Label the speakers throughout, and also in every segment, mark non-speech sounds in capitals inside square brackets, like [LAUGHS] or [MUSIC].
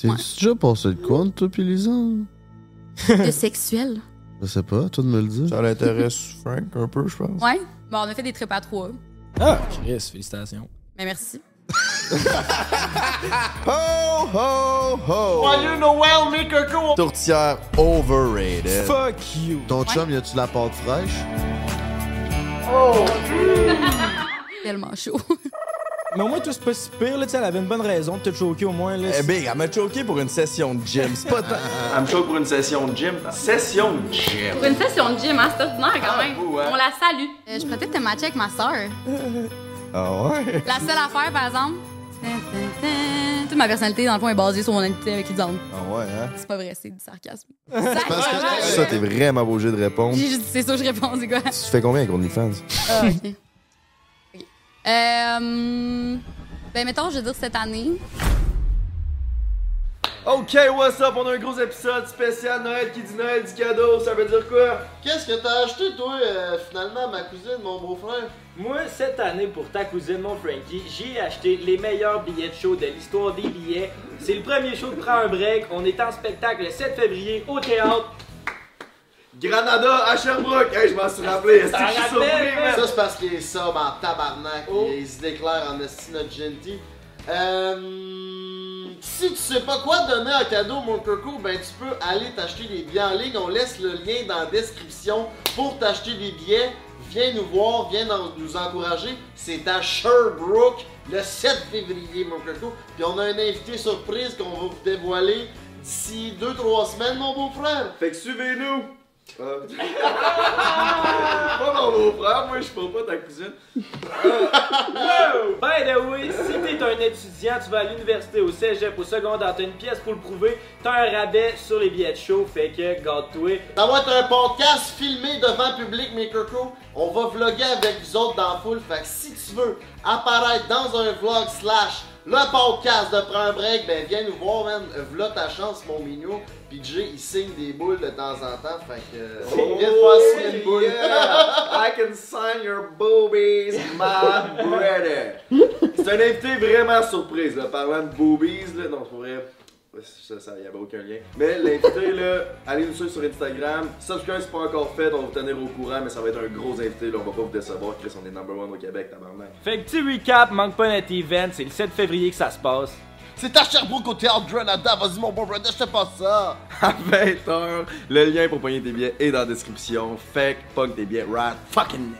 Speaker 1: T'es
Speaker 2: Ouais.
Speaker 1: déjà passé de quoi entre toi pis Lisa?
Speaker 2: de sexuel.
Speaker 1: Je sais pas, toi de me le dire.
Speaker 3: Ça l'intéresse Frank un peu, je pense.
Speaker 2: Ouais. Bon, on a fait des trips à trois.
Speaker 4: Ah, Chris, félicitations.
Speaker 2: Mais merci.
Speaker 3: Ho, ho, ho!
Speaker 5: Joyeux Noël, mes cocos!
Speaker 3: Tourtière overrated.
Speaker 4: Fuck you.
Speaker 1: Ton chum, y a-tu de la pâte fraîche?
Speaker 2: Tellement
Speaker 6: [LAUGHS]
Speaker 2: chaud.
Speaker 4: Mais au moins, tout c'est pas si pire, là, tu sais, elle avait une bonne raison de te choquer au moins, là.
Speaker 3: Eh ben, elle m'a choqué pour une session de gym. C'est pas tant.
Speaker 5: Elle me choque pour une session de gym. Session de gym?
Speaker 6: Pour une session de gym, hein, c'est ordinaire quand
Speaker 5: Ah,
Speaker 6: même.
Speaker 5: vous, hein.
Speaker 6: On la salue.
Speaker 2: Euh, je pourrais peut-être te matcher avec ma sœur.
Speaker 3: Ah ouais?
Speaker 2: La seule affaire, par exemple. Tin, tin, tin. Toute ma personnalité, dans le fond, est basée sur mon amitié avec Lisande.
Speaker 3: Ah ouais, hein?
Speaker 2: C'est pas vrai, c'est du sarcasme.
Speaker 1: Parce que-
Speaker 3: Ça, t'es vraiment pas obligé de répondre.
Speaker 2: J'ai juste dit, c'est ça, je réponds, c'est quoi?
Speaker 3: Tu fais combien avec OnlyFans?
Speaker 2: Ah, ok. Ok. Euh, ben, mettons, je veux dire cette année.
Speaker 5: Ok, what's up? On a un gros épisode spécial Noël qui dit Noël du cadeau. Ça veut dire quoi?
Speaker 7: Qu'est-ce que t'as acheté, toi, euh, finalement, à ma cousine, mon beau-frère?
Speaker 5: Moi, cette année, pour ta cousine, mon Frankie, j'ai acheté les meilleurs billets de show de l'histoire des billets. C'est le premier show de Prends un break. On est en spectacle le 7 février au théâtre.
Speaker 8: Granada à Sherbrooke! Hey, je m'en suis rappelé! Est-ce que
Speaker 5: Ça
Speaker 8: je suis
Speaker 5: rappelle,
Speaker 8: surpris,
Speaker 5: man.
Speaker 8: man?
Speaker 7: Ça, c'est parce qu'il est sobre en tabarnak.
Speaker 5: Oh.
Speaker 7: Il se déclare en esti notre gentil. Euh, si tu sais pas quoi donner en cadeau, mon coco, ben tu peux aller t'acheter des billets en ligne. On laisse le lien dans la description pour t'acheter des billets. Viens nous voir, viens dans- nous encourager. C'est à Sherbrooke le 7 février, mon coco. Puis on a un invité surprise qu'on va vous dévoiler d'ici 2-3 semaines, mon beau-frère.
Speaker 8: Fait que suivez-nous! Euh, pas mon beau-frère, moi je suis pas, pas ta cousine.
Speaker 5: Wow! By the way, si t'es un étudiant, tu vas à l'université, au cégep, au secondaire, t'as une pièce pour le prouver, t'as un rabais sur les billets de show, fait que garde-toi.
Speaker 7: Ça va être un podcast filmé devant public, mes cocos. On va vlogger avec vous autres dans la foule. Fait que si tu veux apparaître dans un vlog slash le podcast de Prends un Break, ben viens nous voir, man. V'là ta chance, mon mignon. Puis Jay, il signe des boules de temps en temps. Fait que... euh,
Speaker 8: Oh,
Speaker 7: viens te faire signer une boule.
Speaker 8: yeah. I can sign your boobies, my brother! C'est un invité vraiment surprise, là. Parlant de boobies, là. Non, c'est pas vrai. Ça, ça, y avait aucun lien. Mais l'invité, là, allez nous suivre sur Instagram. Subscribe, c'est pas encore fait, on va vous tenir au courant, mais ça va être un gros invité, là. On va pas vous décevoir. Chris, on est number one au Québec, tabarnak.
Speaker 5: Fait que petit recap, manque pas notre event, c'est le 7 février que ça se passe.
Speaker 7: C'est à Sherbrooke au Théâtre Grenada. Vas-y, mon bon brother, je te passe ça.
Speaker 8: à 20h. Le lien pour pogner tes billets est dans la description. Fait que pogne tes billets right fucking now.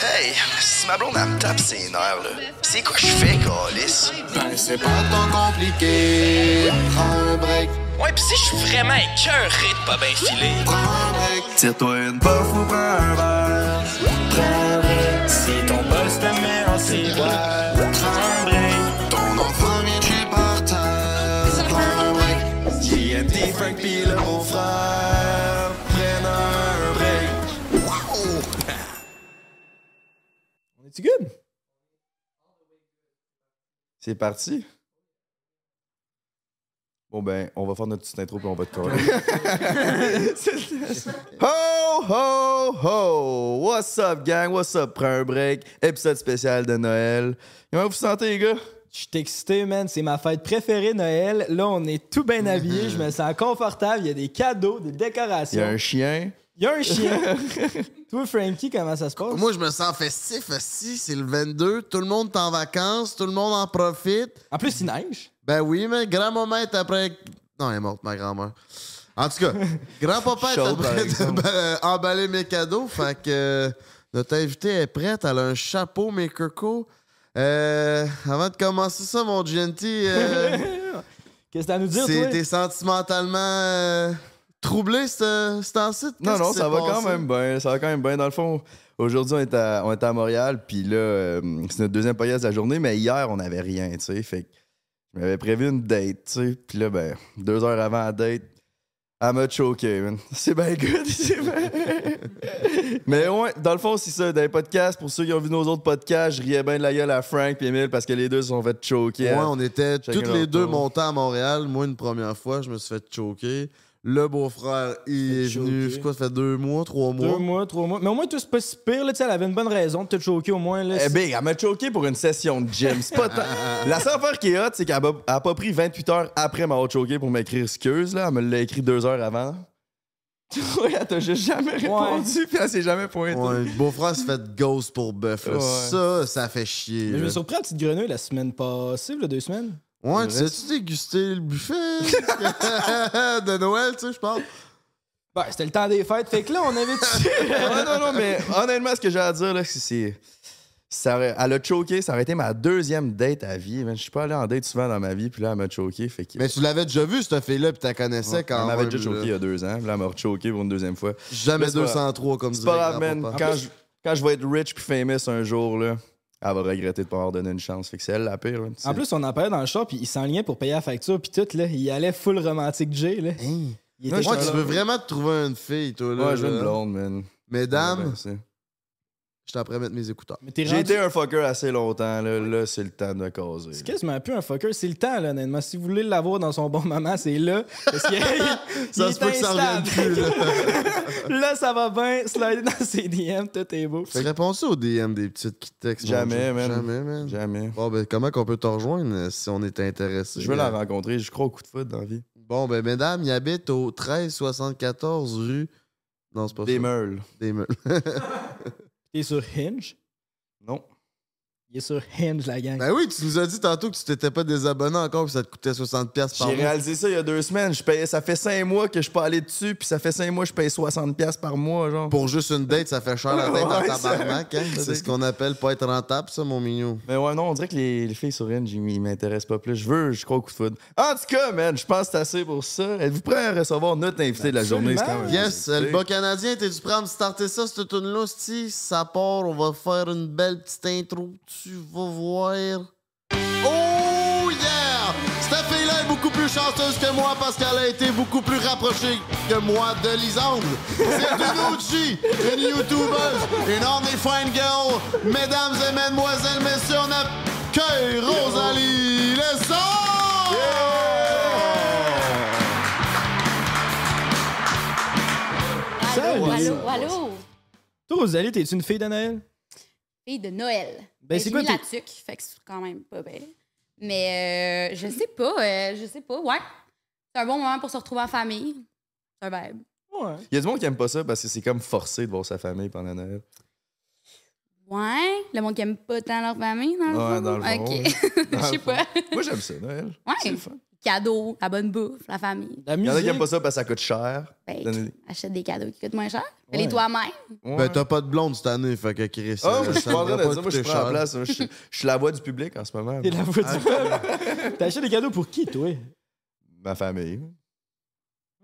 Speaker 9: Hey, si ma blonde elle me tape ses nerfs là, c'est quoi je fais, Calis?
Speaker 10: Ben, c'est pas tant compliqué. Prends un break,
Speaker 9: Ouais, pis si je suis vraiment écœuré de pas bien filer.
Speaker 10: prends un break. Tire-toi une bof ou prends un verre. Prends un break. Si ton boss te met en ciboire, prends un break. Ton enfant vient chez par terre. Prends un break. JMD, Frank pis le beau-frère. Prends un break. Wow!
Speaker 4: On est-tu good?
Speaker 3: C'est parti. Bon ben, on va faire notre petite intro puis on va te coller. ho ho ho! What's up gang? What's up? Prends un break. Épisode spécial de Noël. Comment vous vous sentez les gars?
Speaker 4: Je suis excité, man. C'est ma fête préférée, Noël. Là, on est tout bien habillés. Je me sens confortable. Il y a des cadeaux, des
Speaker 3: Mhm. Il y a
Speaker 4: décorations.
Speaker 3: un chien.
Speaker 4: Il y a un, chien.
Speaker 3: [LAUGHS]
Speaker 4: Toi, Frankie, comment ça se passe?
Speaker 1: Moi, je me sens festif, si c'est le 22. Tout le monde est en vacances, tout le monde en profite.
Speaker 4: En plus, il neige.
Speaker 1: Ben oui, mais grand-maman est après. Non, elle est morte, ma grand-mère. En [LAUGHS] tout cas, grand-papa est
Speaker 3: Chaude, par
Speaker 1: après de
Speaker 3: exemple.
Speaker 1: ben, emballer mes cadeaux. Fait que euh, notre invitée est prête. Elle a un chapeau, mes cocos. Euh, avant de commencer ça, mon gentil, [LAUGHS] euh,
Speaker 4: Qu'est-ce que t'as à nous dire,
Speaker 1: c'est-
Speaker 4: toi?
Speaker 1: t'es sentimentalement euh, troublé, ce, ce temps-ci?
Speaker 3: Non,
Speaker 1: Qu'est-ce
Speaker 3: non,
Speaker 1: qui
Speaker 3: ça
Speaker 1: s'est
Speaker 3: va quand
Speaker 1: passé?
Speaker 3: même bien. Ça va quand même bien. Dans le fond, aujourd'hui, on, est à- on est à Montréal, puis là, euh, c'est notre deuxième podcast de la journée, mais hier, on n'avait rien, tu sais. Fait que je m'avais prévu une date, tu sais. Puis là, ben, deux heures avant la date, elle m'a choqué, man. [LAUGHS] C'est bien good, c'est bien. mais ouais, dans le fond, c'est ça. Dans les podcasts, pour ceux qui ont vu nos autres podcasts, je riais bien de la gueule à Frank et Emile parce que les deux se sont fait choquer.
Speaker 1: Ouais, on était
Speaker 3: Chacun
Speaker 1: toutes
Speaker 3: leur
Speaker 1: les deux
Speaker 3: tour.
Speaker 1: montés à Montréal. Moi, une première fois, je me suis fait choquer. Le beau-frère, il est venu, je crois, ça fait deux mois, trois mois.
Speaker 4: Deux mois, trois mois. Mais au moins, tout, c'est pas si pire. Là, tu sais, elle avait une bonne raison de te choquer au moins. Là,
Speaker 3: Eh
Speaker 4: c'est-
Speaker 3: ben, elle m'a choqué pour une session de gym. C'est pas tant. La seule affaire qui est hot, c'est qu'elle m'a- elle a pas pris 28 heures après m'avoir choqué pour m'écrire excuse. Là. Elle me l'a écrit deux heures avant. Ouais, [LAUGHS] elle t'a juste jamais répondu, puis elle s'est jamais pointée.
Speaker 1: Ouais, le beau-frère se fait ghost pour bœuf. là.
Speaker 3: Ouais.
Speaker 1: Ça, ça fait chier.
Speaker 4: Mais je me
Speaker 1: là.
Speaker 4: suis repris à la petite grenouille la semaine passée, là, deux semaines.
Speaker 1: Ouais,
Speaker 4: Le
Speaker 1: tu
Speaker 4: reste-
Speaker 1: sais-tu déguster le buffet de Noël, tu sais, [LAUGHS] je parle?
Speaker 4: Ben, c'était le temps des fêtes. Fait que là, on avait dessus.
Speaker 3: [LAUGHS] non, non, non, mais honnêtement, ce que j'ai à dire, là, c'est- c'est. Ça aurait- elle a choqué, ça aurait été ma deuxième date à vie. man. Je suis pas allé en date souvent dans ma vie, puis là, elle m'a choqué. Fait que,
Speaker 1: Mais tu l'avais déjà vu, cette fille-là, puis tu la connaissais
Speaker 3: Ouais,
Speaker 1: quand
Speaker 3: Elle
Speaker 1: même.
Speaker 3: m'avait déjà choqué
Speaker 1: là.
Speaker 3: il y a deux ans, puis là, elle m'a choqué pour une deuxième fois.
Speaker 1: Jamais
Speaker 3: Mais c'est pas grave.
Speaker 1: 203, comme
Speaker 3: C'est
Speaker 1: dirait
Speaker 3: pas grave,
Speaker 1: grand-papa.
Speaker 3: man. Quand je, quand je vais être rich puis famous un jour, là, elle va regretter de pas avoir donné une chance. Fait que c'est elle la pire. hein, là. C'est-
Speaker 4: En plus, on en parlait dans le shop, puis il s'enlignait pour payer la facture, puis tout, là. Il allait full romantique J, là. Il
Speaker 1: Ouais,
Speaker 4: était
Speaker 1: tu veux vraiment te trouver une fille, toi, là.
Speaker 3: Ouais, je
Speaker 4: euh,
Speaker 3: veux une
Speaker 1: là.
Speaker 3: blonde, man.
Speaker 1: Mesdames,
Speaker 3: Ouais, c'est-
Speaker 1: je t'apprends à mettre mes écouteurs.
Speaker 4: Mais t'es
Speaker 3: J'ai
Speaker 4: rendu-
Speaker 3: été un fucker assez longtemps, là. Là, c'est le temps de causer.
Speaker 4: C'est quasiment plus un fucker. C'est le temps, là, honnêtement. Si vous voulez l'avoir dans son bon moment, c'est là. Parce que il- il
Speaker 1: Ça
Speaker 4: est
Speaker 1: se peut que ça revienne
Speaker 4: instable.
Speaker 1: plus, là.
Speaker 4: [LAUGHS] Là, ça va bien. Slider dans ses DM, tout est beau.
Speaker 1: Tu réponds-tu aux DM des petites qui te textent? mon
Speaker 3: Jamais,
Speaker 1: Joe?
Speaker 3: man.
Speaker 1: Jamais, man.
Speaker 3: Jamais.
Speaker 1: Bon, ben, comment qu'on peut te rejoindre euh, si on est intéressé?
Speaker 3: Je veux la
Speaker 1: Euh,
Speaker 3: rencontrer, je crois au coup de foot dans la vie.
Speaker 1: Bon, ben, mesdames, il habite au 1374 rue. Non, c'est pas
Speaker 3: Des
Speaker 1: ça.
Speaker 3: meules.
Speaker 1: Des meules. [LAUGHS]
Speaker 4: Il est sur Hinge.
Speaker 3: Non.
Speaker 4: Il est sur Hinge, la gang.
Speaker 1: ben oui, tu nous as dit tantôt que tu t'étais pas désabonné encore, que ça te coûtait 60$ piastres
Speaker 3: J'ai
Speaker 1: par mois.
Speaker 3: réalisé ça il y a deux semaines. Je paye, ça fait cinq mois que je suis pas allé dessus, puis ça fait cinq mois que je paye 60$ par mois, genre.
Speaker 1: Pour juste une date, ça fait cher la tête en
Speaker 3: [LAUGHS] Ouais, ça-
Speaker 1: tabarnak. hein. C'est ce qu'on appelle pas être rentable, ça, mon mignon.
Speaker 3: Mais ouais, non, on dirait que les, les filles sur Hinge, ils ils m'intéressent pas plus. Je veux, je crois au coup de foot. En tout cas, man, je pense que c'est assez pour ça. Êtes-vous prêt à recevoir notre invité de la journée? C'est quand même-
Speaker 1: Yes, euh, le bas canadien, t'es-tu prêt à me starter ça, cette tune-là, si ça part, on va faire une belle petite intro, tu vas voir. Oh yeah! Cette fille-là est beaucoup plus chanceuse que moi parce qu'elle a été beaucoup plus rapprochée que moi de Lisande. C'est une OG, une YouTubeuse, une only fine girl. Mesdames et mesdemoiselles, messieurs, on accueille Rosalie Lesson!
Speaker 4: Salut.
Speaker 2: Allô, allô, allô.
Speaker 4: Toi, Rosalie, t'es-tu une fille de Noël?
Speaker 2: Fille de Noël.
Speaker 4: Ben, c'est
Speaker 2: j'ai
Speaker 4: quoi
Speaker 2: mis
Speaker 4: tes-
Speaker 2: la tuque, fait que c'est quand même pas belle. Mais euh, je sais pas, euh, je sais pas, ouais. C'est un bon moment pour se retrouver en famille. C'est un ben, vibe.
Speaker 4: Ouais.
Speaker 3: Il y a du monde qui aime pas ça parce que c'est comme forcé de voir sa famille pendant Noël.
Speaker 2: Ouais, le monde qui aime pas tant leur famille, dans le
Speaker 3: Ouais,
Speaker 2: fond.
Speaker 3: dans le fond,
Speaker 2: Ah, OK.
Speaker 3: ouais. Dans
Speaker 2: Je sais
Speaker 3: le fond.
Speaker 2: pas.
Speaker 3: Moi, j'aime ça, Noël.
Speaker 2: [LAUGHS]
Speaker 3: C'est
Speaker 2: Ouais.
Speaker 3: le fun.
Speaker 2: Cadeaux, la bonne bouffe, la famille.
Speaker 4: La
Speaker 3: Il y en a
Speaker 4: musique.
Speaker 3: qui aiment pas ça parce que ça coûte cher.
Speaker 2: Ben,
Speaker 3: Donnez-
Speaker 2: achète des cadeaux qui coûtent moins cher.
Speaker 4: Ouais.
Speaker 2: Fais-les
Speaker 3: [LAUGHS]
Speaker 2: toi-même.
Speaker 3: Ouais.
Speaker 1: Ben, t'as pas de blonde cette année, fait que Chris.
Speaker 3: Ah,
Speaker 1: euh,
Speaker 3: moi, je suis
Speaker 1: ça
Speaker 3: pas en train
Speaker 1: devrait
Speaker 3: de dire, moi, je
Speaker 1: coûter
Speaker 3: prends la
Speaker 1: cher.
Speaker 3: place. Je suis- je suis la voix du public en ce
Speaker 4: [LAUGHS]
Speaker 3: moment.
Speaker 4: T'es la voix du peuple. [LAUGHS] T'achètes des cadeaux pour qui, toi?
Speaker 3: Ma famille.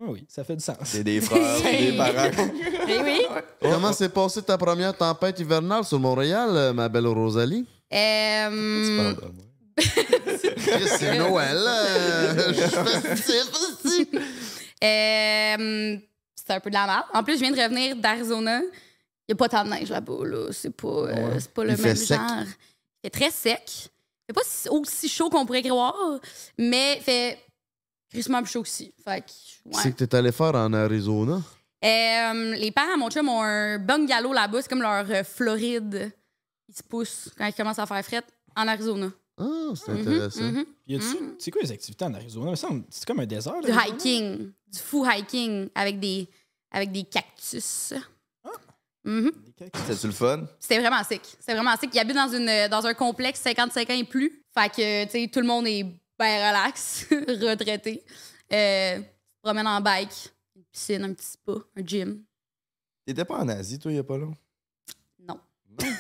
Speaker 4: Ah oui, ça fait du sens.
Speaker 3: C'est des frères, des parents.
Speaker 2: Eh oui.
Speaker 3: Oh.
Speaker 1: Comment s'est passée ta première tempête hivernale sur Montréal, euh, ma belle Rosalie?
Speaker 3: Tu
Speaker 2: Euh,
Speaker 3: parles de moi.
Speaker 1: Chris, [LAUGHS] c'est Noël. [LAUGHS] euh, je suis festif, esti.
Speaker 2: euh, c'est un peu de la merde. En plus, je viens de revenir d'Arizona. Il n'y a pas tant de neige là-bas. Là. C'est pas, euh, c'est pas le
Speaker 1: Il fait
Speaker 2: même
Speaker 1: sec.
Speaker 2: genre. Il fait très sec. Il fait pas si- aussi chaud qu'on pourrait croire, mais il fait crissement plus chaud aussi. Fait que, ouais.
Speaker 1: Qu'est-ce que t'es allé faire en Arizona?
Speaker 2: Euh, les parents à mon chum ont un bungalow là-bas. C'est comme leur euh, Floride. Ils se poussent quand ils commencent à faire fret en Arizona.
Speaker 1: Ah, c'est
Speaker 2: Mhm,
Speaker 1: intéressant.
Speaker 2: mhm.
Speaker 4: Puis y a-tu- C'est quoi les activités en Arizona? Il me semble- C'est comme un désert, là.
Speaker 2: Du
Speaker 4: l'Arizona?
Speaker 2: hiking. Du fou hiking avec des, avec des cactus. Mhm.
Speaker 4: Des cactus.
Speaker 3: C'est-tu le fun?
Speaker 2: C'était vraiment sick. C'était vraiment sick. Il habite dans, une, dans un complexe 55 ans et plus. Fait que, tu sais, tout le monde est bien relax, [LAUGHS] retraité. Euh, tu te promènes en bike, une piscine, un petit spa, un gym.
Speaker 3: T'étais pas en Asie, toi, il y a pas long?
Speaker 2: Non.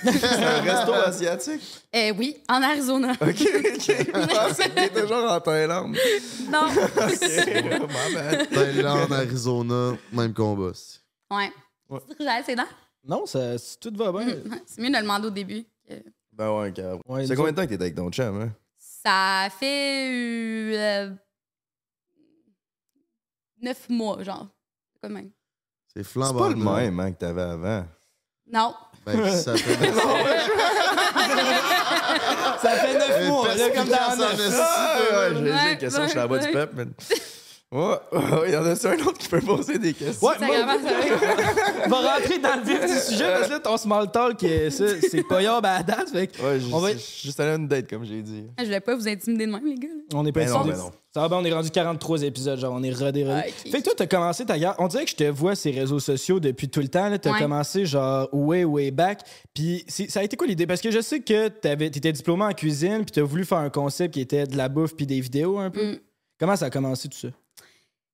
Speaker 3: C'est un resto asiatique?
Speaker 2: Euh, oui, en Arizona.
Speaker 3: OK, OK. Je pensais que t'étais genre en Thaïlande.
Speaker 2: [LAUGHS] Non.
Speaker 3: My bad.
Speaker 1: Thaïlande, Arizona, même combat. esti.
Speaker 2: Ouais.
Speaker 3: Ouais.
Speaker 2: C'est ça, c'est non?
Speaker 4: Non, ça, c'est- tout va bien.
Speaker 2: Ouais, C'est mieux de le demander au début. Euh,
Speaker 3: Ben ouais, carrément.
Speaker 4: Ouais,
Speaker 3: C'est
Speaker 4: nous
Speaker 3: combien de temps que t'étais avec ton chum, hein?
Speaker 2: Ça fait euh, euh, neuf mois, genre. Quand même.
Speaker 1: C'est
Speaker 3: C'est
Speaker 1: flambant.
Speaker 3: pas le même hein, que t'avais avant.
Speaker 2: Non.
Speaker 1: Ben, qui
Speaker 3: [LAUGHS]
Speaker 1: s'appelle-
Speaker 4: Ça fait neuf mois, là, comme dans
Speaker 1: Personne,
Speaker 4: neuf.
Speaker 1: esti.
Speaker 3: Ah, ouais, j'ai
Speaker 2: Ouais,
Speaker 3: dit que ça, je suis
Speaker 2: ouais,
Speaker 3: la voix du
Speaker 2: ouais.
Speaker 3: peuple, mais... Ouais, il y en a ça un autre qui peut poser des questions.
Speaker 4: Ouais, moi- On va rentrer dans le vif du sujet parce que là, ton small talk, euh, ça, c'est pas yard à la date. Fait que
Speaker 3: Ouais, je-
Speaker 4: on, va...
Speaker 3: je- juste aller à une date, comme j'ai dit.
Speaker 2: Ah, Je voulais pas vous intimider de même, les gars. là.
Speaker 4: on est pas
Speaker 3: Ben non,
Speaker 4: intimidés.
Speaker 3: ben non.
Speaker 4: Ça va bien, on est rendu 43 épisodes, genre, on est redé, redé.
Speaker 2: Ah, ok.
Speaker 4: Fait que toi, t'as commencé ta guerre. On dirait que je te vois ces réseaux sociaux depuis tout le temps. là. T'as
Speaker 2: Ouais.
Speaker 4: commencé, genre, way, way back. Puis c'est- ça a été quoi l'idée? Parce que je sais que t'avais- t'étais diplômé en cuisine, puis t'as voulu faire un concept qui était de la bouffe, puis des vidéos un peu.
Speaker 2: Mm.
Speaker 4: Comment ça a commencé tout ça?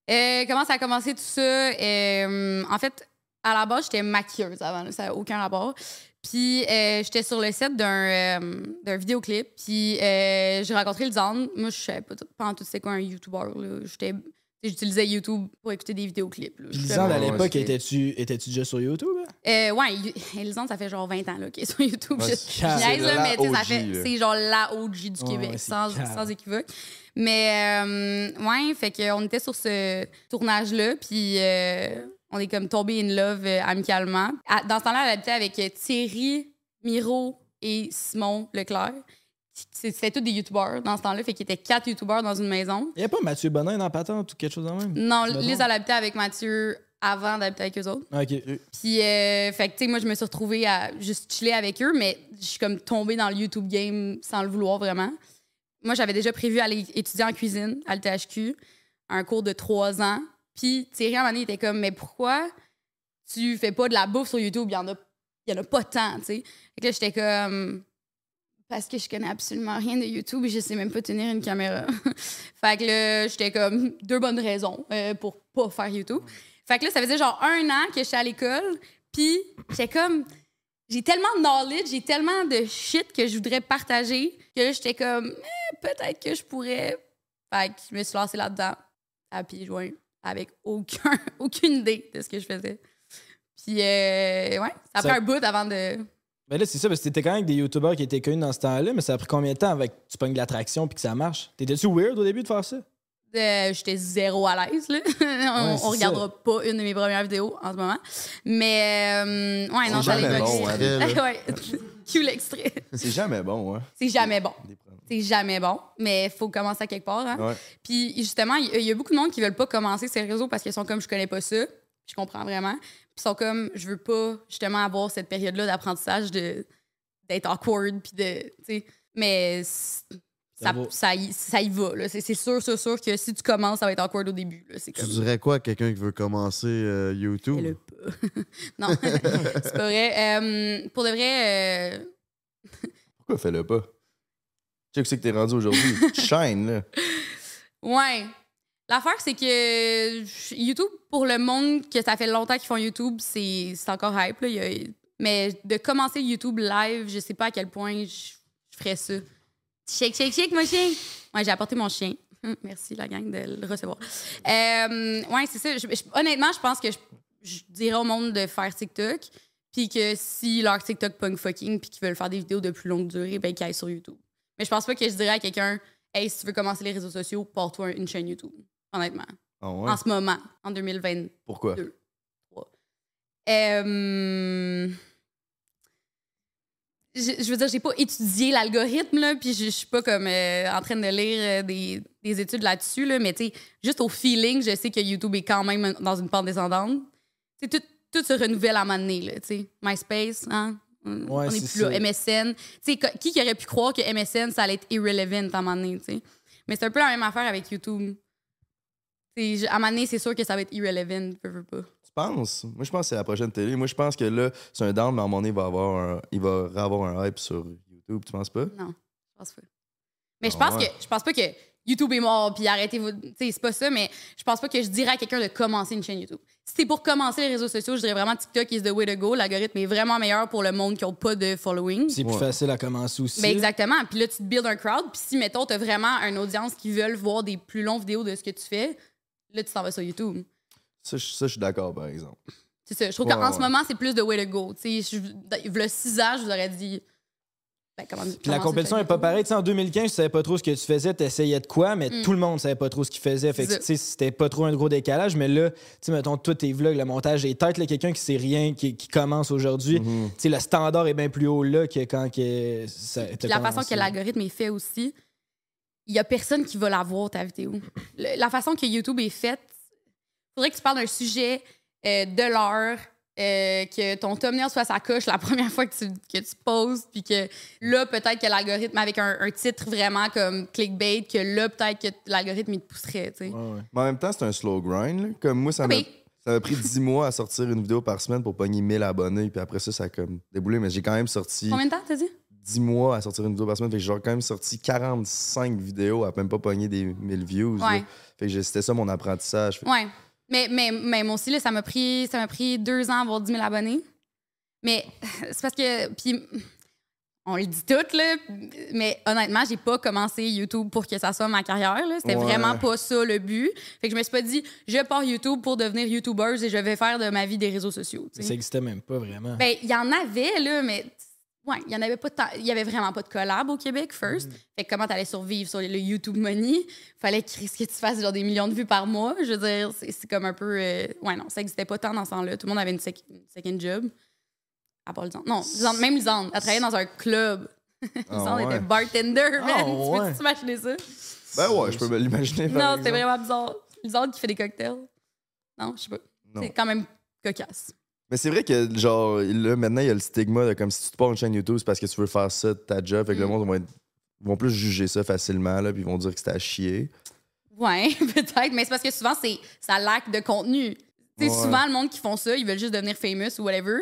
Speaker 2: Euh, comment ça a commencé tout ça? Euh, en fait, à la base, j'étais maquilleuse avant, là, ça n'a aucun rapport. Puis euh, j'étais sur le set d'un euh, d'un vidéoclip, puis euh, j'ai rencontré le Zand. Moi, je savais pas, tout- pas en tout c'est quoi un YouTuber. là. J'étais- J'utilisais YouTube pour écouter des vidéoclips. là.
Speaker 4: Puis
Speaker 2: J'étais
Speaker 4: Lisande, à
Speaker 2: vraiment-
Speaker 4: l'époque, étais-tu étais-tu déjà sur YouTube? hein?
Speaker 2: Euh, ouais, Yu- et Lisande, ça fait genre 20 ans là, qu'elle est [LAUGHS] sur YouTube.
Speaker 3: Ouais,
Speaker 2: Je-
Speaker 3: c'est
Speaker 2: je niaise, là,
Speaker 3: la
Speaker 2: mais tu sais, ça
Speaker 3: OG,
Speaker 2: fait-
Speaker 3: là.
Speaker 2: c'est genre la OG du
Speaker 4: Ouais,
Speaker 2: Québec,
Speaker 4: ouais, c'est
Speaker 2: sans,
Speaker 4: calme.
Speaker 2: sans équivoque. Mais euh, ouais, fait qu'on était sur ce tournage-là, puis euh, on est comme tombé in love euh, amicalement. À- dans ce temps-là, elle habitait avec euh, Thierry, Miro et Simon Leclerc. C'est- C'était tous des youtubeurs dans ce temps-là, fait qu'il y était quatre youtubeurs dans une maison.
Speaker 4: Il n'y a pas Mathieu Bonin dans Patente ou quelque chose en même?
Speaker 2: Non,
Speaker 4: Ben
Speaker 2: Lise,
Speaker 4: non.
Speaker 2: elle habitait avec Mathieu avant d'habiter avec eux autres.
Speaker 4: Ok.
Speaker 2: Puis, euh, fait que, tu sais, moi, je me suis retrouvée à juste chiller avec eux, mais je suis comme tombée dans le YouTube game sans le vouloir vraiment. Moi, j'avais déjà prévu aller étudier en cuisine à l'THQ, un cours de trois ans. Puis, Thierry, à un moment donné, il était comme, mais pourquoi tu fais pas de la bouffe sur YouTube? Il y en a, il y en a pas tant, tu sais. Fait que là, j'étais comme, parce que je connais absolument rien de YouTube et je sais même pas tenir une caméra. [LAUGHS] fait que là, j'étais comme, deux bonnes raisons euh, pour pas faire YouTube. Fait que là, ça faisait genre un an que j'étais à l'école, puis j'étais comme... J'ai tellement de knowledge, j'ai tellement de shit que je voudrais partager que là, j'étais comme, Eh, peut-être que je pourrais. Fait que je me suis lancée là-dedans, à pieds joints, avec aucun, [LAUGHS] aucune idée de ce que je faisais. Puis, euh, ouais, ça a
Speaker 4: Ça-
Speaker 2: pris un bout avant de.
Speaker 4: Ben là, c'est ça, parce que t'étais quand même avec des youtubeurs qui étaient connus dans ce temps-là, mais ça a pris combien de temps avec que tu pognes de l'attraction puis que ça marche? T'étais-tu weird au début de faire ça?
Speaker 2: de- J'étais zéro à l'aise, là. [LAUGHS] on,
Speaker 4: Ouais, c'est
Speaker 2: on regardera pas une de mes premières vidéos en ce moment. Mais, euh, ouais, non,
Speaker 3: C'est
Speaker 2: j'allais
Speaker 3: jamais bon,
Speaker 2: pas.
Speaker 1: hein.
Speaker 2: [LAUGHS] Ouais, cue l'extrait.
Speaker 3: C'est jamais bon, hein.
Speaker 2: C'est jamais bon.
Speaker 3: Des problèmes.
Speaker 2: C'est jamais bon, mais il faut commencer à quelque part. hein.
Speaker 3: Ouais.
Speaker 2: Puis justement, il y- il y, a beaucoup de monde qui veulent pas commencer ces réseaux parce qu'ils sont comme je connais pas ça, je comprends vraiment. Puis ils sont comme je veux pas justement avoir cette période-là d'apprentissage de d'être awkward puis de tu sais mais c-
Speaker 4: Ça
Speaker 2: ça,
Speaker 4: va.
Speaker 2: ça, y, ça y va là. C'est c'est sûr sûr sûr que si tu commences ça va être awkward au début là, c'est
Speaker 1: Tu
Speaker 2: comme
Speaker 1: dirais quoi à quelqu'un qui veut commencer euh, YouTube?
Speaker 2: Fais-le pas. [LAUGHS] non, c'est pas vrai. Euh, pour de vrai euh,
Speaker 3: Pourquoi fais-le pas? Tu sais que c'est que t'es
Speaker 2: [LAUGHS]
Speaker 3: rendu aujourd'hui. Shine, là.
Speaker 2: Ouais. L'affaire, c'est que YouTube, pour le monde que ça fait longtemps qu'ils font YouTube, c'est c'est encore hype. là. Il y a- Mais de commencer YouTube live, je sais pas à quel point je, je ferais ça. Shake, shake, shake, mon chien! Ouais, j'ai apporté mon chien. Hum, Merci, la gang, de le recevoir. Euh, ouais, c'est ça. Je- je- honnêtement, je pense que je, je dirais au monde de faire TikTok. Puis que si leur TikTok punk fucking, puis qu'ils veulent faire des vidéos de plus longue durée, ben qu'ils aillent sur YouTube. Mais je pense pas que je dirais à quelqu'un Hey, si tu veux commencer les réseaux sociaux, porte-toi une chaîne YouTube. Honnêtement.
Speaker 3: Ah ouais?
Speaker 2: En ce moment, en 2020.
Speaker 3: Pourquoi?
Speaker 2: Deux. Euh, je, je veux dire, j'ai pas étudié l'algorithme, là, puis je, je suis pas comme euh, en train de lire euh, des, des études là-dessus, là, mais tu sais, juste au feeling, je sais que YouTube est quand même dans une pente descendante. Tu sais, tout, tout se renouvelle à un moment donné, là, tu sais. MySpace, hein? On-
Speaker 4: Ouais,
Speaker 2: on
Speaker 4: c'est
Speaker 2: est plus
Speaker 4: ça.
Speaker 2: là. MSN. Tu sais, co- qui qui aurait pu croire que MSN, ça allait être irrelevant à un moment donné, tu sais? Mais c'est un peu la même affaire avec YouTube. Tu sais, à un moment donné, c'est sûr que ça va être irrelevant, peu, peu, pas.
Speaker 3: Tu penses? Moi, je pense que c'est la prochaine télé. Moi, je pense que là, c'est un down, mais à un moment donné, il va avoir un, il va avoir un hype sur YouTube. Tu penses pas?
Speaker 2: Non, je pense pas. Mais je
Speaker 3: Ah
Speaker 2: pense
Speaker 3: ouais.
Speaker 2: que je pense pas que YouTube est mort puis arrêtez-vous, tu sais c'est pas ça mais je pense pas que je dirais à quelqu'un de commencer une chaîne YouTube. Si c'est pour commencer les réseaux sociaux, je dirais vraiment TikTok is the way to go, l'algorithme est vraiment meilleur pour le monde qui ont pas de following.
Speaker 4: C'est plus
Speaker 3: Ouais.
Speaker 4: facile à commencer aussi.
Speaker 2: Ben exactement, puis là tu te builds un crowd, puis si mettons t'as vraiment une audience qui veulent voir des plus longues vidéos de ce que tu fais, là tu t'en vas sur YouTube.
Speaker 3: Ça, je, ça, je suis d'accord, par exemple.
Speaker 2: C'est ça, je trouve
Speaker 3: Ouais,
Speaker 2: qu'en
Speaker 3: ouais.
Speaker 2: ce moment c'est plus the way to go, tu sais ben, le 6 ans, je vous aurais dit ben, comment
Speaker 4: Puis la compétition est pas pareille. Tu sais, en 2015, tu savais pas trop ce que tu faisais, tu essayais de quoi, mais
Speaker 2: Mm.
Speaker 4: tout le monde savait pas trop ce qu'il faisait. Fait que,
Speaker 2: C'est
Speaker 4: tu sais, c'était pas trop un gros décalage. Mais là, tu sais, mettons, tous tes vlogs, le montage des têtes, là, quelqu'un qui sait rien, qui, qui commence
Speaker 3: Mm.
Speaker 4: aujourd'hui,
Speaker 3: Mhm.
Speaker 4: tu sais, le standard est bien plus haut là que quand que ça
Speaker 2: Puis la façon que l'algorithme est fait aussi, il y a personne qui va la voir, ta vidéo. Le- la façon que YouTube est faite, faudrait que tu parles d'un sujet euh, de l'heure, euh, que ton thumbnail soit sa coche la [LAUGHS] première fois que tu, que tu poses, puis que là, peut-être que l'algorithme, avec un, un titre vraiment comme clickbait, que là, peut-être que l'algorithme, il te pousserait, tu sais.
Speaker 3: Mais en même temps, c'est un slow grind. là. Comme moi, ça m'a
Speaker 2: Ah Oui.
Speaker 3: ça m'a pris 10 mois à sortir une vidéo par semaine pour pogner 1000 abonnés. Puis après ça, ça a comme déboulé. Mais j'ai quand même sorti
Speaker 2: Combien de temps, t'as dit?
Speaker 3: 10 mois à sortir une vidéo par semaine. Fait que j'ai genre quand même sorti 45 vidéos à même pas pogner des 1000 views. là.
Speaker 2: Ouais.
Speaker 3: Fait que j'ai- c'était ça mon apprentissage. Fait que
Speaker 2: Ouais. Mais, mais, mais moi aussi, là, ça m'a pris, ça m'a pris deux ans à avoir 10 000 abonnés. Mais [LAUGHS] c'est parce que. Puis, on le dit tout, là. Mais honnêtement, j'ai pas commencé YouTube pour que ça soit ma carrière. là. C'était
Speaker 6: Ouais.
Speaker 2: vraiment pas ça le but. Fait que je me suis pas dit, je pars YouTube pour devenir YouTuber et je vais faire de ma vie des réseaux sociaux. tu
Speaker 4: Mais
Speaker 2: sais.
Speaker 4: ça existait même pas vraiment.
Speaker 2: Ben, il y en avait, là, mais ouais, il y en avait pas tant- Il y avait vraiment pas de collab au Québec, first.
Speaker 3: Mm-hmm.
Speaker 2: Fait que comment t'allais survivre sur le YouTube Money? Fallait que, Chris, que tu fasses genre des millions de vues par mois. Je veux dire, c'est c'est comme un peu. euh, Ouais, non, ça existait pas tant dans ce temps-là. Tout le monde avait une, sec- une second job. À part Lisande. Non, Lisande- même Lisande. Elle travaillait dans un club. [LAUGHS] Lisande
Speaker 3: Ah, ouais.
Speaker 2: était bartender, man.
Speaker 3: Ah,
Speaker 2: tu
Speaker 3: ouais.
Speaker 2: peux-tu imaginer ça?
Speaker 3: Ben ouais, je peux me l'imaginer. par
Speaker 2: Non, c'était
Speaker 3: exemple.
Speaker 2: vraiment bizarre. Lisande qui fait des cocktails. Non, je sais pas.
Speaker 3: Non.
Speaker 2: C'est quand même cocasse.
Speaker 3: Mais c'est vrai que, genre, là, maintenant, il y a le stigma de comme si tu te pars une chaîne YouTube, c'est parce que tu veux faire ça de ta job. Fait
Speaker 2: Mm.
Speaker 3: que le monde va être- vont plus juger ça facilement, là, puis ils vont dire que c'est à chier.
Speaker 2: Ah, Ouais, [LAUGHS] peut-être, mais c'est parce que souvent, c'est ça lac de contenu. Tu sais,
Speaker 3: Ouais.
Speaker 2: Souvent, le monde qui font ça, ils veulent juste devenir famous ou whatever.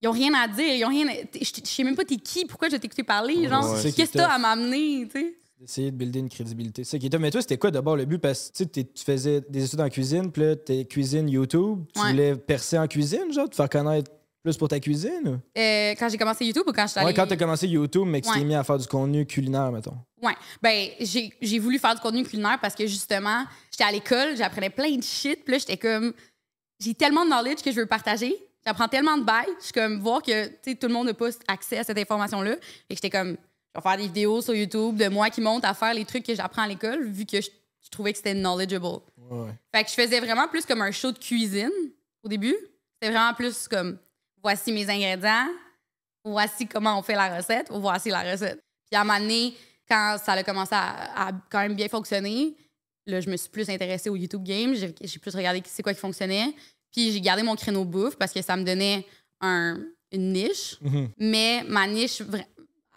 Speaker 2: Ils ont rien à dire. Ils ont rien. à- t'es- Je je sais même pas t'es qui, pourquoi je t'ai écouté parler. Genre,
Speaker 4: Ouais. C'est ça qui
Speaker 2: qu'est-ce que
Speaker 4: est
Speaker 2: t'as
Speaker 4: tough.
Speaker 2: à m'amener, tu sais?
Speaker 4: D'essayer de builder une crédibilité. C'est ça qui est top. Mais toi, c'était quoi d'abord le but? Parce que tu sais, t'es- tu faisais des études en cuisine, puis là, t'es cuisine YouTube. Tu
Speaker 2: Ouais.
Speaker 4: voulais percer en cuisine, genre, te faire connaître plus pour ta cuisine?
Speaker 2: Euh, quand j'ai commencé YouTube ou quand je suis
Speaker 4: ou- Ouais,
Speaker 2: allée-
Speaker 4: quand t'as commencé YouTube, mais que tu t'es
Speaker 2: Ouais.
Speaker 4: mis à faire du contenu culinaire, mettons.
Speaker 2: Ouais. Ben, j'ai j'ai voulu faire du contenu culinaire parce que justement, j'étais à l'école, j'apprenais plein de shit. Puis là, j'étais comme. J'ai tellement de knowledge que je veux partager. J'apprends tellement de bails. Je suis comme, voir que tu sais, tout le monde n'a pas accès à cette information-là. Et j'étais comme, je vais faire des vidéos sur YouTube de moi qui monte à faire les trucs que j'apprends à l'école, vu que je, je trouvais que c'était knowledgeable.
Speaker 4: Ouais.
Speaker 2: Fait que je faisais vraiment plus comme un show de cuisine au début. C'était vraiment plus comme voici mes ingrédients, voici comment on fait la recette, voici la recette. Puis à un moment donné, quand ça a commencé à, à quand même bien fonctionner, là, je me suis plus intéressée au YouTube game. J'ai j'ai plus regardé c'est quoi qui fonctionnait. Puis j'ai gardé mon créneau bouffe parce que ça me donnait un- une niche.
Speaker 10: Mhm.
Speaker 2: Mais ma niche, vra-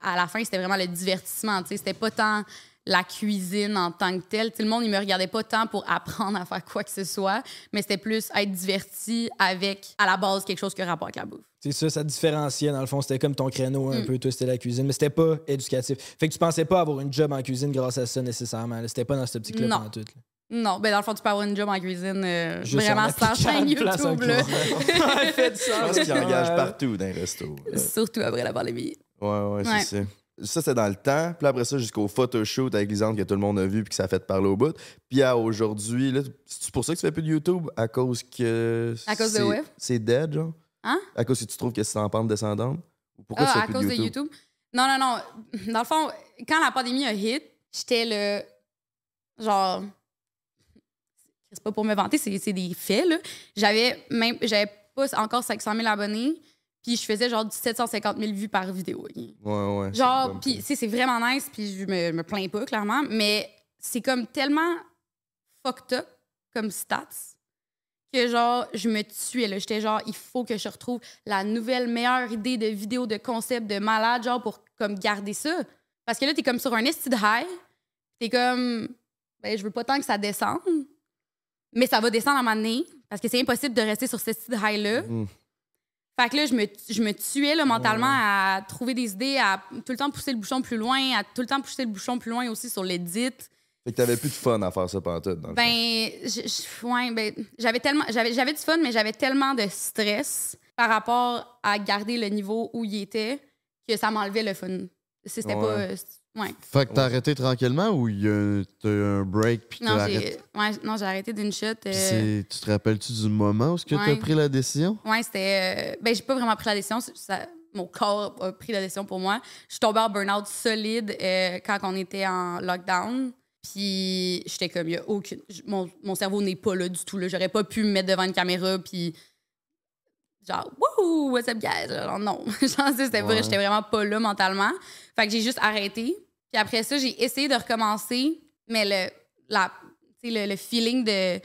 Speaker 2: à la fin, c'était vraiment le divertissement. tu sais. C'était pas tant la cuisine en tant que telle. Tu sais, le monde, il me regardait pas tant pour apprendre à faire quoi que ce soit, mais c'était plus être diverti avec, à la base, quelque chose qui a rapport avec la bouffe.
Speaker 4: C'est ça, ça différenciait dans le fond. C'était comme ton créneau un
Speaker 2: Mm.
Speaker 4: peu, toi, c'était la cuisine, mais c'était pas éducatif. Fait que tu pensais pas avoir une job en cuisine grâce à ça nécessairement. là. C'était pas dans cette optique-là
Speaker 2: Non.
Speaker 4: pendant tout. là.
Speaker 2: Non, ben dans le fond, tu peux avoir une job en cuisine euh,
Speaker 4: Juste
Speaker 2: vraiment
Speaker 4: en
Speaker 2: sans
Speaker 4: appliquant
Speaker 2: chaîne
Speaker 4: une place en
Speaker 2: YouTube. Là. [LAUGHS]
Speaker 4: [LAUGHS] cuisine. Faites
Speaker 3: Je
Speaker 4: ça.
Speaker 3: pense qu'ils engagent
Speaker 4: Ouais.
Speaker 3: partout dans les restos. là.
Speaker 2: Surtout après la pandémie.
Speaker 3: Ouais, ouais,
Speaker 2: Ouais.
Speaker 3: c'est ça. Ça, c'était dans le temps. Puis après ça, jusqu'au photoshoot avec Lisande que tout le monde a vu puis que ça a fait parler au bout. Puis à aujourd'hui, là, c'est pour ça que tu fais plus de YouTube? À cause que.
Speaker 2: À cause de
Speaker 3: c'est-
Speaker 2: ouais.
Speaker 3: C'est dead, genre?
Speaker 2: Hein?
Speaker 3: À cause que tu trouves que c'est en pente descendante? Ou pourquoi
Speaker 2: Ah,
Speaker 3: tu fais
Speaker 2: à
Speaker 3: plus
Speaker 2: cause de YouTube? Non, non, non. Dans le fond, quand la pandémie a hit, j'étais le. Genre. C'est pas pour me vanter, c'est c'est des faits, là. J'avais même. J'avais pas encore 500 000 abonnés, puis je faisais genre 750 000 vues par vidéo. ok?
Speaker 3: Ouais, ouais. c'est
Speaker 2: Genre,
Speaker 3: bon.
Speaker 2: puis, tu sais, c'est vraiment nice, puis je me, me plains pas, clairement, mais c'est comme tellement fucked up comme stats que, genre, je me tuais, là. J'étais genre, il faut que je retrouve la nouvelle meilleure idée de vidéo, de concept, de malade, genre, pour, comme, garder ça. Parce que là, t'es comme sur un esti de high, t'es comme, ben, je veux pas tant que ça descende, mais ça va descendre à un moment donné, parce que c'est impossible de rester sur cet esti de high-là.
Speaker 3: Mm.
Speaker 2: Fait que là, je me, je me tuais là, mentalement à trouver des idées, à tout le temps pousser le bouchon plus loin, à tout le temps pousser le bouchon plus loin aussi sur l'edit.
Speaker 3: Fait que t'avais plus de fun à faire ça pantoute. Dans le
Speaker 2: Ben, je- je- ouais, ben, j'avais tellement, j'avais, j'avais du fun, mais j'avais tellement de stress par rapport à garder le niveau où il était que ça m'enlevait le fun. C'est- C'était pas,
Speaker 1: Ouais.
Speaker 2: euh, c'est- ouais.
Speaker 1: Fait que t'as arrêté tranquillement ou il y a un, t'as eu un break puis
Speaker 2: Non,
Speaker 1: t'as
Speaker 2: j'ai,
Speaker 1: arrêté?
Speaker 2: ouais, non, j'ai arrêté d'une shot. euh,
Speaker 1: Puis c'est- tu te rappelles-tu du moment où est-ce que
Speaker 2: ouais.
Speaker 1: t'as pris la décision?
Speaker 2: Ouais, c'était. euh, ben, j'ai pas vraiment pris la décision. ça- mon corps a pris la décision pour moi. Je suis tombée en burn-out solide euh, quand on était en lockdown. Puis j'étais comme, y a aucune. j- Mon, mon cerveau n'est pas là du tout. là. J'aurais pas pu me mettre devant une caméra, puis. Genre, wouhou, what's up, guys? [LAUGHS] Genre, non. Genre, ça, c'était vrai,
Speaker 6: Ouais.
Speaker 2: J'étais vraiment pas là mentalement. Fait que j'ai juste arrêté. Puis Puis après ça, j'ai essayé de recommencer, mais le, la, tu sais, le, le feeling de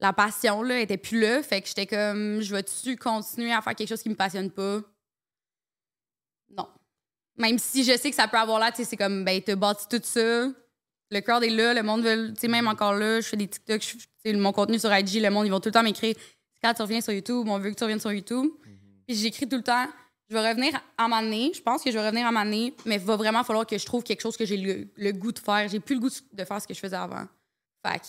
Speaker 2: la passion là, était plus là. Fait que j'étais comme, je vais-tu continuer à faire quelque chose qui me passionne pas? Non. Même si je sais que ça peut avoir l'air, tu sais, c'est comme, ben, t'as bâti tout ça. Le crowd est là, le monde veut, tu sais, même encore là, je fais des TikTok, je- tu sais, mon contenu sur IG, le monde, ils vont tout le temps m'écrire, quand tu reviens sur YouTube, on veut que tu reviennes sur YouTube. Puis j'écris tout le temps, je vais revenir à un moment donné. Je pense que je vais revenir à un moment donné, mais va vraiment falloir que je trouve quelque chose que j'ai le, le goût de faire. J'ai plus le goût de faire ce que je faisais avant. Fait que,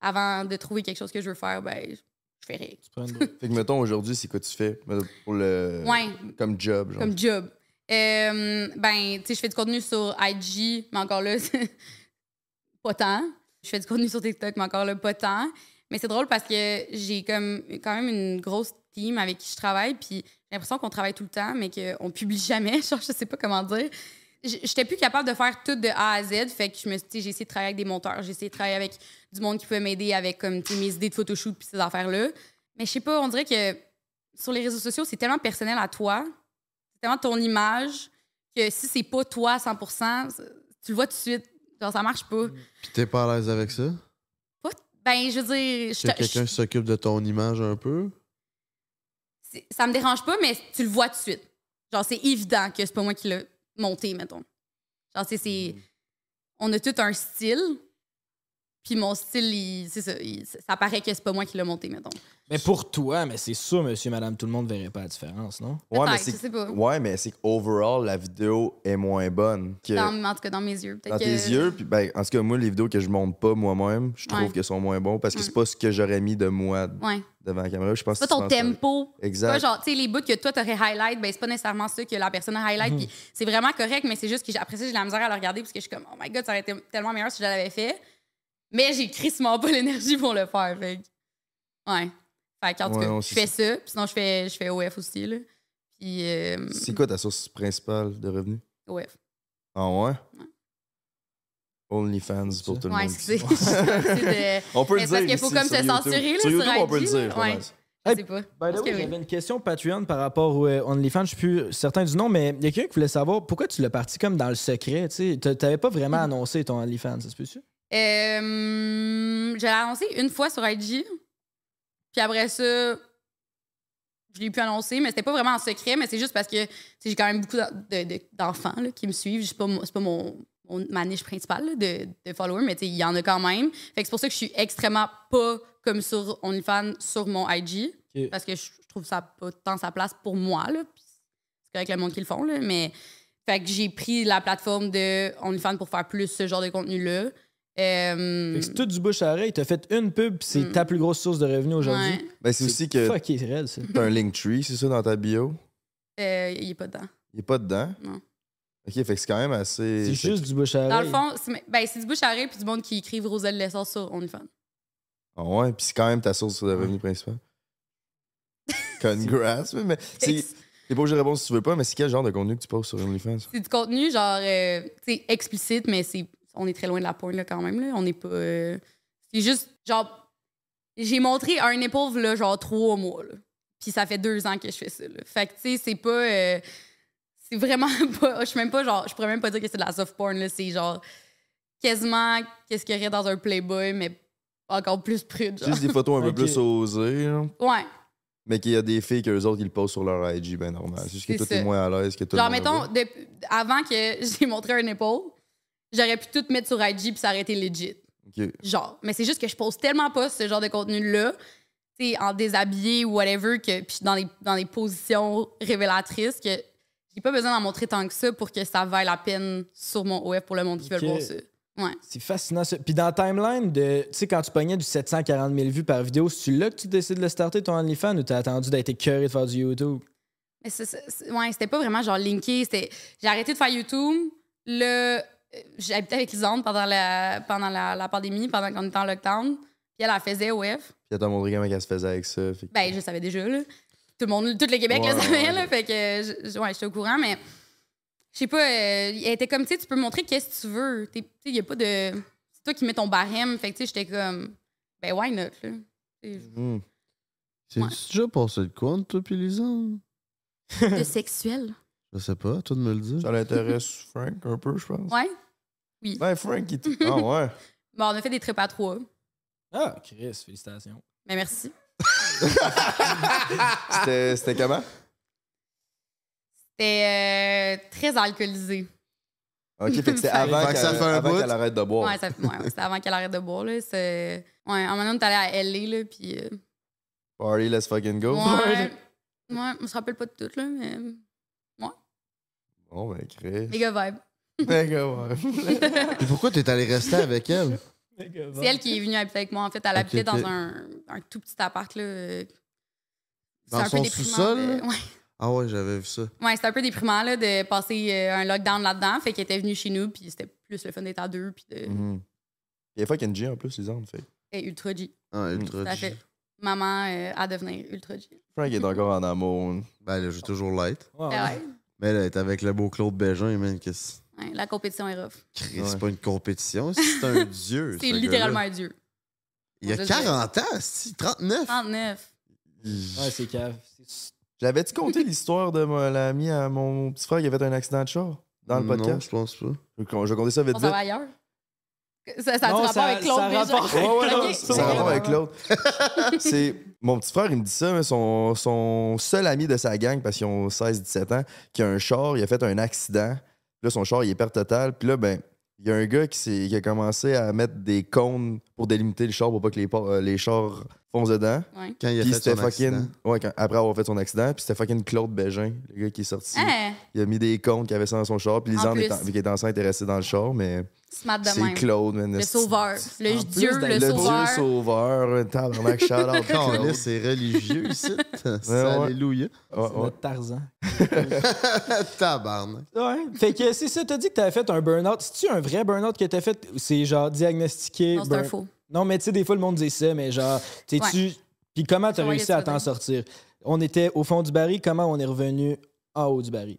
Speaker 2: avant de trouver quelque chose que je veux faire, ben, je fais rien.
Speaker 3: Fait que, mettons, aujourd'hui, c'est quoi tu fais mettons, pour le.
Speaker 2: Ouais.
Speaker 3: Comme job, genre.
Speaker 2: Comme job. Euh, ben, tu sais, je fais du contenu sur IG, mais encore là, [LAUGHS] c'est pas tant. Je fais du contenu sur TikTok, mais encore là, pas tant. Mais c'est drôle parce que j'ai comme quand même une grosse team avec qui je travaille, puis j'ai l'impression qu'on travaille tout le temps, mais qu'on publie jamais. [LAUGHS] Genre, je sais pas comment dire. J- J'étais plus capable de faire tout de A à Z, fait que je me suis dit, j'ai essayé de travailler avec des monteurs, j'ai essayé de travailler avec du monde qui pouvait m'aider avec comme, tu sais, mes idées de photoshoot puis ces affaires-là. Mais je sais pas, on dirait que sur les réseaux sociaux, c'est tellement personnel à toi, c'est tellement ton image que si c'est pas toi à 100%, c'est- tu le vois tout de suite. Genre, ça marche pas.
Speaker 3: Mm.
Speaker 1: Puis t'es pas à l'aise avec ça?
Speaker 2: Pas- ben, je veux dire, je
Speaker 1: Que
Speaker 2: te- je-
Speaker 1: quelqu'un s'occupe de ton image un peu?
Speaker 2: c'est- ça me dérange pas, mais tu le vois tout de suite. Genre, c'est évident que c'est pas moi qui l'ai monté, mettons. Genre, c'est- c'est.
Speaker 3: Mm.
Speaker 2: On a tout un style, puis mon style, il- c'est ça, il- ça paraît que c'est pas moi qui l'ai monté, mettons.
Speaker 4: Mais pour toi, mais c'est sûr, monsieur, madame, tout le monde verrait pas la différence, non?
Speaker 3: Ouais, mais
Speaker 2: Peut-être,
Speaker 3: c'est
Speaker 2: je sais pas.
Speaker 3: Ouais, mais c'est que overall, la vidéo est moins bonne. Que...
Speaker 2: Dans- en tout cas, dans mes yeux. Peut-être
Speaker 3: Dans
Speaker 2: que-
Speaker 3: tes yeux, puis ben, en tout cas, moi, les vidéos que je monte pas moi-même, je trouve
Speaker 2: Ouais. Mm.
Speaker 3: qu'elles sont moins bonnes parce que c'est pas ce que j'aurais mis de moi
Speaker 2: Ouais.
Speaker 3: devant la caméra. Je pense
Speaker 2: C'est
Speaker 3: que
Speaker 2: pas ton
Speaker 3: tu penses à-
Speaker 2: tempo.
Speaker 3: Exact.
Speaker 2: Pas genre, tu sais, les bouts que toi, t'aurais highlight, ben, c'est pas nécessairement ceux que la personne a highlight.
Speaker 3: Mhm.
Speaker 2: Puis c'est vraiment correct, mais c'est juste que j'ai- après ça, j'ai de la misère à le regarder parce que je suis comme, oh my god, ça aurait été tellement meilleur si je l'avais fait. Mais j'ai crissement pas [LAUGHS] l'énergie pour le faire. Fait que- Ouais. Fait qu'en tout
Speaker 3: Ouais,
Speaker 2: cas,
Speaker 3: non,
Speaker 2: je
Speaker 3: c'est
Speaker 2: fais ça. Puis sinon, je fais, je fais OF aussi, là. Puis. euh,
Speaker 3: C'est quoi ta source principale de revenus?
Speaker 2: OF.
Speaker 3: Ah ouais? OnlyFans pour tout le
Speaker 2: Ouais, [LAUGHS]
Speaker 3: monde.
Speaker 2: excusez. C'est de-
Speaker 3: [LAUGHS] on peut
Speaker 2: Mais c'est
Speaker 3: le dire.
Speaker 2: parce qu'il faut
Speaker 3: ici,
Speaker 2: comme
Speaker 3: sur
Speaker 2: se
Speaker 3: YouTube.
Speaker 2: censurer, là,
Speaker 3: Sur YouTube,
Speaker 2: sur
Speaker 3: on peut le
Speaker 2: IG,
Speaker 3: dire.
Speaker 2: là,
Speaker 3: je
Speaker 2: ouais.
Speaker 3: pense.
Speaker 2: Je sais pas.
Speaker 4: By the
Speaker 2: Parce
Speaker 4: way,
Speaker 2: que oui.
Speaker 4: j'avais une question Patreon par rapport au euh, OnlyFans. Je suis plus certain du nom, mais il y a quelqu'un qui voulait savoir pourquoi tu l'as parti comme dans le secret. Tu sais, T'a- t'avais pas vraiment
Speaker 2: Mm.
Speaker 4: annoncé ton OnlyFans, ça se peut-tu?
Speaker 2: Euh, je l'ai annoncé une fois sur IG. Puis après ça, je l'ai pu annoncer, mais c'était pas vraiment en secret, mais c'est juste parce que tu sais, j'ai quand même beaucoup de- de- d'enfants là, qui me suivent. C'est pas, mon- c'est pas mon, mon- ma niche principale là, de, de followers, mais tu sais, il y en a quand même. Fait que c'est pour ça que je suis extrêmement pas comme sur OnlyFans sur mon IG.
Speaker 4: Ok.
Speaker 2: Parce que je je trouve ça pas tant sa place pour moi. Là, puis c'est correct le monde qui le font, là, mais fait que j'ai pris la plateforme de OnlyFans pour faire plus ce genre de contenu-là. Euh,
Speaker 4: Fait que C'est tout du bouche à oreille. T'as fait une pub, puis c'est ta plus grosse source de revenus aujourd'hui.
Speaker 2: Mm. Ouais. Mm.
Speaker 3: Ben, c'est aussi que
Speaker 4: Fuck, il est raide, ça.
Speaker 3: t'as un Linktree, c'est ça, dans ta bio?
Speaker 2: euh, il est pas dedans.
Speaker 3: Il est pas dedans?
Speaker 2: Non.
Speaker 3: Ok, fait que c'est quand même assez.
Speaker 4: C'est juste du bouche à
Speaker 3: Ah
Speaker 2: Dans le
Speaker 4: oreille.
Speaker 2: fond, c'est ben, c'est du bouche à oreille puis du monde qui écrivent Roselle Lessard sur OnlyFans.
Speaker 3: Ah ouais, puis c'est quand même ta source de revenu principal.
Speaker 2: [LAUGHS]
Speaker 3: Congrats, mais- mais c'est- t'es pas obligé de répondre si tu veux pas, mais c'est quel genre de contenu que tu postes sur OnlyFans?
Speaker 2: C'est du contenu genre euh, tu sais, explicite, mais c'est on est très loin de la pointe là, quand même. Là. On n'est pas. euh, C'est juste genre. J'ai montré un épaule là, genre trois mois. là. Puis ça fait deux ans que je fais ça. là. Fait que tu sais, c'est pas. euh, c'est vraiment [LAUGHS] pas. Je suis même pas genre. Je pourrais même pas dire que c'est de la soft porn. là. C'est genre quasiment qu'est-ce qu'il y aurait dans un Playboy, mais encore plus prude. genre.
Speaker 3: Juste
Speaker 2: [LAUGHS]
Speaker 3: des photos un peu plus osées, là.
Speaker 2: Ouais.
Speaker 3: mais qu'il y a des filles que les autres ils le postent sur leur IG, ben normal. C'est juste que
Speaker 2: C'est
Speaker 3: toi
Speaker 2: ça.
Speaker 3: t'es moins à l'aise que tout
Speaker 2: Genre,
Speaker 3: le monde
Speaker 2: mettons,
Speaker 3: là.
Speaker 2: depuis- avant que [LAUGHS] j'ai montré un épaule, j'aurais pu tout mettre sur IG puis ça aurait été legit.
Speaker 3: Ok.
Speaker 2: Genre. Mais c'est juste que je pose tellement pas ce genre de contenu-là, tu sais, en déshabillé ou whatever, que, puis je suis dans des, dans des positions révélatrices que j'ai pas besoin d'en montrer tant que ça pour que ça vaille la peine sur mon OF pour le monde qui veut
Speaker 4: Ok.
Speaker 2: le voir ça. Ouais.
Speaker 4: C'est fascinant ça. Puis dans la timeline, de, tu sais, quand tu pognais du 740 000 vues par vidéo, c'est là que tu décides de le starter ton OnlyFans ou t'as attendu d'être écœuré de faire du YouTube?
Speaker 2: Mais c'est- c'est- c'est- ouais, c'était pas vraiment genre linké. c'était- J'ai arrêté de faire YouTube. Le... euh, J'habitais avec Lisande pendant la, pendant la, la pandémie, pendant qu'on était en lockdown. Puis elle, elle faisait OF.
Speaker 3: Puis elle t'a montré comment elle se faisait avec ça. fait que-
Speaker 2: Ben, je le savais déjà, là. Tout le monde, tout le Québec
Speaker 3: Ouais,
Speaker 2: le savait,
Speaker 3: ouais.
Speaker 2: là. Fait que, je- je- ouais, j'étais au courant, mais je sais pas, euh, elle était comme, tu sais, tu peux montrer qu'est-ce que tu veux. T'es- Tu sais, il y a pas de. C'est toi qui mets ton barème. Fait que, tu sais, j'étais comme, ben, why not, là? Tu
Speaker 3: Hmm.
Speaker 1: C'est déjà passé de quoi, entre toi pis Lisanne?
Speaker 2: sais, De sexuel.
Speaker 1: Je sais pas, toi de me le dire.
Speaker 2: [LAUGHS]
Speaker 3: Ça l'intéresse Frank un peu, je pense.
Speaker 2: Ouais. Oui.
Speaker 3: Ouais, Frank,
Speaker 2: [LAUGHS]
Speaker 3: il t- Ah, ouais.
Speaker 2: Bon, on a fait des trips à trois.
Speaker 4: Ah, Chris, félicitations.
Speaker 2: Mais merci.
Speaker 3: C'était c'était comment?
Speaker 2: C'était euh, très alcoolisé.
Speaker 3: Ok, fait que c'était avant
Speaker 1: Fait que
Speaker 3: qu'elle
Speaker 1: [LAUGHS] ça fait un
Speaker 3: avant
Speaker 1: bout.
Speaker 3: qu'elle arrête de boire.
Speaker 2: Ouais, ça- ouais, ouais, c'était avant qu'elle arrête de boire. Là. C'est- Ouais, à un moment donné, on est allé à LA, là, puis... euh,
Speaker 3: Party, let's fucking go.
Speaker 2: ouais, ouais, on se rappelle pas de tout, là, mais...
Speaker 3: Bon, ben, Chris.
Speaker 2: [LAUGHS] Méga vibe.
Speaker 1: Ben,
Speaker 3: Mega, ouais.
Speaker 1: Et pourquoi t'es allé rester avec [LAUGHS] elle?
Speaker 2: C'est elle qui est venue habiter avec moi, en fait. Elle habitait
Speaker 1: ok.
Speaker 2: dans un, un tout petit appart, là. euh, c'est
Speaker 1: Dans
Speaker 2: un peu
Speaker 1: son
Speaker 2: déprimant
Speaker 1: sous-sol,
Speaker 2: de-
Speaker 1: là?
Speaker 2: Ouais.
Speaker 1: Ah ouais, j'avais vu ça.
Speaker 2: Ouais, c'était un peu déprimant là, de passer euh, un lockdown là-dedans. Fait qu'elle était venue chez nous, puis c'était plus le fun d'être à deux, puis de...
Speaker 3: Mhm. Il y a fucking G en plus, les armes, fait.
Speaker 2: et ultra G.
Speaker 1: Ah, ultra
Speaker 2: Ça
Speaker 1: G.
Speaker 2: fait maman euh, à devenir ultra G. [LAUGHS]
Speaker 3: Frank est encore en amour.
Speaker 1: Ben là, j'ai toujours l'être.
Speaker 4: Ouais,
Speaker 2: Ah ouais.
Speaker 1: Mais là, t'es avec le beau Claude Bégin, man, que c'est
Speaker 2: Ouais, la compétition est rough.
Speaker 1: Christ, c'est pas une compétition, c'est
Speaker 2: [LAUGHS]
Speaker 1: un dieu.
Speaker 2: C'est
Speaker 1: ce
Speaker 2: littéralement
Speaker 1: gars-là.
Speaker 2: un dieu.
Speaker 1: Il y a 40 ans, si, 39.
Speaker 2: 39.
Speaker 4: Ouais, c'est cave. C'est-
Speaker 3: J'avais-tu conté l'histoire de mon- l'ami à mon petit frère qui avait fait un accident de char dans le
Speaker 1: Non,
Speaker 3: podcast?
Speaker 1: je pense pas.
Speaker 3: Je vais con- je vais compter ça vite
Speaker 2: On s'en
Speaker 3: vite.
Speaker 2: va ailleurs. Ça, ça a du
Speaker 4: Non,
Speaker 2: rapport
Speaker 4: ça-
Speaker 2: avec Claude
Speaker 4: ça a
Speaker 2: déjà.
Speaker 4: rapport avec
Speaker 3: Ouais, ouais,
Speaker 4: Claude.
Speaker 3: non,
Speaker 2: Ok.
Speaker 3: ça a rapport avec l'autre. C'est mon petit frère, il me dit ça, mais son, son seul ami de sa gang, parce qu'ils ont 16-17 ans, qui a un char, il a fait un accident. Puis Là, son char, il est perte totale. Puis là, ben, il y a un gars qui, s'est- qui a commencé à mettre des cônes pour délimiter le char pour pas que les, por- euh, les chars foncent dedans.
Speaker 2: Ouais.
Speaker 1: Quand il a
Speaker 3: Puis
Speaker 1: fait
Speaker 3: c'était
Speaker 1: son accident.
Speaker 3: fucking. Ouais, quand- après avoir fait son accident, puis c'était fucking Claude Bégin, le gars qui est sorti.
Speaker 2: Hein,
Speaker 3: Il a mis des cônes qu'il avait ça dans son char, puis les
Speaker 2: En
Speaker 3: gens
Speaker 2: plus.
Speaker 3: étant- vu qu'il était enceinte intéressé dans le char, mais
Speaker 2: smart de
Speaker 3: c'est
Speaker 2: même.
Speaker 3: Claude, man.
Speaker 2: Le
Speaker 3: Esti-
Speaker 2: sauveur. Le
Speaker 4: En plus
Speaker 2: dieu,
Speaker 4: d'être
Speaker 2: le,
Speaker 3: le
Speaker 2: sauveur.
Speaker 3: Dieu sauveur, tabarnak, [LAUGHS] shout out,
Speaker 1: Quand
Speaker 3: Claude.
Speaker 1: c'est religieux ici. [LAUGHS] C'est
Speaker 3: Ouais, ouais.
Speaker 1: Alléluia.
Speaker 3: Ouais,
Speaker 4: C'est
Speaker 3: ouais.
Speaker 4: notre Tarzan.
Speaker 2: [LAUGHS]
Speaker 1: Tabarnak.
Speaker 4: Ouais. Fait que c'est ça, t'as dit que t'avais fait un burn-out. C'est-tu un vrai burn-out que t'as fait ou c'est genre diagnostiqué?
Speaker 2: Non, c'est un
Speaker 4: burn-
Speaker 2: faux.
Speaker 4: Non, mais tu sais, des fois, le monde dit ça, mais genre, t'es-tu. Puis comment t'as
Speaker 2: Ouais,
Speaker 4: réussi
Speaker 2: c'est
Speaker 4: à
Speaker 2: vrai.
Speaker 4: t'en sortir? On était au fond du baril, comment on est revenu en haut du baril?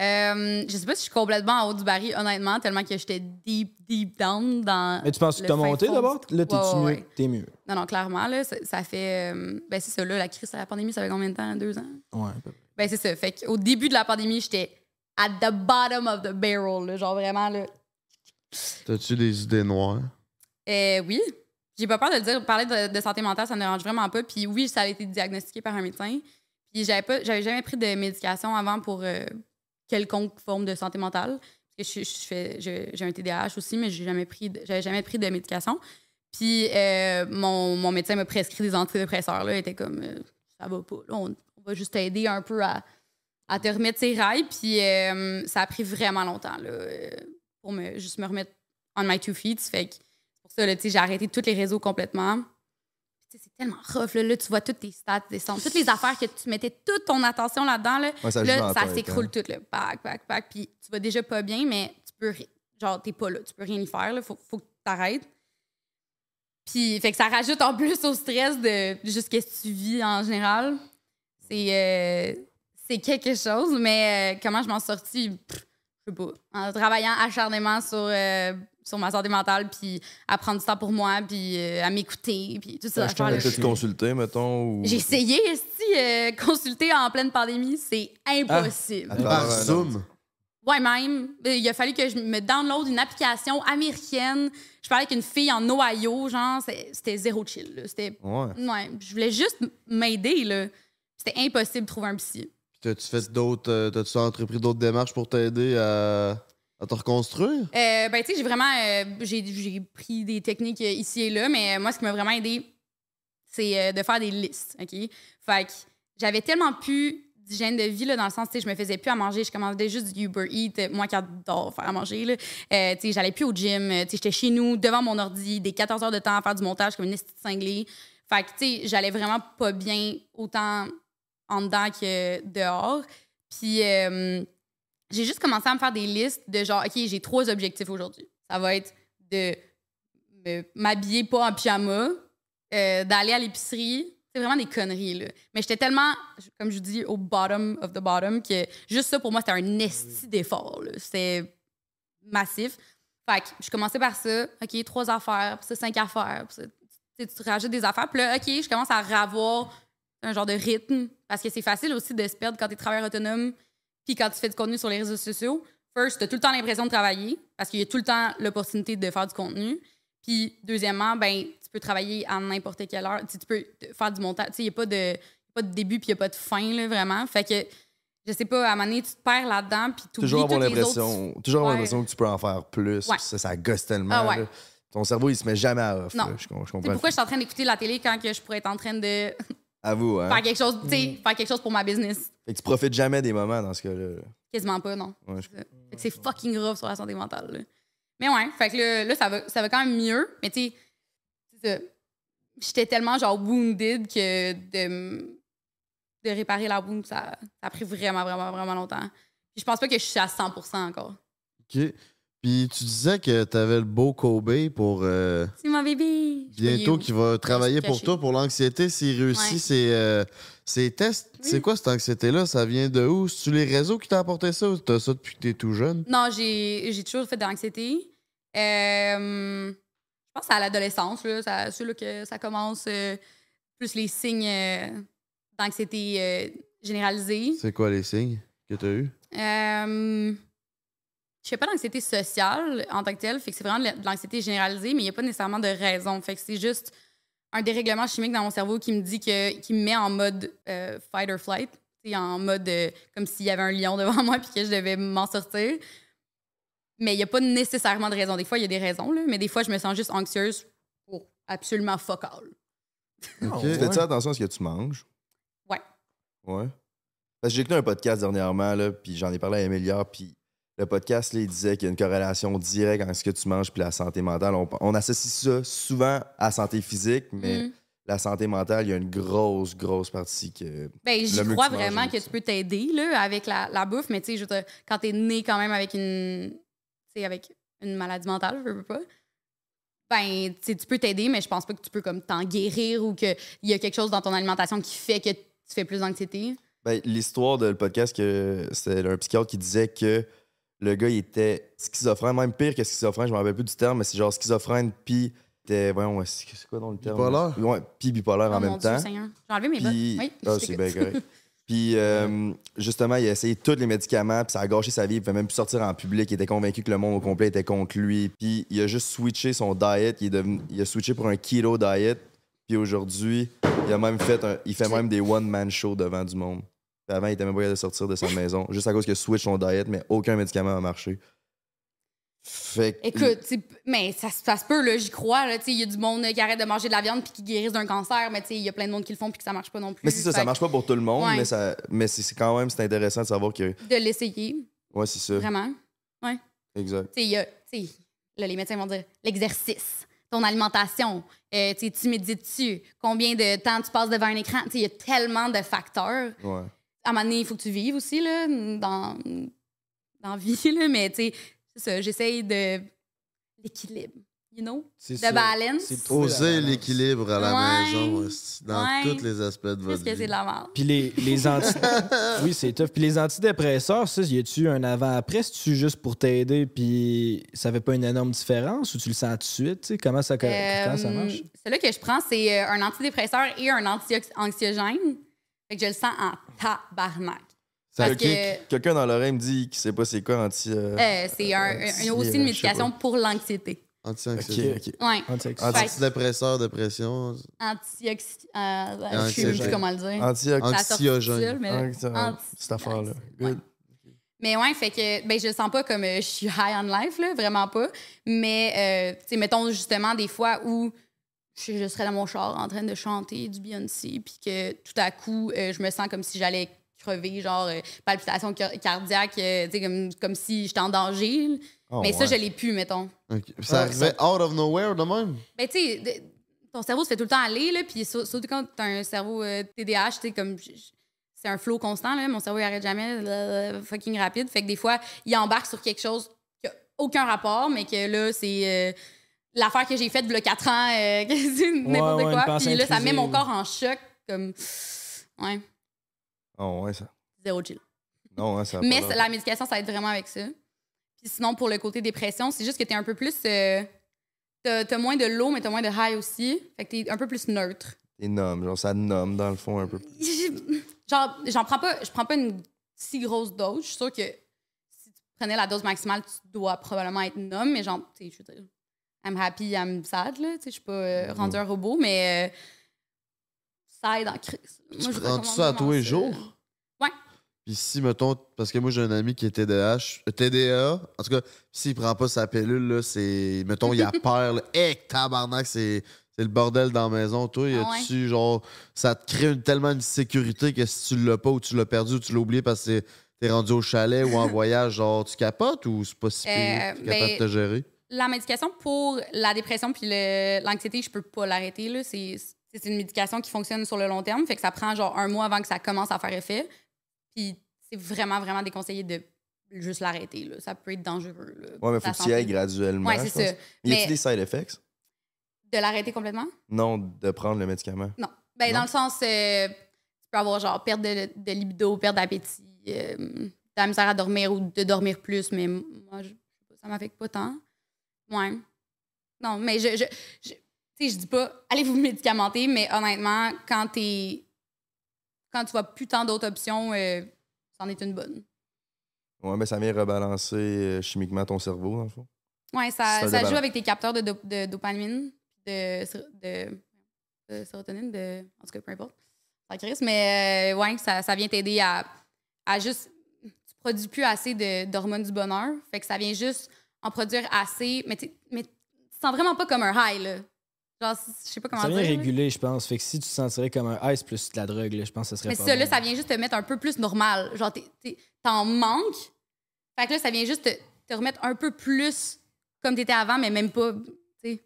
Speaker 2: Euh, je sais pas si je suis complètement en haut du baril, honnêtement, tellement que j'étais deep, deep down dans.
Speaker 4: Mais tu penses que
Speaker 2: le
Speaker 4: t'as
Speaker 2: fin
Speaker 4: monté
Speaker 2: fond
Speaker 4: d'abord?
Speaker 2: du-
Speaker 4: Là, t'es-tu
Speaker 2: Ouais, ouais,
Speaker 4: mieux?
Speaker 2: ouais.
Speaker 4: T'es mieux.
Speaker 2: Non, non, clairement, là, ça, ça fait. euh, ben, c'est ça, là, la crise, la pandémie, ça fait combien de temps? Deux ans?
Speaker 4: Ouais.
Speaker 2: Ben, c'est ça. Fait qu'au début de la pandémie, j'étais at the bottom of the barrel, là, genre vraiment, là.
Speaker 1: T'as-tu des idées noires?
Speaker 2: Euh, oui. J'ai pas peur de le dire. Parler de, de santé mentale, ça ne dérange vraiment pas. Puis oui, ça a été diagnostiqué par un médecin. Puis j'avais pas, j'avais jamais pris de médication avant pour euh, quelconque forme de santé mentale. Parce que je, je fais, je- j'ai un TDAH aussi, mais j'ai jamais pris, de- j'avais jamais pris de médication. Puis euh, mon, mon médecin m'a prescrit des antidépresseurs. Là, il était comme, euh, ça va pas. là, on, on va juste t'aider un peu à, à te remettre ses rails. Puis euh, ça a pris vraiment longtemps là, euh, pour me, juste me remettre on my two feet. Fait que c'est pour ça, là, tu sais, j'ai arrêté tous les réseaux complètement. Tu sais, C'est tellement rough. Là, Là, tu vois toutes tes stats descendre. Toutes les affaires que tu mettais toute ton attention là-dedans, là,
Speaker 3: Ouais, ça joue dans
Speaker 2: là,
Speaker 3: la
Speaker 2: ça
Speaker 3: tête,
Speaker 2: s'écroule
Speaker 3: hein.
Speaker 2: tout. Là. Pac, pac, pac. Puis tu vas déjà pas bien, mais tu peux. ri- Genre, t'es pas là. Tu peux rien y faire. Là. Faut, faut que t'arrêtes. Puis, fait que ça rajoute en plus au stress de juste ce que tu vis en général. C'est. euh, c'est quelque chose, mais euh, comment je m'en suis sortie, Pff, je sais pas. En travaillant acharnement sur, euh, sur ma santé mentale, puis à prendre du temps pour moi, puis euh, à m'écouter, puis tout ça.
Speaker 3: T'as tu consulté, mettons? Ou...
Speaker 2: J'ai essayé, si euh, consulter en pleine pandémie, c'est
Speaker 3: Ah.
Speaker 2: impossible.
Speaker 3: Attends,
Speaker 1: Par
Speaker 3: euh,
Speaker 1: Zoom.
Speaker 2: Ouais, même. Euh, Il a fallu que je me download une application américaine. Je parlais avec une fille en Ohio, genre, c'est- c'était zéro chill. là. C'était.
Speaker 3: non. Ouais.
Speaker 2: Ouais, je voulais juste m'aider, là. C'était impossible de trouver un psy.
Speaker 1: T'as-tu fait d'autres. euh, T'as-tu entrepris d'autres démarches pour t'aider à, à te reconstruire?
Speaker 2: Euh, ben, tu sais, j'ai vraiment. euh, j'ai j'ai pris des techniques euh, ici et là, mais euh, moi, ce qui m'a vraiment aidé, c'est euh, de faire des listes, OK? Fait que j'avais tellement plus d'hygiène de vie, là, dans le sens, tu sais, je me faisais plus à manger, je commandais juste du Uber Eats, euh, moi qui adore faire à manger, là. Euh, tu sais, j'allais plus au gym, euh, tu sais, j'étais chez nous, devant mon ordi, des 14 heures de temps à faire du montage comme une estie de cinglée. Fait que, tu sais, j'allais vraiment pas bien autant en dedans que dehors. Puis, euh, j'ai juste commencé à me faire des listes de genre, OK, j'ai trois objectifs aujourd'hui. Ça va être de me- m'habiller pas en pyjama, euh, d'aller à l'épicerie. C'est vraiment des conneries, là. Mais j'étais tellement, comme je vous dis, au bottom of the bottom que juste ça, pour moi, c'était un esti d'effort, là. C'était massif. Fait que je commençais par ça. OK, trois affaires, puis ça, cinq affaires. Puis ça, tu sais, tu rajoutes des affaires. Puis là, OK, je commence à ravoir un genre de rythme. Parce que c'est facile aussi de se perdre quand t'es travailleur autonome puis quand tu fais du contenu sur les réseaux sociaux, first, t'as tout le temps l'impression de travailler parce qu'il y a tout le temps l'opportunité de faire du contenu. Puis, deuxièmement, ben, tu peux travailler à n'importe quelle heure. Tu, sais, tu peux te- faire du montage. Tu sais, il n'y a pas de, pas de début puis il n'y a pas de fin, là, vraiment. Fait que, je sais pas, à un moment donné, tu te perds là-dedans puis tu
Speaker 3: Toujours avoir
Speaker 2: toutes les
Speaker 3: l'impression
Speaker 2: autres.
Speaker 3: toujours avoir
Speaker 2: Ouais.
Speaker 3: l'impression que tu peux en faire plus.
Speaker 2: Ouais.
Speaker 3: puis Ça, ça gosse tellement.
Speaker 2: Ah ouais.
Speaker 3: là. Ton cerveau, il se met jamais à off.
Speaker 2: Non.
Speaker 3: là. Je, com- je
Speaker 2: Tu sais,
Speaker 3: comprends.
Speaker 2: pourquoi je suis en train d'écouter la télé quand que je pourrais être en train de
Speaker 3: À vous, hein.
Speaker 2: faire quelque chose, tu sais, faire quelque chose pour ma business?
Speaker 3: Fait que tu profites jamais des moments dans ce cas-là. là.
Speaker 2: Quasiment pas, non.
Speaker 3: Ouais, je-
Speaker 2: Fait que c'est fucking grave sur la santé mentale. là. Mais ouais, fait que là, là, ça, va, ça va quand même mieux. Mais tu sais, c'est ça. j'étais tellement genre wounded que de, m- de réparer la wound, ça, ça a pris vraiment, vraiment, vraiment longtemps. Puis je pense pas que je suis à 100% encore.
Speaker 1: OK. Puis tu disais que tu avais le beau Kobe pour euh,
Speaker 2: C'est mon bébé. Je peux
Speaker 1: bientôt
Speaker 2: you.
Speaker 1: qui va travailler
Speaker 2: se
Speaker 1: pour
Speaker 2: cacher.
Speaker 1: toi pour l'anxiété s'il réussit
Speaker 2: Ouais.
Speaker 1: ses, euh, ses tests. C'est quoi cette anxiété-là? Ça vient de où? C'est-tu les réseaux qui t'ont apporté ça ou t'as ça depuis que t'es tout jeune?
Speaker 2: Non, j'ai j'ai toujours fait de l'anxiété. Euh, je pense à l'adolescence, là, ça- c'est là que ça commence. euh, plus les signes euh, d'anxiété euh, généralisée.
Speaker 1: C'est quoi les signes que t'as eu?
Speaker 2: Euh, je fais pas d'anxiété sociale en tant que telle, fait que c'est vraiment de la- de l'anxiété généralisée, mais il n'y a pas nécessairement de raison. Fait que c'est juste un dérèglement chimique dans mon cerveau qui me dit que qui me met en mode euh, fight or flight, T'sais, en mode euh, comme s'il y avait un lion devant [LAUGHS] moi puis que je devais m'en sortir. Mais il n'y a pas nécessairement de raison. Des fois, il y a des raisons, là, mais des fois, je me sens juste anxieuse pour absolument fuck all. Oh.
Speaker 1: Ah,
Speaker 3: Ok. Tu Fais-tu attention à ce que tu manges?
Speaker 2: Ouais.
Speaker 3: Ouais. Parce que j'ai écouté un podcast dernièrement, là, puis j'en ai parlé à Emilia, puis le podcast, là, il disait qu'il y a une corrélation directe entre ce que tu manges puis la santé mentale. On, on associe ça souvent à la santé physique, mais
Speaker 2: Mm.
Speaker 3: la santé mentale, il y a une grosse, grosse partie que.
Speaker 2: Ben,
Speaker 3: le
Speaker 2: j'y
Speaker 3: mieux que
Speaker 2: crois
Speaker 3: tu manges,
Speaker 2: vraiment
Speaker 3: le-
Speaker 2: que tu peux t'aider là, avec la, la bouffe, mais tu sais, je veux dire, quand t'es né quand même avec une, tu sais, avec une maladie mentale, je veux pas, ben, tu sais, tu peux t'aider, mais je pense pas que tu peux comme t'en guérir ou qu'il y a quelque chose dans ton alimentation qui fait que tu fais plus d'anxiété.
Speaker 3: Ben, L'histoire de le podcast, que c'était un psychiatre qui disait que le gars, il était schizophrène, même pire que schizophrène, je me rappelle plus du terme, mais c'est genre schizophrène, puis t'es. Voyons, c'est c'est quoi dans le terme?
Speaker 1: Bipolaire?
Speaker 3: Ouais, puis bipolaire
Speaker 2: Oh
Speaker 3: en
Speaker 2: mon
Speaker 3: même
Speaker 2: Dieu,
Speaker 3: temps.
Speaker 2: Seigneur. J'ai enlevé mes bottes.
Speaker 3: Puis-
Speaker 2: Oui,
Speaker 3: Ah,
Speaker 2: je
Speaker 3: c'est bien
Speaker 2: t'écoute.
Speaker 3: correct. Puis, euh, justement, il a essayé tous les médicaments, puis ça a gâché sa vie. Il pouvait même plus sortir en public. Il était convaincu que le monde au complet était contre lui. Puis, il a juste switché son diet. Il, est devenu- il a switché pour un keto diet. Puis aujourd'hui, il a même fait un- il fait même des one-man shows devant du monde. Puis avant, il était même pas capable de sortir de sa
Speaker 2: [LAUGHS]
Speaker 3: maison, juste à cause qu'il a switché son diet, mais aucun médicament a marché. Fait que-
Speaker 2: [LAUGHS] Écoute, tu sais, mais ça, se- ça se peut, là, j'y crois. là, tu sais, Il y a du monde euh, qui arrête de manger de la viande puis qui guérissent d'un cancer, mais tu sais, il y a plein de monde qui le font puis que ça marche pas non plus.
Speaker 3: Mais c'est ça, ça
Speaker 2: Fait
Speaker 3: marche pas pour tout le monde,
Speaker 2: Ouais.
Speaker 3: mais, ça, mais c'est c'est quand même c'est intéressant de savoir que.
Speaker 2: que De l'essayer,
Speaker 3: Ouais, c'est ça.
Speaker 2: vraiment. Ouais.
Speaker 3: Exact.
Speaker 2: Tu sais, il y a- tu sais, là, les médecins vont dire l'exercice, ton alimentation, euh, tu sais, tu médites dessus, combien de temps tu passes devant un écran. Tu sais, Il y a tellement de facteurs.
Speaker 3: Ouais.
Speaker 2: À un moment donné, il faut que tu vives aussi là, dans, dans la vie, [LAUGHS] là, mais tu sais, c'est ça, j'essaye de l'équilibre, you know?
Speaker 1: C'est
Speaker 2: de
Speaker 1: ça.
Speaker 2: balance.
Speaker 1: Oser l'équilibre à la
Speaker 2: Ouais.
Speaker 1: maison, hostie, dans
Speaker 2: Ouais.
Speaker 1: tous les aspects de
Speaker 2: Qu'est-ce
Speaker 1: votre
Speaker 2: que c'est
Speaker 1: vie.
Speaker 2: de la merde?
Speaker 4: Puis les,
Speaker 2: [LAUGHS]
Speaker 4: les anti... Oui, c'est tough. Puis les antidépresseurs, ça, y a-tu un avant-après? C'est-tu juste pour t'aider, puis ça fait pas une énorme différence ou tu le sens tout de suite? tu sais? Comment ça, co- comment ça
Speaker 2: Euh,
Speaker 4: marche?
Speaker 2: Celui que je prends, c'est euh, un antidépresseur et un anti-anxiogène. Fait que je le sens en tabarnak.
Speaker 3: Ça
Speaker 2: Parce
Speaker 3: kick.
Speaker 2: que-
Speaker 3: Quelqu'un dans l'oreille me dit qu'il sait pas c'est quoi anti. euh,
Speaker 2: Euh, c'est un-
Speaker 3: anti-
Speaker 2: un- aussi
Speaker 3: je sais
Speaker 2: une médication
Speaker 3: pas.
Speaker 2: pour l'anxiété.
Speaker 1: Anti-anxiété.
Speaker 3: Ok,
Speaker 2: ok. Ouais. Anti-anxiété.
Speaker 1: Antidépresseur, dépression.
Speaker 3: Ah.
Speaker 2: Antioxy...
Speaker 1: Ah,
Speaker 2: Euh, je sais même plus comment le dire. Ça sort tout seul,
Speaker 3: Anti-anxiogène.
Speaker 2: mais-
Speaker 3: Anti-
Speaker 2: anti-
Speaker 3: Ah, Cette affaire-là. Good.
Speaker 2: Mais ouais, fait que ben, je le sens pas comme euh, je suis high on life, là, vraiment pas. Mais, euh, tu sais, mettons justement des fois où je, je serais dans mon char en train de chanter du Beyoncé, puis que tout à coup, euh, je me sens comme si j'allais crever, genre euh, palpitation car- cardiaque, euh, tu sais, comme, comme si j'étais en danger.
Speaker 3: Ah,
Speaker 1: Oh,
Speaker 2: Mais ça,
Speaker 1: ouais.
Speaker 2: je l'ai pu, mettons.
Speaker 1: Ok. Ça
Speaker 2: Ah,
Speaker 1: arrivait out of nowhere de même?
Speaker 2: Ben, tu sais, de- ton cerveau se fait tout le temps aller, là, puis sur- surtout quand t'as un cerveau euh, TDAH, tu sais, comme. j- j- C'est un flow constant, là. Mon cerveau, il arrête jamais, là, fucking rapide. Fait que des fois, il embarque sur quelque chose qui a aucun rapport, mais que là, c'est. euh, L'affaire que j'ai faite, il y a 4 ans, euh, [LAUGHS] que c'est n'importe
Speaker 4: ouais, une
Speaker 2: quoi.
Speaker 4: pensée
Speaker 2: Puis là, ça met
Speaker 4: intrusive.
Speaker 2: mon corps en choc, comme. Ouais,
Speaker 3: Oh, ouais, ça.
Speaker 2: zéro chill.
Speaker 3: Non, hein, ça. a
Speaker 2: Mais
Speaker 3: pas
Speaker 2: ça-
Speaker 3: l'air.
Speaker 2: la médication, ça aide vraiment avec ça. Puis sinon, pour le côté dépression, c'est juste que t'es un peu plus. euh, t'as t'as moins de low, mais t'as moins de high aussi. Fait que t'es un peu plus neutre.
Speaker 3: Des noms, genre ça nomme dans le fond un peu.
Speaker 2: Genre, j'en prends pas. Je prends pas une si grosse dose. Je suis sûre que si tu prenais la dose maximale, tu dois probablement être un homme, mais genre, tu sais, je veux dire, I'm happy, I'm sad, là. Tu sais, je suis pas
Speaker 1: Mm.
Speaker 2: euh, rendu un robot, mais euh, ça aide en crise. Moi,
Speaker 1: Tu
Speaker 2: je
Speaker 1: prends
Speaker 2: recommande
Speaker 1: ça à tous les
Speaker 2: vraiment ça.
Speaker 1: jours?
Speaker 2: Ouais.
Speaker 1: Puis si, mettons, parce que moi, j'ai un ami qui est TDAH, euh, TDA, en tout cas, s'il prend pas sa pilule, là, c'est, mettons,
Speaker 2: [LAUGHS]
Speaker 1: il a peur, là, hey, tabarnak, c'est, c'est le bordel dans la maison. Toi, y
Speaker 2: Ah
Speaker 1: a-tu, genre, ça te crée une- tellement une sécurité que si tu l'as pas ou tu l'as perdu ou tu l'as oublié parce que t'es rendu au chalet
Speaker 2: [LAUGHS]
Speaker 1: ou en voyage, genre, tu capotes ou c'est pas si pire,
Speaker 2: Euh,
Speaker 1: t'es capable
Speaker 2: ben,
Speaker 1: de te gérer?
Speaker 2: La médication pour la dépression puis le- l'anxiété, je peux pas l'arrêter. là. C'est c'est une médication qui fonctionne sur le long terme, fait que ça prend genre un mois avant que ça commence à faire effet. Puis c'est vraiment, vraiment déconseillé de juste l'arrêter. là. Ça peut être dangereux. là, pour
Speaker 3: Ouais, mais
Speaker 2: ta
Speaker 3: faut que tu y ailles
Speaker 2: santé.
Speaker 3: graduellement.
Speaker 2: Ouais,
Speaker 3: je
Speaker 2: c'est ça.
Speaker 3: pense. Y a-tu
Speaker 2: Mais-
Speaker 3: des side effects?
Speaker 2: De l'arrêter complètement?
Speaker 3: Non, de prendre le médicament.
Speaker 2: Non. Ben,
Speaker 3: Non?
Speaker 2: Dans le sens, euh, tu peux avoir genre perte de, de libido, perte d'appétit, euh, de la misère à dormir ou de dormir plus, mais m- moi, je, je sais pas, ça m'affecte pas tant. Ouais. Non, mais je. je, je tu sais, je dis pas, allez vous médicamenter, mais honnêtement, quand t'es. Quand tu vois plus tant d'autres options, euh, c'en est une bonne.
Speaker 3: Ouais, mais ça vient rebalancer euh, chimiquement ton cerveau, dans le fond.
Speaker 2: Ouais, ça,
Speaker 3: Ça
Speaker 2: ça joue
Speaker 3: déballance.
Speaker 2: avec tes capteurs de, dop- de dopamine, de, sér- de, de sérotonine, de, en tout cas, peu importe. Ça crisse, mais euh, ouais, ça, ça vient t'aider à, à juste. Tu produis plus assez de- d'hormones du bonheur, fait que ça vient juste en produire assez, mais, t'es- mais tu te sens vraiment pas comme un high, là. Genre, je sais pas comment
Speaker 4: Ça
Speaker 2: dire.
Speaker 4: vient
Speaker 2: là.
Speaker 4: réguler, je pense. Fait que si tu te sentirais comme un ice plus de la drogue, là, je pense que ça serait
Speaker 2: Mais
Speaker 4: pas
Speaker 2: ça,
Speaker 4: bon.
Speaker 2: là, ça vient juste te mettre un peu plus normal. Genre, t'es- t'es- t'en manques. Fait que là, ça vient juste te, te remettre un peu plus comme t'étais avant, mais même pas, tu sais,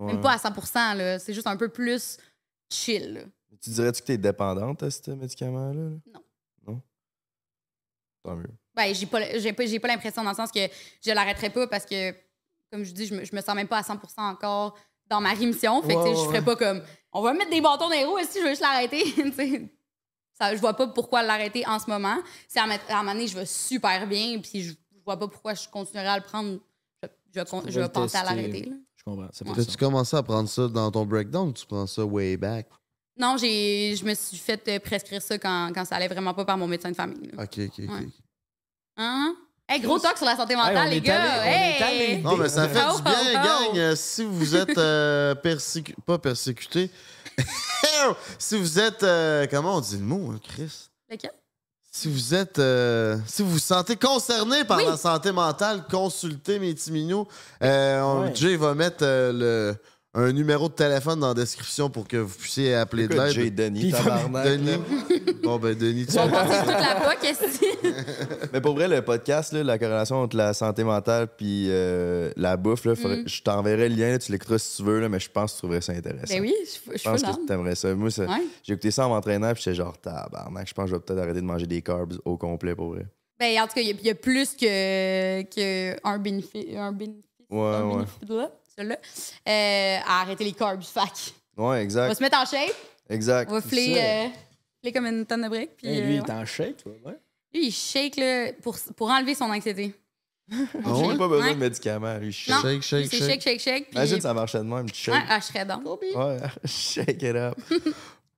Speaker 2: même
Speaker 3: Ouais.
Speaker 2: pas à 100 là. C'est juste un peu plus chill. là.
Speaker 3: Tu dirais-tu que t'es dépendante à ce médicament-là? là?
Speaker 2: Non.
Speaker 3: Non? Tant mieux.
Speaker 2: Ben, j'ai pas, j'ai pas, j'ai pas l'impression dans le sens que je l'arrêterai pas parce que, comme je dis, je me, je me sens même pas à 100 encore dans ma rémission. Fait que, tu sais,
Speaker 4: Ouais,
Speaker 2: je ferais
Speaker 4: ouais.
Speaker 2: pas comme, on va mettre des bâtons dans les roues, si je veux juste l'arrêter. [LAUGHS] Tu sais, ça, je vois pas pourquoi l'arrêter en ce moment. Si à, un- à un moment donné, je vais super bien, puis je, je vois pas pourquoi je continuerai à le prendre, je, je, con- je
Speaker 4: pourrais
Speaker 2: vais
Speaker 4: le
Speaker 2: penser à
Speaker 4: tester.
Speaker 2: l'arrêter. là.
Speaker 4: Je comprends. Ça fait du
Speaker 1: T'as-tu
Speaker 4: sens.
Speaker 1: commencé à prendre ça dans ton breakdown ou tu prends ça way back?
Speaker 2: Non, j'ai, je me suis fait euh, prescrire ça quand, quand ça allait vraiment pas par mon médecin de famille. là.
Speaker 1: Ok, ok, ok.
Speaker 2: Ouais. Hein? Hey, gros talk sur la santé mentale,
Speaker 4: on
Speaker 2: les
Speaker 4: est
Speaker 2: gars!
Speaker 4: allé- on est
Speaker 2: Hey!
Speaker 4: allé-
Speaker 1: Non, mais [LAUGHS] ça fait
Speaker 2: Oh,
Speaker 1: du bien,
Speaker 2: oh, oh.
Speaker 1: gang. Euh, Si [LAUGHS] vous êtes euh, persécu- pas persécuté, [LAUGHS] si vous êtes. euh, comment on dit le mot, hein, Chris?
Speaker 2: Lequel?
Speaker 1: Si vous êtes. euh, si vous vous sentez concerné par
Speaker 2: Oui.
Speaker 1: la santé mentale, consultez mes petits minous. Euh, on-
Speaker 4: Ouais.
Speaker 1: Jay va mettre euh, le, un numéro de téléphone dans la description pour que vous puissiez appeler de
Speaker 3: Écoute, Jay
Speaker 1: l'aide. [LAUGHS]
Speaker 3: Denis,
Speaker 4: Puis-
Speaker 3: tabarnak.
Speaker 1: Denis. bon, ben, Denis, tu
Speaker 2: On continue toute la POC, est
Speaker 3: Mais pour vrai, le podcast, là, la corrélation entre la santé mentale puis euh, la bouffe, là, faudrait-
Speaker 2: Mm.
Speaker 3: je t'enverrai le lien, là, tu l'écouteras si tu veux, là, mais je pense que tu trouverais ça intéressant.
Speaker 2: Ben oui, je je
Speaker 3: Je
Speaker 2: suis
Speaker 3: pense
Speaker 2: là.
Speaker 3: que tu aimerais ça. Moi, ça-
Speaker 2: Ouais.
Speaker 3: j'ai écouté ça en m'entraînant, puis j'étais genre, tabarnak, je pense que je vais peut-être arrêter de manger des carbs au complet pour vrai.
Speaker 2: Ben, en tout cas, il y a- il y, a plus que, que un bénéfice. Un bénéfice.
Speaker 3: Ouais,
Speaker 2: un
Speaker 3: Ah, ouais.
Speaker 2: bénéfice de là, celui-là. Euh, à arrêter les carbs, fac.
Speaker 3: Ouais,
Speaker 2: On va
Speaker 3: exact.
Speaker 2: se mettre en shape,
Speaker 3: Exact.
Speaker 2: on va fler, euh, fler comme une tonne de briques. Puis,
Speaker 4: Hey,
Speaker 2: euh,
Speaker 4: lui, il
Speaker 2: ouais.
Speaker 4: est en shake, tu vois, ouais.
Speaker 2: Lui, il shake là, pour, pour enlever son anxiété.
Speaker 1: Ah ouais?
Speaker 3: J'ai pas besoin
Speaker 2: Ouais.
Speaker 3: de médicaments, lui. je
Speaker 2: Non.
Speaker 1: Shake,
Speaker 3: shake.
Speaker 1: shake,
Speaker 2: C'est shake,
Speaker 1: shake.
Speaker 2: shake, shake. Puis,
Speaker 3: Imagine, ça marchait de même, tu
Speaker 2: Ouais,
Speaker 3: shake. Oh.
Speaker 2: ah, je serais dans.
Speaker 3: Ouais, [LAUGHS] shake it up.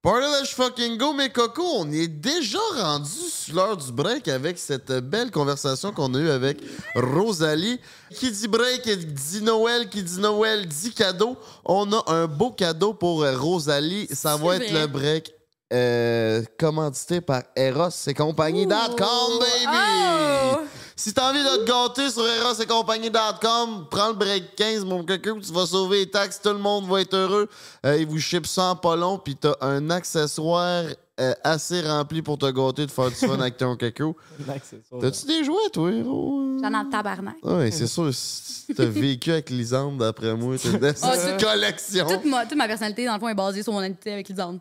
Speaker 1: Party let's fucking go, mes cocos! On est déjà rendu sur l'heure du break avec cette belle conversation qu'on a eue avec Rosalie. Qui dit break, dit Noël, qui dit Noël, dit cadeau. On a un beau cadeau pour euh, Rosalie. Ça va
Speaker 2: C'est
Speaker 1: être
Speaker 2: vrai.
Speaker 1: le break euh, commandité par Eros et compagnie.com, baby!
Speaker 2: Oh!
Speaker 1: Si t'as envie de te gâter sur Eros et compagnie.com, prends le break 15, mon coco, tu vas sauver les taxes, tout le monde va être heureux. Euh, ils vous chipent ça en pas long, puis t'as un accessoire euh, assez rempli pour te gâter de faire du fun avec ton coco.
Speaker 4: [LAUGHS]
Speaker 1: T'as-tu des jouets, toi, Héro?
Speaker 2: J'en ai le tabarnak.
Speaker 1: Oui, c'est sûr, si t'as vécu avec Lisande, d'après moi, t'as des
Speaker 2: Ah, c'est-
Speaker 1: collection.
Speaker 2: Toute ma, toute ma personnalité, dans le fond, est basée sur mon amitié avec Lisande.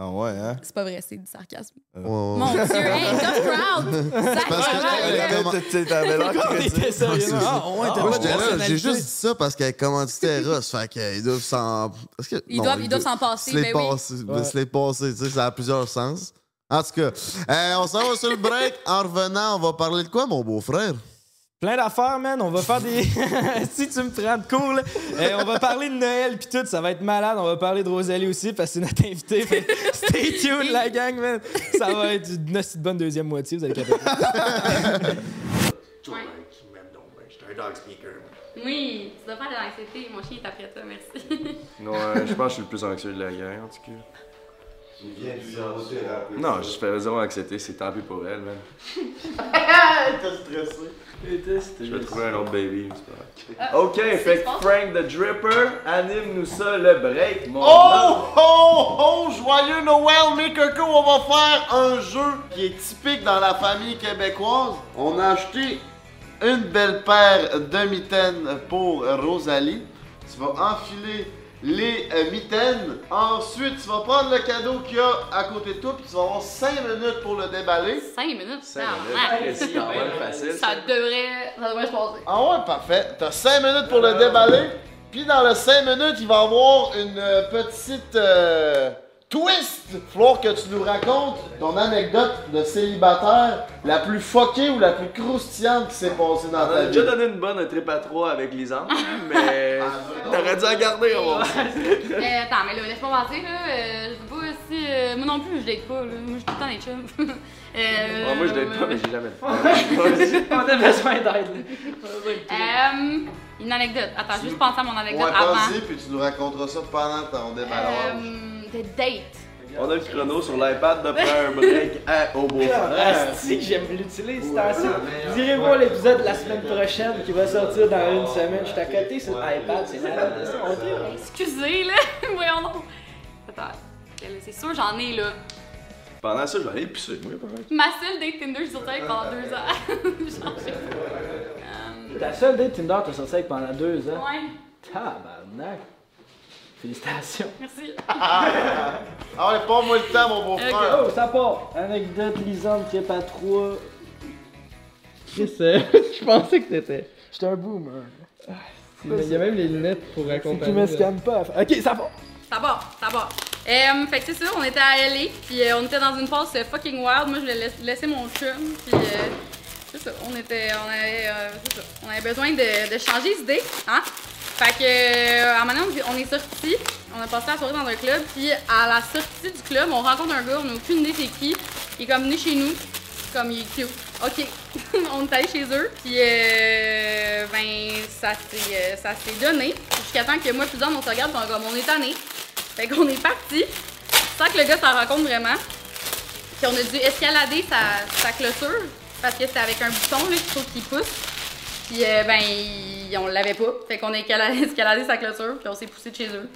Speaker 3: Ah ouais, hein?
Speaker 2: C'est pas vrai, c'est du sarcasme.
Speaker 1: Ouais, ouais.
Speaker 2: Mon Dieu, hey, tough crowd!
Speaker 1: Oh. Parce que-
Speaker 2: Sacrément,
Speaker 1: [LAUGHS] comment-
Speaker 3: T'avais- t'avais- T'avais l'air crédible.
Speaker 4: était sérieux. Ah, ouais, t'as
Speaker 1: Moi, j'étais là,
Speaker 4: pas de
Speaker 1: j'ai
Speaker 4: personnalité.
Speaker 1: juste dit ça parce qu'elle commanditait Eros, fait qu'ils doivent s'en... Est-ce que-
Speaker 2: Ils
Speaker 1: non,
Speaker 2: doivent- ils doivent s'en passer,
Speaker 1: se les
Speaker 2: ben oui.
Speaker 1: passer, de
Speaker 4: Ouais.
Speaker 1: se les passer, tu sais, ça a plusieurs sens. En tout cas, euh, on s'en va sur le break. En revenant, on va parler de quoi, mon beau-frère?
Speaker 4: Plein d'affaires, man. On va faire des. [LAUGHS] si tu me prends de cours, là. Euh, on va parler de Noël puis tout. Ça va être malade. On va parler de Rosalie aussi parce que c'est notre invité. Fait que Stay tuned, la gang, man. Ça va être une hostie de bonne deuxième moitié. Vous allez capoter.
Speaker 2: Ouais.
Speaker 3: J'étais un dog speaker.
Speaker 2: Oui, tu dois pas de l'anxiété. Mon chien est après toi, merci.
Speaker 3: Ouais, je pense que je suis le plus anxieux de la guerre, en tout cas.
Speaker 11: Il vient du zéro thérapie.
Speaker 3: Non, je fais zéro anxiété, c'est tant pis pour elle, man.
Speaker 7: T'as stressé.
Speaker 3: Je vais trouver un autre baby, c'est pas grave.
Speaker 7: Ah,
Speaker 3: Ok, fait que
Speaker 7: sport.
Speaker 3: Frank the Dripper, anime-nous ça le break, mon homme.
Speaker 7: Oh, oh, oh, joyeux Noël, mes cocos, on va faire un jeu qui est typique dans la famille québécoise. On a acheté une belle paire de mitaines pour Rosalie. Tu vas enfiler les euh, mitaines. Ensuite, tu vas prendre le cadeau qu'il y a à côté de toi, puis tu vas avoir 5 minutes pour le déballer.
Speaker 2: 5 minutes, c'est
Speaker 3: minutes, c'est quand même facile,
Speaker 2: Ça devrait, ça devrait se passer.
Speaker 7: Ah ouais, parfait. T'as 5 minutes pour le déballer. Puis dans le 5 minutes, il va y avoir une euh, petite euh, twist. Flore, que tu nous racontes ton anecdote de célibataire la plus fuckée ou la plus croustillante qui s'est passée dans
Speaker 3: On
Speaker 7: ta
Speaker 3: a déjà
Speaker 7: vie.
Speaker 3: donné une bonne un trip à 3 avec les [LAUGHS] anges, mais t'aurais dû la garder,
Speaker 2: Euh,
Speaker 3: on va
Speaker 2: attends, mais là, laisse-moi penser, là. Euh, je sais pas si. euh, moi non plus, je date pas, là. Moi, je suis tout le temps des chums. [LAUGHS] euh,
Speaker 3: Ouais, Ah, Moi, je l'aide pas, mais j'ai jamais
Speaker 2: Ouais.
Speaker 3: le
Speaker 5: On a besoin d'aide, là.
Speaker 2: Euh, une anecdote. Attends, juste penser à mon
Speaker 7: Ouais,
Speaker 2: anecdote avant.
Speaker 7: vas-y, puis tu nous raconteras ça pendant ton déballage.
Speaker 2: Euh, de date.
Speaker 3: On a le chrono sur l'iPad de prendre un [LAUGHS] break à- au beau-frère.
Speaker 5: Asti, j'aime l'utiliser, c'est ainsi. Vous irez voir l'épisode de la semaine prochaine qui va sortir dans une semaine. Je suis à côté sur l'iPad, c'est malade. On dirait.
Speaker 2: Excusez, là. [LAUGHS] Voyons donc. Attends. C'est sûr, j'en ai, là.
Speaker 3: Pendant ça, je vais aller pisser, moi, par exemple.
Speaker 2: Ma seule date Tinder, je sortais avec pendant deux ans. [LAUGHS] Genre, j'ai-
Speaker 5: Ta seule date Tinder, t'as sorti avec pendant deux ans.
Speaker 2: Ouais,
Speaker 5: Tabarnak. Félicitations.
Speaker 2: merci.
Speaker 7: Ah ouais, pas moi le temps, mon beau-frère.
Speaker 5: Oh, ça part! Anecdote lisante qui est pas trop. Chris, euh, je pensais que t'étais. J'étais un boomer.
Speaker 12: Il y a même les lunettes pour
Speaker 5: Faut
Speaker 12: raconter.
Speaker 5: que tu me scannes pas. Ok, ça part!
Speaker 2: Ça va, ça va. Euh, fait que c'est ça, on était à LA, puis euh, on était dans une phase euh, fucking wild. Moi, je voulais laisser- laisser mon chum, puis euh, c'est ça, on était, on avait, euh, c'est ça, on avait besoin de, de changer d'idée, hein. Fait que, euh, à un moment donné, on est sorti, on a passé la soirée dans un club, puis à la sortie du club, on rencontre un gars, on n'a aucune idée c'est qui, il est comme venu chez nous, comme il est cute. OK, [LAUGHS] on est allé chez eux, puis euh, ben, ça s'est euh, ça s'est donné, jusqu'à temps que moi, plus on se regarde, puis on est comme, on est tanné. Fait qu'on est parti sans que le gars s'en rende compte vraiment. Puis on a dû escalader sa, sa clôture parce que c'était avec un bouton là, qu'il faut qu'il pousse. Puis euh, ben, il- on l'avait pas. Fait qu'on a escala- [LAUGHS] escaladé, sa clôture puis on s'est poussé de chez eux.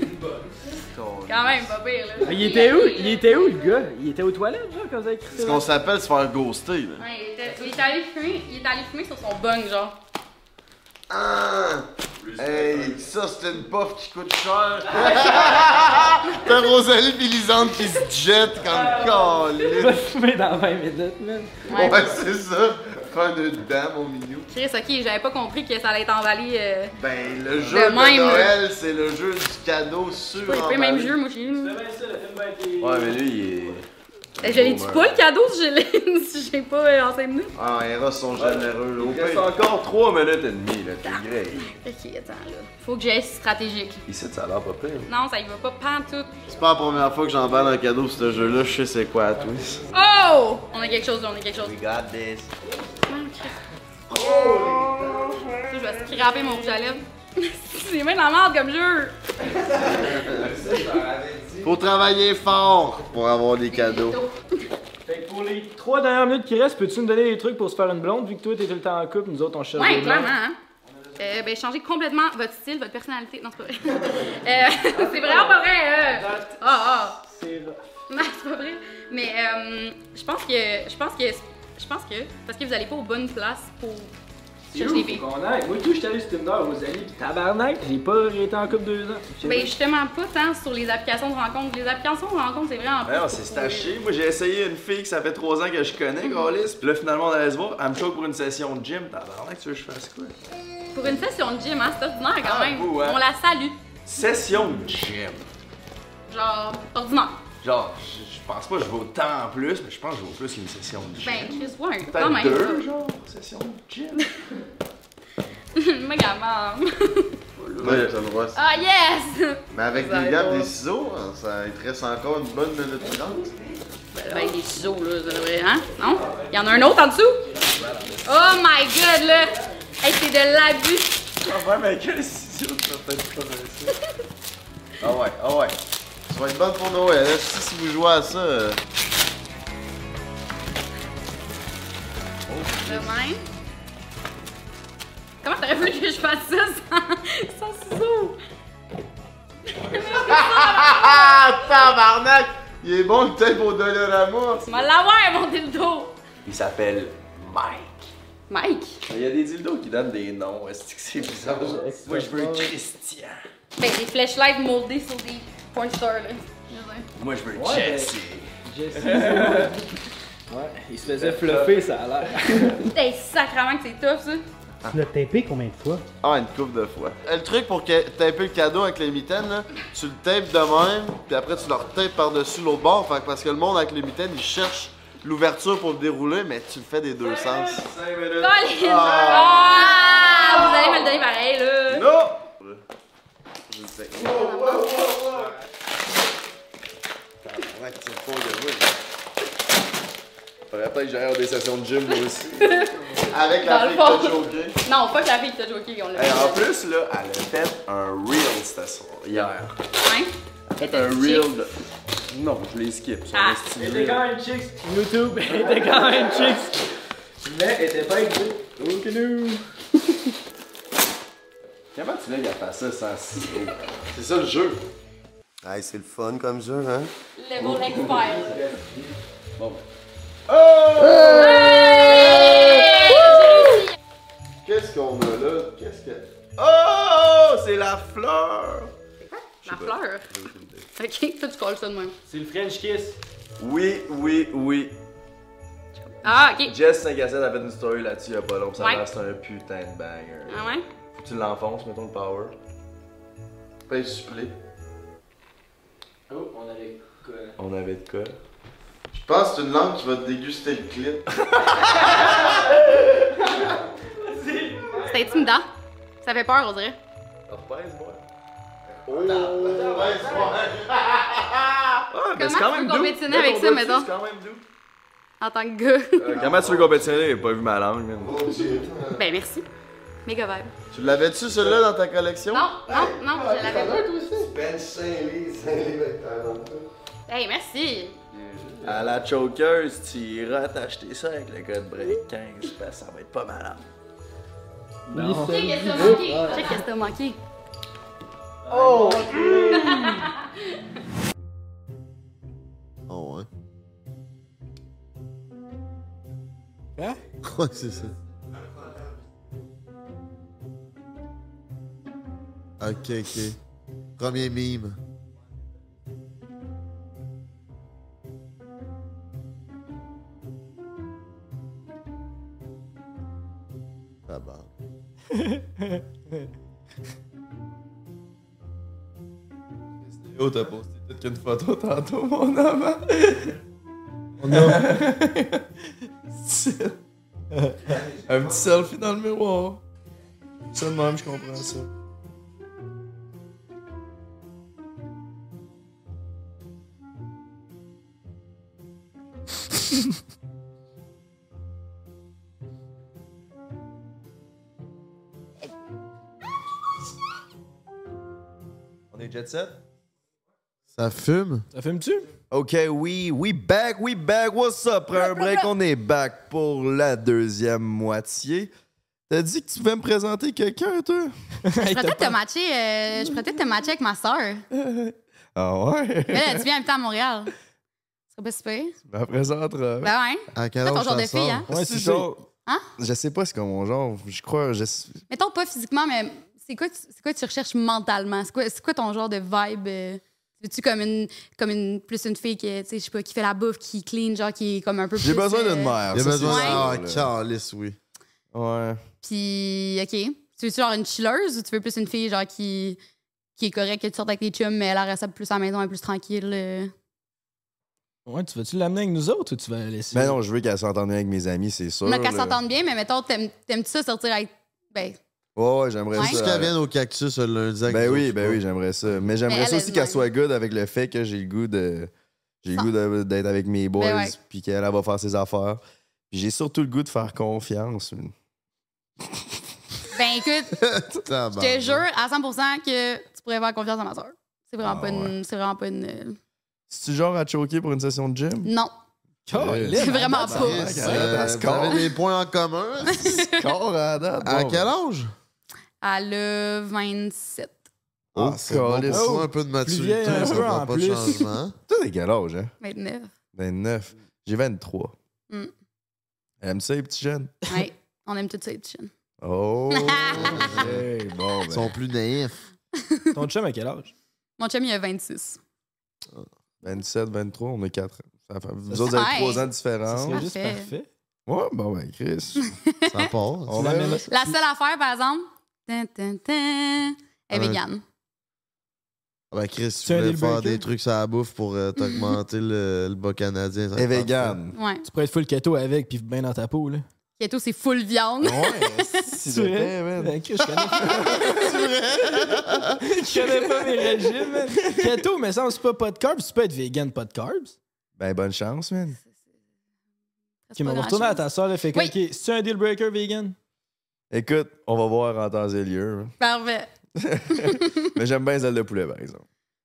Speaker 2: [LAUGHS] Quand même, pas pire là.
Speaker 5: Ah, Il était où? Il était où le gars? Il était aux toilettes, genre, quand vous avez écrit
Speaker 7: Ce
Speaker 5: ça? [LAUGHS]
Speaker 7: qu'on s'appelle se faire ghoster, là.
Speaker 2: Ouais, il, était, il est allé fumer, il est allé fumer sur son bung genre.
Speaker 7: Ah! Hey, ça c'était une puff qui coûte [LAUGHS] cher. T'as Rosalie pis Lisande qui se jette comme
Speaker 2: Euh,
Speaker 5: Il va
Speaker 7: calice.
Speaker 5: fumer dans 20 minutes, man.
Speaker 7: Ouais, c'est ça. Fin de dame, mon minou.
Speaker 2: Chris, ok, j'avais pas compris que ça allait être emballé. euh,
Speaker 7: Ben, le jeu
Speaker 2: De
Speaker 7: de,
Speaker 2: même,
Speaker 7: Noël, c'est le jeu du cadeau sur
Speaker 2: pas le même jeu, moi j'ai eu.
Speaker 3: Ouais, mais lui, il est.
Speaker 2: Je l'ai dit pas le cadeau si je l'ai- [LAUGHS] si j'ai pas euh, en 5 minutes.
Speaker 7: Ah, les rats sont généreux,
Speaker 3: Il
Speaker 7: l'OP.
Speaker 3: reste encore 3 minutes et demie, là, t'es gré.
Speaker 2: Ok, attends là. Faut que j'aille stratégique.
Speaker 3: Ici, ça a l'air pas pire.
Speaker 2: Non, ça y va pas pantoute.
Speaker 7: C'est pas la première fois que j'emballe un cadeau sur ce jeu-là, je sais c'est quoi à twist.
Speaker 2: Oh! On a quelque chose là, on a quelque chose. Oh,
Speaker 7: got this.
Speaker 2: Ça, je vais scraper mon rouge à lèvres. [LAUGHS] C'est même la merde comme jeu!
Speaker 7: Faut travailler fort pour avoir des cadeaux.
Speaker 5: Fait que pour les 3 dernières minutes qui restent, peux-tu nous donner des trucs pour se faire une blonde? Vu que toi, t'es tout le temps en couple, nous autres, on cherche
Speaker 2: Ouais,
Speaker 5: des
Speaker 2: clairement,
Speaker 5: blondes.
Speaker 2: hein? Euh, ben, changez complètement votre style, votre personnalité. Non, c'est pas vrai. [LAUGHS] Euh, c'est vraiment pas vrai, euh. Ah, [LAUGHS] ah.
Speaker 5: C'est vrai.
Speaker 2: Non, c'est pas vrai. Mais, euh, je pense que. Je pense que. Je pense que. Parce que vous allez pas aux bonnes places pour
Speaker 5: C'est
Speaker 2: chercher
Speaker 5: où
Speaker 2: des filles.
Speaker 5: faut qu'on aille? Moi, tout, je suis allé sur Tinder aux amis, pis tabarnak, j'ai pas été en couple deux ans.
Speaker 2: Ben, justement, pas tant sur les applications de rencontre. Les applications de rencontre, c'est vraiment.
Speaker 3: Ouais, Ah, on s'est Ben staché. Moi, j'ai essayé une fille que ça fait 3 ans que je connais, Gaulis. Puis là, finalement, on allait se voir. Elle me choque pour une session de gym. Tabarnak, tu veux que je fasse quoi?
Speaker 2: Pour une session de gym, hein, c'est ordinaire quand
Speaker 3: Ah,
Speaker 2: même.
Speaker 3: vous, hein?
Speaker 2: On la salue.
Speaker 3: Session de gym.
Speaker 2: Genre, ordinaire.
Speaker 3: Genre, je je pense pas que je vaux tant en plus, mais je pense que je vaux plus qu'une session de gym.
Speaker 2: Ben, Chris, ouais, un peu quand
Speaker 3: Peut-être
Speaker 2: même. [LAUGHS]
Speaker 3: deux, genre, session de gym.
Speaker 2: Mega mom.
Speaker 7: Moi, j'ai le droit.
Speaker 2: Ah, yes!
Speaker 7: Mais avec
Speaker 2: Ça
Speaker 7: des
Speaker 2: va.
Speaker 7: gars, des ciseaux, hein, ça il te reste encore une bonne minute trente.
Speaker 2: Ben, des ciseaux, là, ça devrait, hein? Non? Il y en a un autre en dessous?
Speaker 6: Oh my god, là! Hey, c'est de l'abus!
Speaker 8: Ah ouais, mais quel ciseau, ça peut-être pas ça.
Speaker 7: Ah ouais, ah ouais. Ça va être bon pour Noël. hein. Si, si vous jouez à ça. euh,
Speaker 6: De même. Comment t'aurais voulu que je fasse ça sans, sans ciseaux?
Speaker 7: Ah, tabarnak! Il est bon le tape au Dolorama.
Speaker 6: Tu m'as l'avoir, mon dildo!
Speaker 8: Il s'appelle Mike.
Speaker 6: Mike!
Speaker 8: Il y a des dildos qui donnent des noms. Est-ce que c'est bizarre? Moi, je veux Christian.
Speaker 6: Fait que Ben, des flashlights moldées sur des pointers, là. Je veux dire.
Speaker 8: Moi, je veux
Speaker 4: Ouais,
Speaker 8: Jesse.
Speaker 4: Jesse. ouais, il se faisait fluffer, ça a l'air.
Speaker 6: Hey, sacrément que c'est tough, ça!
Speaker 7: Tu l'as tapé combien de fois? Ah, une couple de fois. Euh, Le truc pour que taper le cadeau avec les mitaines, là, tu le tapes de même, puis après tu le retapes par-dessus l'autre bord. Fait que parce que le monde avec les mitaines, il cherche l'ouverture pour le dérouler, mais tu le fais des deux sens.
Speaker 6: Colin!
Speaker 7: Ah.
Speaker 6: Ah, Vous allez me le donner pareil, là!
Speaker 7: Non!
Speaker 8: Je sais.
Speaker 7: Ouais,
Speaker 8: c'est pas de moi. Faudrait peut-être que j'aille avoir des sessions de gym, moi aussi.
Speaker 7: Avec
Speaker 6: Dans
Speaker 7: la
Speaker 6: le
Speaker 7: fille
Speaker 6: fond.
Speaker 7: que t'as choquée.
Speaker 6: Non, pas que la fille qui t'a joké, on l'a
Speaker 8: Hey, en
Speaker 6: fait.
Speaker 8: plus, là, elle a fait un reel cette soir, hier.
Speaker 6: Hein?
Speaker 8: Elle a fait un reel de. Non, je les skip. ça
Speaker 6: Ah.
Speaker 8: reste stylé.
Speaker 5: Elle était quand même chicks. YouTube [LAUGHS] était quand même chicks. Mais elle était pas exo.
Speaker 8: Ok, nous. Comment tu l'as fait ça sans ciseaux? C'est ça le jeu.
Speaker 13: Hey, c'est le fun comme jeu, hein?
Speaker 6: Le bon expert.
Speaker 8: Bon.
Speaker 7: Qu'est-ce qu'on a là? Qu'est-ce que.
Speaker 8: Oh! C'est la fleur!
Speaker 6: La fleur. Ok, toi tu colles ça de même.
Speaker 5: C'est le French Kiss.
Speaker 8: Oui, oui, oui.
Speaker 6: Ah, ok.
Speaker 8: Jess 5 à 7 avait une story là-dessus il y a pas longtemps. Ça
Speaker 6: Ouais.
Speaker 8: a l'air c'est un putain de banger.
Speaker 6: Ah ouais?
Speaker 8: Faut que tu l'enfonces, mettons le power.
Speaker 7: Pèse supplé.
Speaker 5: Oh, on avait quoi?
Speaker 8: On avait de quoi?
Speaker 7: Je pense que c'est une langue qui va te déguster le clip.
Speaker 6: C'est intimidant. Ça fait peur, on dirait.
Speaker 8: Repèse-moi.
Speaker 6: Ah, Comment tu peux compétitionner avec ça, mettons? En tant que gars.
Speaker 8: Euh, comment tu veux compétitionner? J'ai pas vu ma langue, man.
Speaker 6: ben merci. Méga vibe.
Speaker 7: Tu l'avais-tu celui-là dans ta collection?
Speaker 6: Non, non, non, je l'avais pas.
Speaker 13: Ben Saint-Ly, Saint-Ly avec ta lampe.
Speaker 6: Hey, merci.
Speaker 8: À la chokeuse, tu iras t'acheter ça avec le code break 15 parce que ça va être pas malade.
Speaker 6: Check qu'est-ce que t'as manqué. Check qu'est-ce que t'as manqué.
Speaker 7: Oh!
Speaker 1: Oh, ouais.
Speaker 4: Hein?
Speaker 1: Ouais, c'est ça. Ok, ok. Premier mime. Ah bah.
Speaker 3: Yo, t'as posté peut-être qu'une photo tantôt, mon amant. [LAUGHS]
Speaker 4: Mon homme.
Speaker 3: Un petit selfie dans le miroir. Ça de même, je comprends ça.
Speaker 8: On est jet set?
Speaker 1: Ça fume?
Speaker 4: Ça fume-tu?
Speaker 3: Ok, oui, we back, we back. What's up? Après un break, on est back pour la deuxième moitié. T'as dit que tu pouvais me présenter quelqu'un, toi?
Speaker 2: Je pourrais peut-être te matcher, euh, je pourrais peut-être te matcher avec ma soeur.
Speaker 3: Ah ouais? [LAUGHS]
Speaker 2: Mais là, tu viens en même temps à Montréal. Ce serait pas super.
Speaker 3: Je me présente. euh,
Speaker 2: Ben ouais.
Speaker 3: À
Speaker 2: quel Toi, ton âge genre ça de fille, sort? hein?
Speaker 3: Ouais,
Speaker 2: Si
Speaker 3: c'est
Speaker 2: je-
Speaker 3: genre.
Speaker 2: Hein?
Speaker 3: Je sais pas, c'est comme mon genre. Je crois. Je...
Speaker 2: Mettons pas physiquement, mais c'est quoi, tu- c'est quoi que tu recherches mentalement? C'est quoi, c'est quoi ton genre de vibe? euh? Veux-tu comme une, comme une, plus une fille qui, est, tu sais, je sais pas, qui fait la bouffe, qui clean, genre qui est comme un peu plus.
Speaker 3: J'ai besoin d'une
Speaker 2: euh,
Speaker 3: mère.
Speaker 1: Il y a
Speaker 3: ça,
Speaker 1: besoin
Speaker 3: c'est
Speaker 1: d'un
Speaker 3: sûr, là.
Speaker 1: calice, oui.
Speaker 2: Hein?
Speaker 3: Ouais.
Speaker 2: Puis, OK. Tu veux-tu genre une chilleuse ou tu veux plus une fille genre qui, qui est correcte, que tu sortes avec des chums, mais elle reste plus à la maison, elle est plus tranquille? euh?
Speaker 4: Ouais, tu vas-tu l'amener avec nous autres ou tu vas la laisser?
Speaker 3: Mais Ben non, je veux qu'elle s'entende bien avec mes amis, c'est sûr.
Speaker 2: Mais qu'elle
Speaker 3: là.
Speaker 2: s'entende bien, mais mettons, t'aimes- t'aimes-tu ça sortir avec. Ben,
Speaker 3: Ouais, ouais, j'aimerais
Speaker 2: Ouais.
Speaker 3: ça.
Speaker 2: Juste qu'elle
Speaker 1: vienne au cactus le lundi. avec
Speaker 3: Ben
Speaker 1: nous, je
Speaker 3: oui,
Speaker 1: sais
Speaker 3: ben
Speaker 1: pas.
Speaker 3: oui, j'aimerais ça. Mais j'aimerais
Speaker 2: Mais
Speaker 3: ça
Speaker 2: elle,
Speaker 3: aussi
Speaker 2: elle
Speaker 3: qu'elle
Speaker 2: même.
Speaker 3: soit good avec le fait que j'ai le goût de. J'ai le goût de- d'être avec mes boys,
Speaker 2: Ben ouais.
Speaker 3: puis qu'elle elle va faire ses affaires. Puis J'ai surtout le goût de faire confiance.
Speaker 2: Ben
Speaker 4: [LAUGHS]
Speaker 2: écoute,
Speaker 4: Ben,
Speaker 2: je te jure à 100 que tu pourrais faire confiance à ma soeur. C'est vraiment,
Speaker 3: Ah
Speaker 2: pas une- c'est vraiment pas une. euh,
Speaker 3: C'est-tu genre à te choquer pour une session de gym?
Speaker 2: Non. C'est vraiment pas.
Speaker 1: Euh,
Speaker 3: se
Speaker 1: vous avez des points en commun.
Speaker 3: [LAUGHS] [LAUGHS] Score à date.
Speaker 1: À
Speaker 3: bon,
Speaker 1: quel
Speaker 3: ben.
Speaker 1: âge?
Speaker 2: Elle a 27.
Speaker 1: Ah, c'est bon
Speaker 3: calice.
Speaker 1: pour moi, un peu de
Speaker 3: Oh, Plus
Speaker 1: maturité,
Speaker 3: vieille, un
Speaker 1: ça
Speaker 3: peu
Speaker 1: fera
Speaker 3: en
Speaker 1: pas de
Speaker 3: plus.
Speaker 1: changement.
Speaker 3: Toi, t'es quel âge, hein?
Speaker 4: [LAUGHS]
Speaker 2: 29.
Speaker 3: 29. J'ai 23.
Speaker 2: Mm.
Speaker 3: Elle aime ça, les petits
Speaker 2: [LAUGHS]
Speaker 3: jeunes?
Speaker 2: Ouais. On aime toutes ces petites chaînes.
Speaker 3: Oh! hey, bon, ben.
Speaker 1: Ils sont plus naïfs.
Speaker 4: Ton chum à quel âge?
Speaker 2: Mon chum, il a 26.
Speaker 3: 27, 23, on a 4 ans. Ça fait- vous
Speaker 2: Ça,
Speaker 3: autres avez
Speaker 2: c'est-
Speaker 3: 3 ans de
Speaker 4: C'est
Speaker 3: différence.
Speaker 4: juste
Speaker 2: Parfait.
Speaker 4: parfait.
Speaker 3: Ouais, bon, ben, Chris. [LAUGHS]
Speaker 1: Ça passe.
Speaker 3: On aime ça.
Speaker 2: La seule affaire, par exemple, tin, tin, tin, elle est
Speaker 1: Euh,
Speaker 2: végane.
Speaker 1: Ah ben Chris, tu
Speaker 4: C'est un
Speaker 1: voulais
Speaker 4: deal
Speaker 1: faire
Speaker 4: breaker?
Speaker 1: des trucs à la bouffe pour euh, t'augmenter le, le bas canadien. ça
Speaker 3: Elle est
Speaker 1: te tente
Speaker 3: vegan.
Speaker 2: Ouais.
Speaker 4: Tu pourrais être full keto avec, puis bien dans ta peau, là.
Speaker 2: Keto, c'est full viande. [LAUGHS]
Speaker 3: Ouais, si j'étais, man.
Speaker 4: Ben, Chris, je connais, je connais pas mes régimes, man. Keto, mais ça, c'est pas pas de carbs. Tu peux être vegan, pas de carbs.
Speaker 3: Ben, bonne chance, man.
Speaker 2: Ça,
Speaker 4: Ok,
Speaker 2: c'est
Speaker 4: mais
Speaker 2: pas
Speaker 4: on va retourner à
Speaker 2: grand-chose.
Speaker 4: ta soeur, là. Fait que,
Speaker 2: Oui.
Speaker 4: ok, c'est un deal breaker vegan?
Speaker 3: Écoute, on va voir en temps
Speaker 2: [LAUGHS]
Speaker 3: et lieu. hein.
Speaker 2: Parfait.
Speaker 3: Mais j'aime bien les ailes de poulet, par exemple.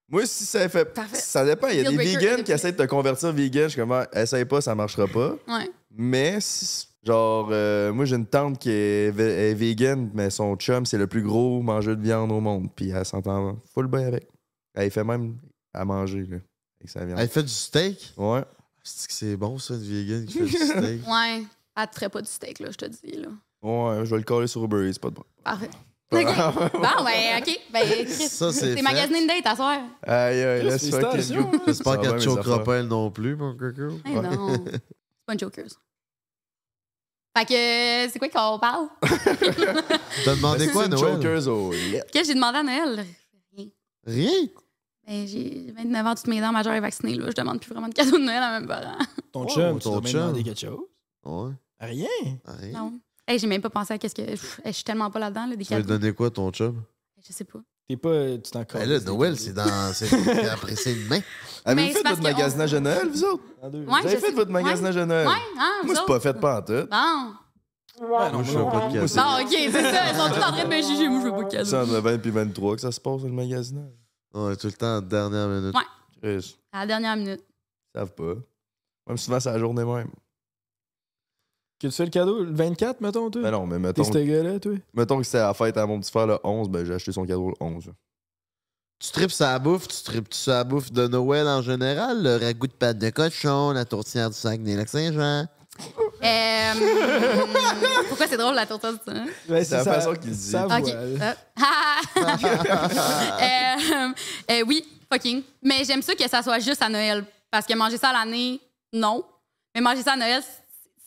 Speaker 3: Moi, si ça fait.
Speaker 2: Parfait.
Speaker 3: Ça dépend. Il y a
Speaker 2: Deal
Speaker 3: des
Speaker 2: breaker,
Speaker 3: vegans
Speaker 2: ailes de
Speaker 3: qui essaient de te convertir vegan. Je suis comme, ah, essaye pas, ça marchera pas.
Speaker 2: Ouais.
Speaker 3: Mais, si- genre, euh, moi, j'ai une tante qui est, ve- est vegan, mais son chum, c'est le plus gros mangeur de viande au monde. Puis elle s'entend full bien avec. Elle fait même à manger, là, avec sa viande.
Speaker 1: Elle fait du steak.
Speaker 3: Ouais.
Speaker 1: C'est que c'est bon, ça, une vegan qui fait
Speaker 3: [LAUGHS]
Speaker 1: du steak.
Speaker 2: Ouais. Elle te ferait pas du steak, là, je te dis. Là.
Speaker 3: Ouais, je vais le coller sur Uber Eats, c'est pas de bon.
Speaker 2: Parfait.
Speaker 3: [LAUGHS]
Speaker 2: Bon, ben, OK. [LAUGHS] Ben, Chris,
Speaker 1: Ça, c'est
Speaker 2: t'es
Speaker 1: fait.
Speaker 2: magasiné une date à soir.
Speaker 3: Aïe, aïe,
Speaker 4: Chris,
Speaker 3: laisse fucking
Speaker 4: félicitations,
Speaker 3: go.
Speaker 4: hein.
Speaker 3: Ça va
Speaker 1: J'espère
Speaker 3: bien,
Speaker 1: qu'elle ne
Speaker 3: mes
Speaker 1: choquera
Speaker 3: affaires.
Speaker 1: pas elle non plus, mon coco.
Speaker 2: Eh non. C'est pas une joker, ça. Fait que, euh, c'est quoi qu'on parle?
Speaker 1: T'as demandé
Speaker 3: C'est
Speaker 1: quoi,
Speaker 3: une
Speaker 1: Noël?
Speaker 3: Chokers au lait.
Speaker 2: Qu'est-ce que j'ai demandé à Noël?
Speaker 1: Rien.
Speaker 2: Ben, j'ai 29 ans, toutes mes dents majeures et vaccinées, là. Je demande plus vraiment de cadeaux de Noël à mes parents.
Speaker 4: Ton
Speaker 1: Oh,
Speaker 4: chum, tu
Speaker 1: ton
Speaker 4: dois bien demander
Speaker 1: chum.
Speaker 4: quelque chose?
Speaker 1: Ouais, ah,
Speaker 4: Rien.
Speaker 1: rien.
Speaker 2: Non. Hey, j'ai même pas pensé à qu'est-ce que. pff, hey, je suis tellement pas là-dedans, là, des
Speaker 1: Tu vas lui
Speaker 2: cadeaux.
Speaker 1: donner quoi, ton chum?
Speaker 2: Je sais pas.
Speaker 4: T'es pas. Tu t'en
Speaker 1: Ben
Speaker 4: colles,
Speaker 1: là,
Speaker 4: c'est
Speaker 1: Noël,
Speaker 4: des-
Speaker 1: c'est dans. C'est après, c'est demain.
Speaker 2: Mais
Speaker 3: Avez-vous
Speaker 2: c'est
Speaker 3: fait
Speaker 2: parce
Speaker 3: votre
Speaker 2: que on-
Speaker 3: magasinage à Noël, vous autres?
Speaker 4: dans deux.
Speaker 2: Ouais,
Speaker 3: Vous
Speaker 2: je
Speaker 3: avez fait
Speaker 2: sais-
Speaker 3: votre magasinage à Noël?
Speaker 2: Ouais, hein, vous
Speaker 3: Moi, c'est
Speaker 2: autres?
Speaker 3: pas fait pas en tout.
Speaker 2: Bon.
Speaker 4: Ouais, Ben non,
Speaker 1: Moi, je fais pas de cadeau.
Speaker 2: Bon, ok, c'est ça. Ils sont tous en train de me juger. Moi, je veux pas de
Speaker 3: C'est
Speaker 2: cadeaux.
Speaker 3: entre 20 puis 23 que ça se passe, le magasinage.
Speaker 1: On est tout le temps en dernière minute.
Speaker 2: Ouais.
Speaker 3: Chris,
Speaker 2: À la dernière minute.
Speaker 3: ils savent pas. Même souvent, c'est la journée même.
Speaker 4: Que tu fais le cadeau, le 24, mettons, toi?
Speaker 3: Mais Ben non, mais
Speaker 4: T'es
Speaker 3: mettons,
Speaker 4: ce gars-là, toi?
Speaker 3: mettons que c'était la fête à mon petit frère le 11, ben j'ai acheté son cadeau le 11.
Speaker 1: Tu tripes sa bouffe, tu tripes sa bouffe de Noël en général, le ragoût de pâte de cochon, la tourtière du sac des lacs Saint-Jean.
Speaker 2: Euh, [LAUGHS] pourquoi c'est drôle la tourtière du temps?
Speaker 4: Ben,
Speaker 3: c'est la
Speaker 4: ça-
Speaker 3: façon qu'il le dit.
Speaker 4: ça
Speaker 2: Ok.
Speaker 4: voit, là.
Speaker 2: Euh, [LAUGHS] euh, euh, oui, fucking. Mais j'aime ça que ça soit juste à Noël. Parce que manger ça à l'année, non. Mais manger ça à Noël, c-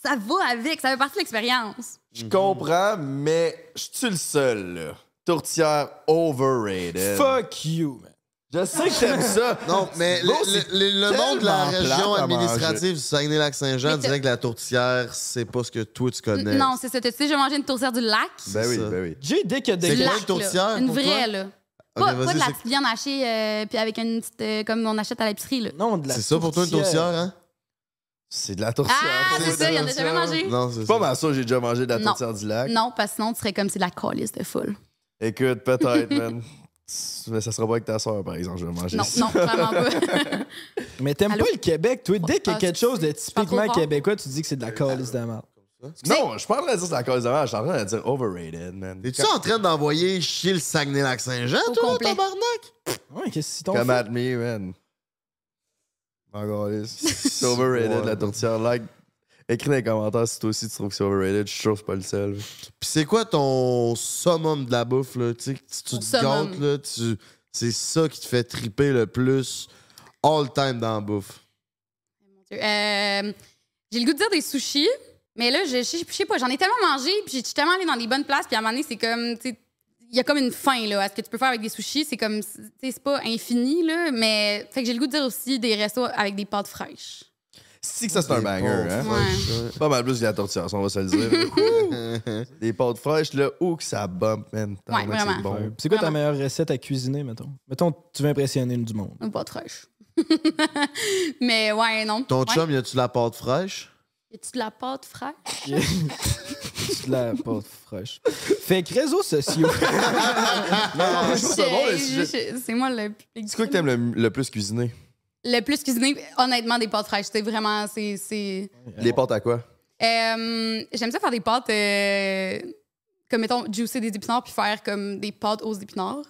Speaker 2: ça va avec. Ça fait partie de l'expérience.
Speaker 3: Je comprends, mais je suis le seul, là. Tourtière overrated.
Speaker 4: Fuck you, man.
Speaker 3: Je sais que t'aimes ça.
Speaker 1: Non, mais le,
Speaker 3: Bon, c'est
Speaker 1: le- le- le monde de la
Speaker 3: tellement
Speaker 1: région
Speaker 3: plate à
Speaker 1: administrative du Saguenay-Lac-Saint-Jean
Speaker 2: Mais t'as-
Speaker 1: dirait que la tourtière, c'est pas ce que toi tu
Speaker 2: N-
Speaker 1: connais.
Speaker 2: Non, c'est ça. Tu sais, j'ai mangé une tourtière du lac.
Speaker 3: Ben oui,
Speaker 1: ça.
Speaker 3: ben oui.
Speaker 4: J'ai dès que
Speaker 1: C'est
Speaker 2: Du
Speaker 1: quoi
Speaker 4: des.
Speaker 1: une tourtière
Speaker 2: là. Une
Speaker 1: pour toi?
Speaker 2: vraie, là.
Speaker 1: Ok,
Speaker 2: pas, pas
Speaker 1: vas-y,
Speaker 2: de la
Speaker 1: c'est-
Speaker 2: petite viande hachée, euh, puis avec une petite. euh, comme on achète à l'épicerie, là.
Speaker 4: Non, de la
Speaker 1: c'est ça pour toi une tourtière, hein?
Speaker 3: C'est de la tourtière.
Speaker 2: Ah, c'est ça, il y en a jamais mangé.
Speaker 1: Non, c'est
Speaker 3: C'est pas
Speaker 1: ça.
Speaker 3: mal ça, j'ai déjà mangé de la
Speaker 2: Non.
Speaker 3: tourtière du lac.
Speaker 2: Non, parce que sinon, tu serais comme c'est de la calice de folle.
Speaker 3: Écoute,
Speaker 2: [LAUGHS]
Speaker 3: peut-être, man. Mais ça sera pas avec ta soeur, par exemple, je vais manger
Speaker 2: Non,
Speaker 3: ça.
Speaker 2: non, clairement pas.
Speaker 4: Mais t'aimes
Speaker 2: Allô?
Speaker 4: pas le Québec, toi? Dès qu'il y
Speaker 2: Ah,
Speaker 4: a quelque chose de
Speaker 2: c'est pas trop
Speaker 4: typiquement
Speaker 2: fort.
Speaker 4: québécois, tu dis que c'est de la calice de merde.
Speaker 3: Non, je parle de dire c'est à cause de moi, je suis en train de dire overrated, man.
Speaker 1: T'es-tu en train d'envoyer chier le Saguenay-Lac-Saint-Jean,
Speaker 2: Au
Speaker 1: toi,
Speaker 2: complet.
Speaker 1: tabarnak?
Speaker 4: Ouais, qu'est-ce que
Speaker 3: Come
Speaker 4: t'en fais?
Speaker 3: at me, man. Encore
Speaker 2: [LAUGHS]
Speaker 3: C'est overrated,
Speaker 1: Ouais.
Speaker 3: la tourtière. Like, écris dans les commentaires si toi aussi tu trouves que c'est overrated. Je suis sûr que c'est pas le seul.
Speaker 1: Puis c'est quoi ton summum de la bouffe, là? Tu sais, que si tu
Speaker 2: Mon
Speaker 1: te
Speaker 2: summum.
Speaker 1: gâtes, là, tu... c'est ça qui te fait triper le plus all time dans la bouffe.
Speaker 2: Euh, j'ai le goût de dire des sushis, mais là, je je sais je sais pas, j'en ai tellement mangé, puis j'ai tellement allé dans les bonnes places, puis à un moment donné, c'est comme, tu sais, il y a comme une fin, là, à ce que tu peux faire avec des sushis. C'est comme, tu sais, c'est pas infini, là, mais. Fait que j'ai le goût de dire aussi des restos avec des pâtes fraîches.
Speaker 3: Si que ça, c'est un
Speaker 1: Des
Speaker 3: banger,
Speaker 1: pauvres
Speaker 3: hein.
Speaker 2: Ouais.
Speaker 1: Ouais.
Speaker 3: Pas mal plus que la tourtière, ça, on va se le dire.
Speaker 2: [LAUGHS]
Speaker 3: Des pâtes fraîches, là, ou que ça bump, man. Tant
Speaker 2: Ouais,
Speaker 3: que c'est
Speaker 2: vraiment.
Speaker 3: Bon.
Speaker 4: C'est quoi ta
Speaker 2: Vraiment.
Speaker 4: meilleure recette à cuisiner, mettons? Mettons, tu veux impressionner du monde.
Speaker 2: Une pâte fraîche. [LAUGHS] mais ouais, non.
Speaker 1: Ton
Speaker 2: Ouais.
Speaker 1: chum, y a-tu de la pâte fraîche?
Speaker 2: Y a-tu de la pâte
Speaker 3: [LAUGHS]
Speaker 2: fraîche? [LAUGHS]
Speaker 4: Je la porte fraîche. Fait que réseaux sociaux.
Speaker 3: non, mais Ah, je trouve ça bon, le
Speaker 2: Je-
Speaker 3: sujet.
Speaker 2: je- C'est moi le public.
Speaker 3: C'est quoi que t'aimes le, le plus cuisiner?
Speaker 2: Le plus cuisiné, honnêtement, des pâtes fraîches. C'est vraiment. c'est- c'est-
Speaker 3: Les pâtes à quoi?
Speaker 2: Euh, J'aime ça faire des pâtes, euh, comme mettons, juicer des épinards puis faire comme des pâtes aux épinards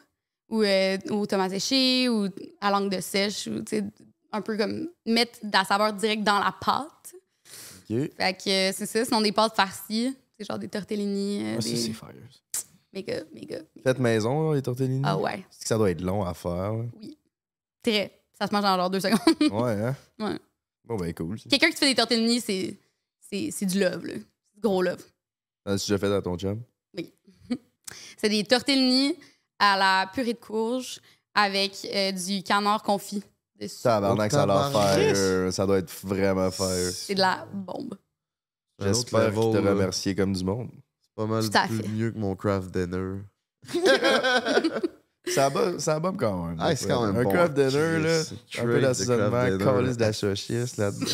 Speaker 2: ou euh, aux tomates séchées ou à langue de sèche ou tu sais, un peu comme mettre de la saveur directe dans la pâte.
Speaker 3: Ok.
Speaker 2: Fait que euh, c'est ça, sinon des pâtes farcies, c'est genre des tortellini. euh,
Speaker 3: Ah, ça,
Speaker 2: des-
Speaker 3: c'est Mm. fire.
Speaker 2: Méga, méga.
Speaker 3: Faites maison, là, les tortellini?
Speaker 2: Ah ouais.
Speaker 3: Parce que ça doit être long à
Speaker 2: [LAUGHS]
Speaker 3: faire. là.
Speaker 2: Très. Ça se mange en genre deux secondes. [LAUGHS]
Speaker 3: Ouais, hein?
Speaker 2: Ouais.
Speaker 3: Bon, ben, cool.
Speaker 2: Quelqu'un qui te fait des tortellini, c'est c'est- c'est du love, là. C'est du gros love.
Speaker 3: T'en as-tu déjà fait à ton job?
Speaker 2: Oui. c'est des tortellini à la purée de courge avec euh, du canard confit dessus.
Speaker 3: Tabarnak, ça a l'air
Speaker 2: Tabarnak.
Speaker 3: fire. Ça doit être vraiment fire.
Speaker 2: C'est de la bombe.
Speaker 3: J'espère
Speaker 1: Un autre
Speaker 3: qu'ils te
Speaker 1: level, là.
Speaker 3: remercier comme du monde.
Speaker 1: C'est pas mal
Speaker 2: Tout à
Speaker 1: plus
Speaker 2: fait.
Speaker 1: mieux que mon craft
Speaker 2: [LAUGHS]
Speaker 1: dinner.
Speaker 3: Ça bombe, ça bombe quand même.
Speaker 1: Ah, c'est quand même
Speaker 3: Un
Speaker 1: bon.
Speaker 3: craft dinner,
Speaker 1: Chris,
Speaker 3: là.
Speaker 1: c'est
Speaker 3: Un
Speaker 1: Craig
Speaker 3: peu
Speaker 1: de craft
Speaker 3: d'assaisonnement,
Speaker 1: dinner,
Speaker 3: calice de
Speaker 1: là.
Speaker 3: la saucisse là-dedans.
Speaker 2: [LAUGHS]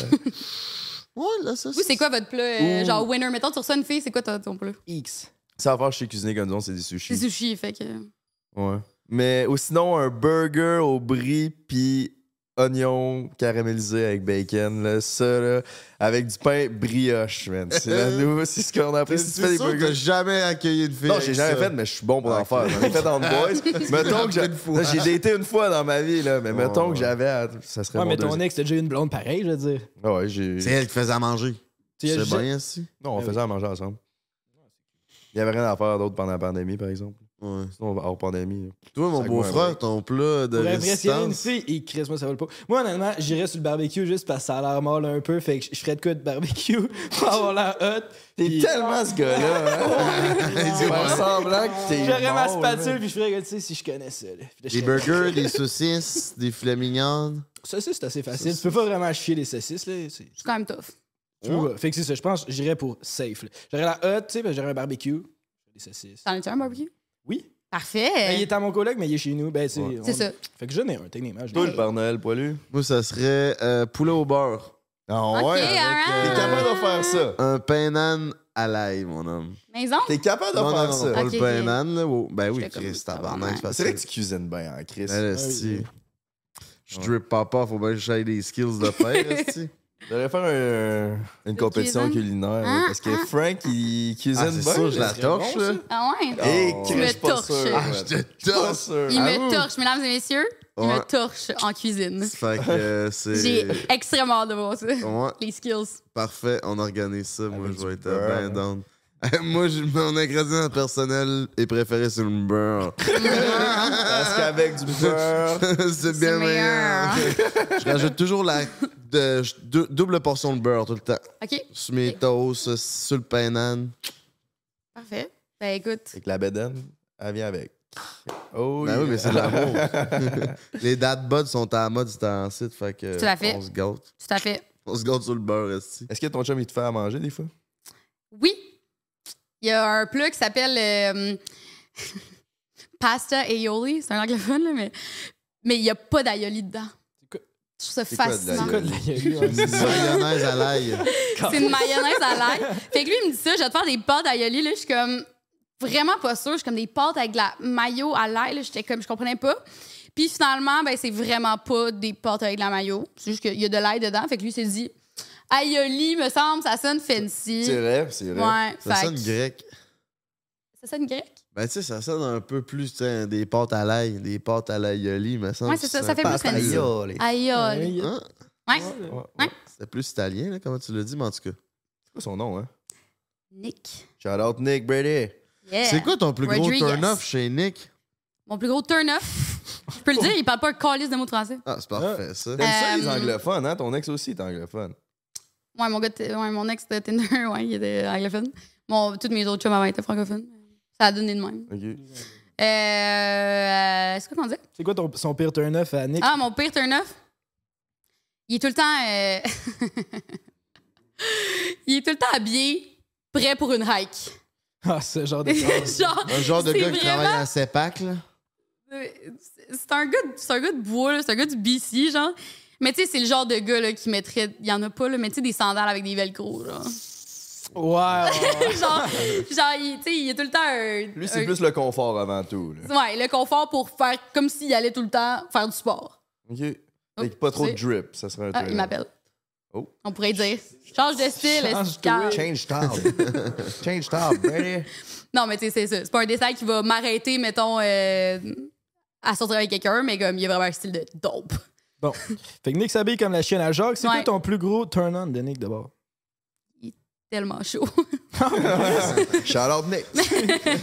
Speaker 1: Ouais, là, ça,
Speaker 2: Oui, c'est quoi votre plat? euh,
Speaker 1: Ouh.
Speaker 2: genre winner. Mettons, tu reçois une fille, c'est quoi ton, ton plat?
Speaker 4: X.
Speaker 3: Ça va faire chez cuisiner comme disons, c'est des sushis.
Speaker 2: C'est sushi, fait que.
Speaker 3: Ouais. Mais ou sinon, un burger au brie puis oignon caramélisé avec bacon, là, ça, là, avec du pain brioche, man.
Speaker 1: [LAUGHS]
Speaker 3: C'est la nouvelle- c'est ce qu'on a appris. Si tu fais des
Speaker 1: sûr que t'as
Speaker 3: burgers.
Speaker 1: jamais accueilli une fille.
Speaker 3: Non,
Speaker 1: avec
Speaker 3: j'ai jamais
Speaker 1: ça. Ah,
Speaker 3: fait, mais je suis bon pour en faire. J'en ai fait
Speaker 1: [LAUGHS]
Speaker 3: dans le boys.
Speaker 1: Tu l'as
Speaker 3: mettons que
Speaker 1: fait
Speaker 3: j'ai-
Speaker 1: une fois. Oh,
Speaker 3: là, j'ai daté une fois dans ma vie, là, mais mettons que j'avais. à- Ça serait
Speaker 4: Ouais,
Speaker 3: mon
Speaker 4: mais ton
Speaker 3: deuxième.
Speaker 4: ex, t'as déjà eu une blonde pareille, je veux dire.
Speaker 3: Ah ouais, j'ai.
Speaker 1: C'est elle qui faisait à manger.
Speaker 4: Tu sais,
Speaker 1: C'est
Speaker 4: je-
Speaker 1: bien, si.
Speaker 3: Non, on
Speaker 4: Ah oui.
Speaker 3: faisait à manger ensemble. Il n'y avait rien à faire d'autre pendant la pandémie, par exemple.
Speaker 1: Ouais.
Speaker 3: Sinon, hors pandémie. là.
Speaker 1: Toi, mon
Speaker 3: Ça goûte un
Speaker 1: beau-frère, ton plat de
Speaker 4: Pour impressionner une
Speaker 1: résistance. [LAUGHS]
Speaker 4: fille, et Chris, moi ça vole pas. Moi, honnêtement, j'irais sur le barbecue juste parce que ça a l'air molle un peu, fait que je ferais de quoi de barbecue [LAUGHS] pour avoir l'air hot.
Speaker 3: T'es
Speaker 4: Puis-
Speaker 3: tellement ce [LAUGHS] gars-là. Hein?
Speaker 1: Il dit,
Speaker 3: Tu fais
Speaker 1: ouais.
Speaker 3: semblant que t'es.
Speaker 4: J'aurais ma
Speaker 3: mort,
Speaker 4: spatule,
Speaker 3: là.
Speaker 4: puis je ferais, tu sais, si je connais ça. Là. Puis là, je
Speaker 1: Des
Speaker 4: serais-
Speaker 1: burgers, des saucisses, des filets mignons.
Speaker 4: Ça, ça, c'est assez facile. Tu peux pas vraiment chier les saucisses, là. c'est-
Speaker 2: C'est quand même tough.
Speaker 4: Tu vois, fait que c'est ça, je pense, j'irais pour safe. là. J'aurais la hot, tu sais, ben, j'aurais un barbecue, des saucisses.
Speaker 2: T'en as-tu un barbecue?
Speaker 4: Oui.
Speaker 2: Parfait.
Speaker 4: Ben, il est à mon collègue, mais il est chez nous. Ben, tu sais,
Speaker 3: Ouais.
Speaker 4: on-
Speaker 2: Euh. C'est ça.
Speaker 4: Fait que j'en ai un, techniquement. j'en ai
Speaker 3: Toi,
Speaker 4: un.
Speaker 3: le Père Noël poilu.
Speaker 1: Moi, ça serait euh, poulet au beurre.
Speaker 3: Ah
Speaker 2: Ok,
Speaker 3: ouais. T'es
Speaker 2: alright.
Speaker 3: capable de faire ça.
Speaker 1: Un painan à l'ail, mon homme.
Speaker 2: Maison?
Speaker 3: T'es capable de
Speaker 1: Non, non,
Speaker 3: faire
Speaker 1: non,
Speaker 3: ça.
Speaker 1: pas
Speaker 2: Ok,
Speaker 1: le
Speaker 2: ok.
Speaker 1: painan, là. Oh, Ben oui,
Speaker 2: J'étais comme,
Speaker 1: Chris, tabarnak,
Speaker 2: tabarnak.
Speaker 1: c'est facile.
Speaker 3: C'est vrai que tu cuisines bien, hein, Chris.
Speaker 1: Ben, là,
Speaker 4: Ah oui.
Speaker 1: esti. Je drip papa, faut bien que j'aille des skills de
Speaker 3: [LAUGHS]
Speaker 1: faire, esti.
Speaker 3: J'aurais faire un- une compétition
Speaker 2: cuisine?
Speaker 3: culinaire.
Speaker 2: Ah,
Speaker 3: parce que Frank, il cuisine
Speaker 1: Ah,
Speaker 3: bien.
Speaker 1: c'est sûr, je
Speaker 3: là.
Speaker 1: la torche, là.
Speaker 2: Ah ouais?
Speaker 3: Et
Speaker 1: Oh.
Speaker 3: Chris,
Speaker 2: Tu me
Speaker 3: je suis pas
Speaker 2: torches.
Speaker 3: sûr,
Speaker 2: Ah,
Speaker 3: man.
Speaker 1: je te
Speaker 3: Je suis pas
Speaker 1: torche.
Speaker 3: sûr.
Speaker 2: Il
Speaker 1: avoue.
Speaker 2: me torche, mesdames et messieurs. Il
Speaker 1: Ouais.
Speaker 2: me torche en cuisine.
Speaker 1: Fait que euh, c'est.
Speaker 2: J'ai extrêmement hâte de voir ça.
Speaker 1: Ouais,
Speaker 2: Les skills.
Speaker 1: parfait, on organise ça. Moi,
Speaker 3: Avec
Speaker 1: je vais
Speaker 3: du
Speaker 1: être
Speaker 3: beurre,
Speaker 1: bien
Speaker 3: hein.
Speaker 1: down. Moi, je- mon ingrédient personnel est préféré sur le beurre.
Speaker 3: Parce qu'avec du
Speaker 1: [LAUGHS]
Speaker 3: beurre.
Speaker 1: c'est bien meilleur. je rajoute toujours la de- deux- double portion de beurre tout le temps.
Speaker 2: OK,
Speaker 1: Sur mes
Speaker 2: Ok.
Speaker 1: toasts, euh, sur le painan.
Speaker 2: parfait. Ben écoute,
Speaker 3: C'est que la bédaine, elle vient avec. Oh,
Speaker 1: Ben oui, mais c'est l'amour.
Speaker 3: [LAUGHS]
Speaker 1: Les dates buds sont à la mode, c'est en site, fait que
Speaker 2: Tout à fait.
Speaker 1: on se gâte.
Speaker 2: tout à fait.
Speaker 1: On se gâte sur le beurre,
Speaker 3: [LAUGHS]
Speaker 1: esti.
Speaker 3: Est-ce que ton chum, il te fait à manger des fois?
Speaker 2: Oui, il y a un plat qui s'appelle euh, [LAUGHS] pasta aioli. C'est un anglophone, là, mais mais il n'y a pas d'aioli dedans.
Speaker 4: quoi-
Speaker 2: Je trouve ça
Speaker 3: C'est quoi de
Speaker 2: fascinant.
Speaker 4: C'est quoi de la gueule,
Speaker 1: Une Mayonnaise à l'ail.
Speaker 2: C'est une mayonnaise à l'ail. Fait que lui, il me dit ça, je vais te faire des pâtes aioli. Là, je suis comme vraiment pas sûre. Je suis comme des pâtes avec de la mayo à l'ail. là. J'étais comme, je comprenais pas. Puis finalement, ben, c'est vraiment pas des pâtes avec de la mayo. C'est juste qu'il y a de l'ail dedans. Fait que lui, il s'est dit, aioli, me semble, ça sonne fancy.
Speaker 3: C'est vrai, c'est vrai.
Speaker 2: Ouais,
Speaker 1: Ça
Speaker 2: fait
Speaker 1: sonne
Speaker 2: que-
Speaker 1: grec.
Speaker 2: Ça sonne grec?
Speaker 1: Ben, tu sais, ça sonne un peu plus, tu sais, des pâtes à l'ail, des pâtes à l'aïoli, mais ça
Speaker 2: Ouais, c'est ça, ça fait plus
Speaker 1: pasta
Speaker 2: fancy.
Speaker 1: aioli.
Speaker 2: Aioli.
Speaker 1: Hein?
Speaker 2: Ouais.
Speaker 1: C'était plus italien, là, comment tu l'as dit, mais en tout cas.
Speaker 3: C'est quoi son nom, hein?
Speaker 2: Nick.
Speaker 3: Shout out Nick Brady.
Speaker 2: Yeah.
Speaker 1: C'est quoi ton plus gros
Speaker 2: Eh, Rodriguez.
Speaker 1: turn-off chez Nick?
Speaker 2: Mon plus gros turn-off. je peux le dire, il parle pas un calice de mots français.
Speaker 1: Ah, c'est parfait, ça.
Speaker 3: T'aimes ça, les
Speaker 2: Euh,
Speaker 3: anglophones, hein? Ton ex aussi est anglophone.
Speaker 2: Ouais, mon, gars, t- ouais, mon ex de Tinder, [LAUGHS] ouais, il était anglophone. Bon, toutes mes autres chums avant étaient francophones. Ça a donné de même.
Speaker 3: OK.
Speaker 2: Euh, euh, c'est quoi qu'on disait?
Speaker 4: C'est quoi ton, son pire turn off à Nick?
Speaker 2: Ah, mon pire turn-off? Il est tout le temps... euh, [LAUGHS] il est tout le temps habillé, prêt pour une hike.
Speaker 4: [LAUGHS] Ah, ce genre de.
Speaker 2: [LAUGHS] genre,
Speaker 1: Un genre de
Speaker 2: c'est
Speaker 1: gars qui
Speaker 2: vraiment-
Speaker 1: travaille à CEPAC, là.
Speaker 2: C'est un gars, de- c'est un gars de bois, là, c'est un gars du BC, genre. Mais tu sais, c'est le genre de gars là, qui mettrait. Il y en a pas, là, mais tu sais, des sandales avec des velcro. Là.
Speaker 4: Ouais, ouais.
Speaker 2: genre, genre il, tu sais, il y a tout le temps un.
Speaker 3: Lui, c'est
Speaker 2: un-
Speaker 3: plus le confort avant tout. Là.
Speaker 2: Ouais, le confort pour faire comme s'il allait tout le temps faire du sport.
Speaker 3: OK.
Speaker 2: Oh,
Speaker 3: Fait que pas trop de
Speaker 2: c'est-
Speaker 3: drip, ça serait un
Speaker 2: Ah,
Speaker 3: truc.
Speaker 2: il m'appelle.
Speaker 3: Euh, Oh.
Speaker 2: On pourrait dire change de style, est-ce que-
Speaker 3: Change tab. [LAUGHS] Change tab, baby.
Speaker 2: Non, mais tu sais, c'est ça. C'est pas un dessin qui va m'arrêter, mettons, euh, à sortir avec quelqu'un, mais comme il y a vraiment un style de dope.
Speaker 4: Bon. Fait que Nick s'habille comme la chienne à Jacques. C'est
Speaker 2: Ouais.
Speaker 4: quoi ton plus gros turn-on de
Speaker 2: [LAUGHS]
Speaker 4: Nick d'abord?
Speaker 2: Tellement chaud. [LAUGHS]
Speaker 3: Shout-out Nick.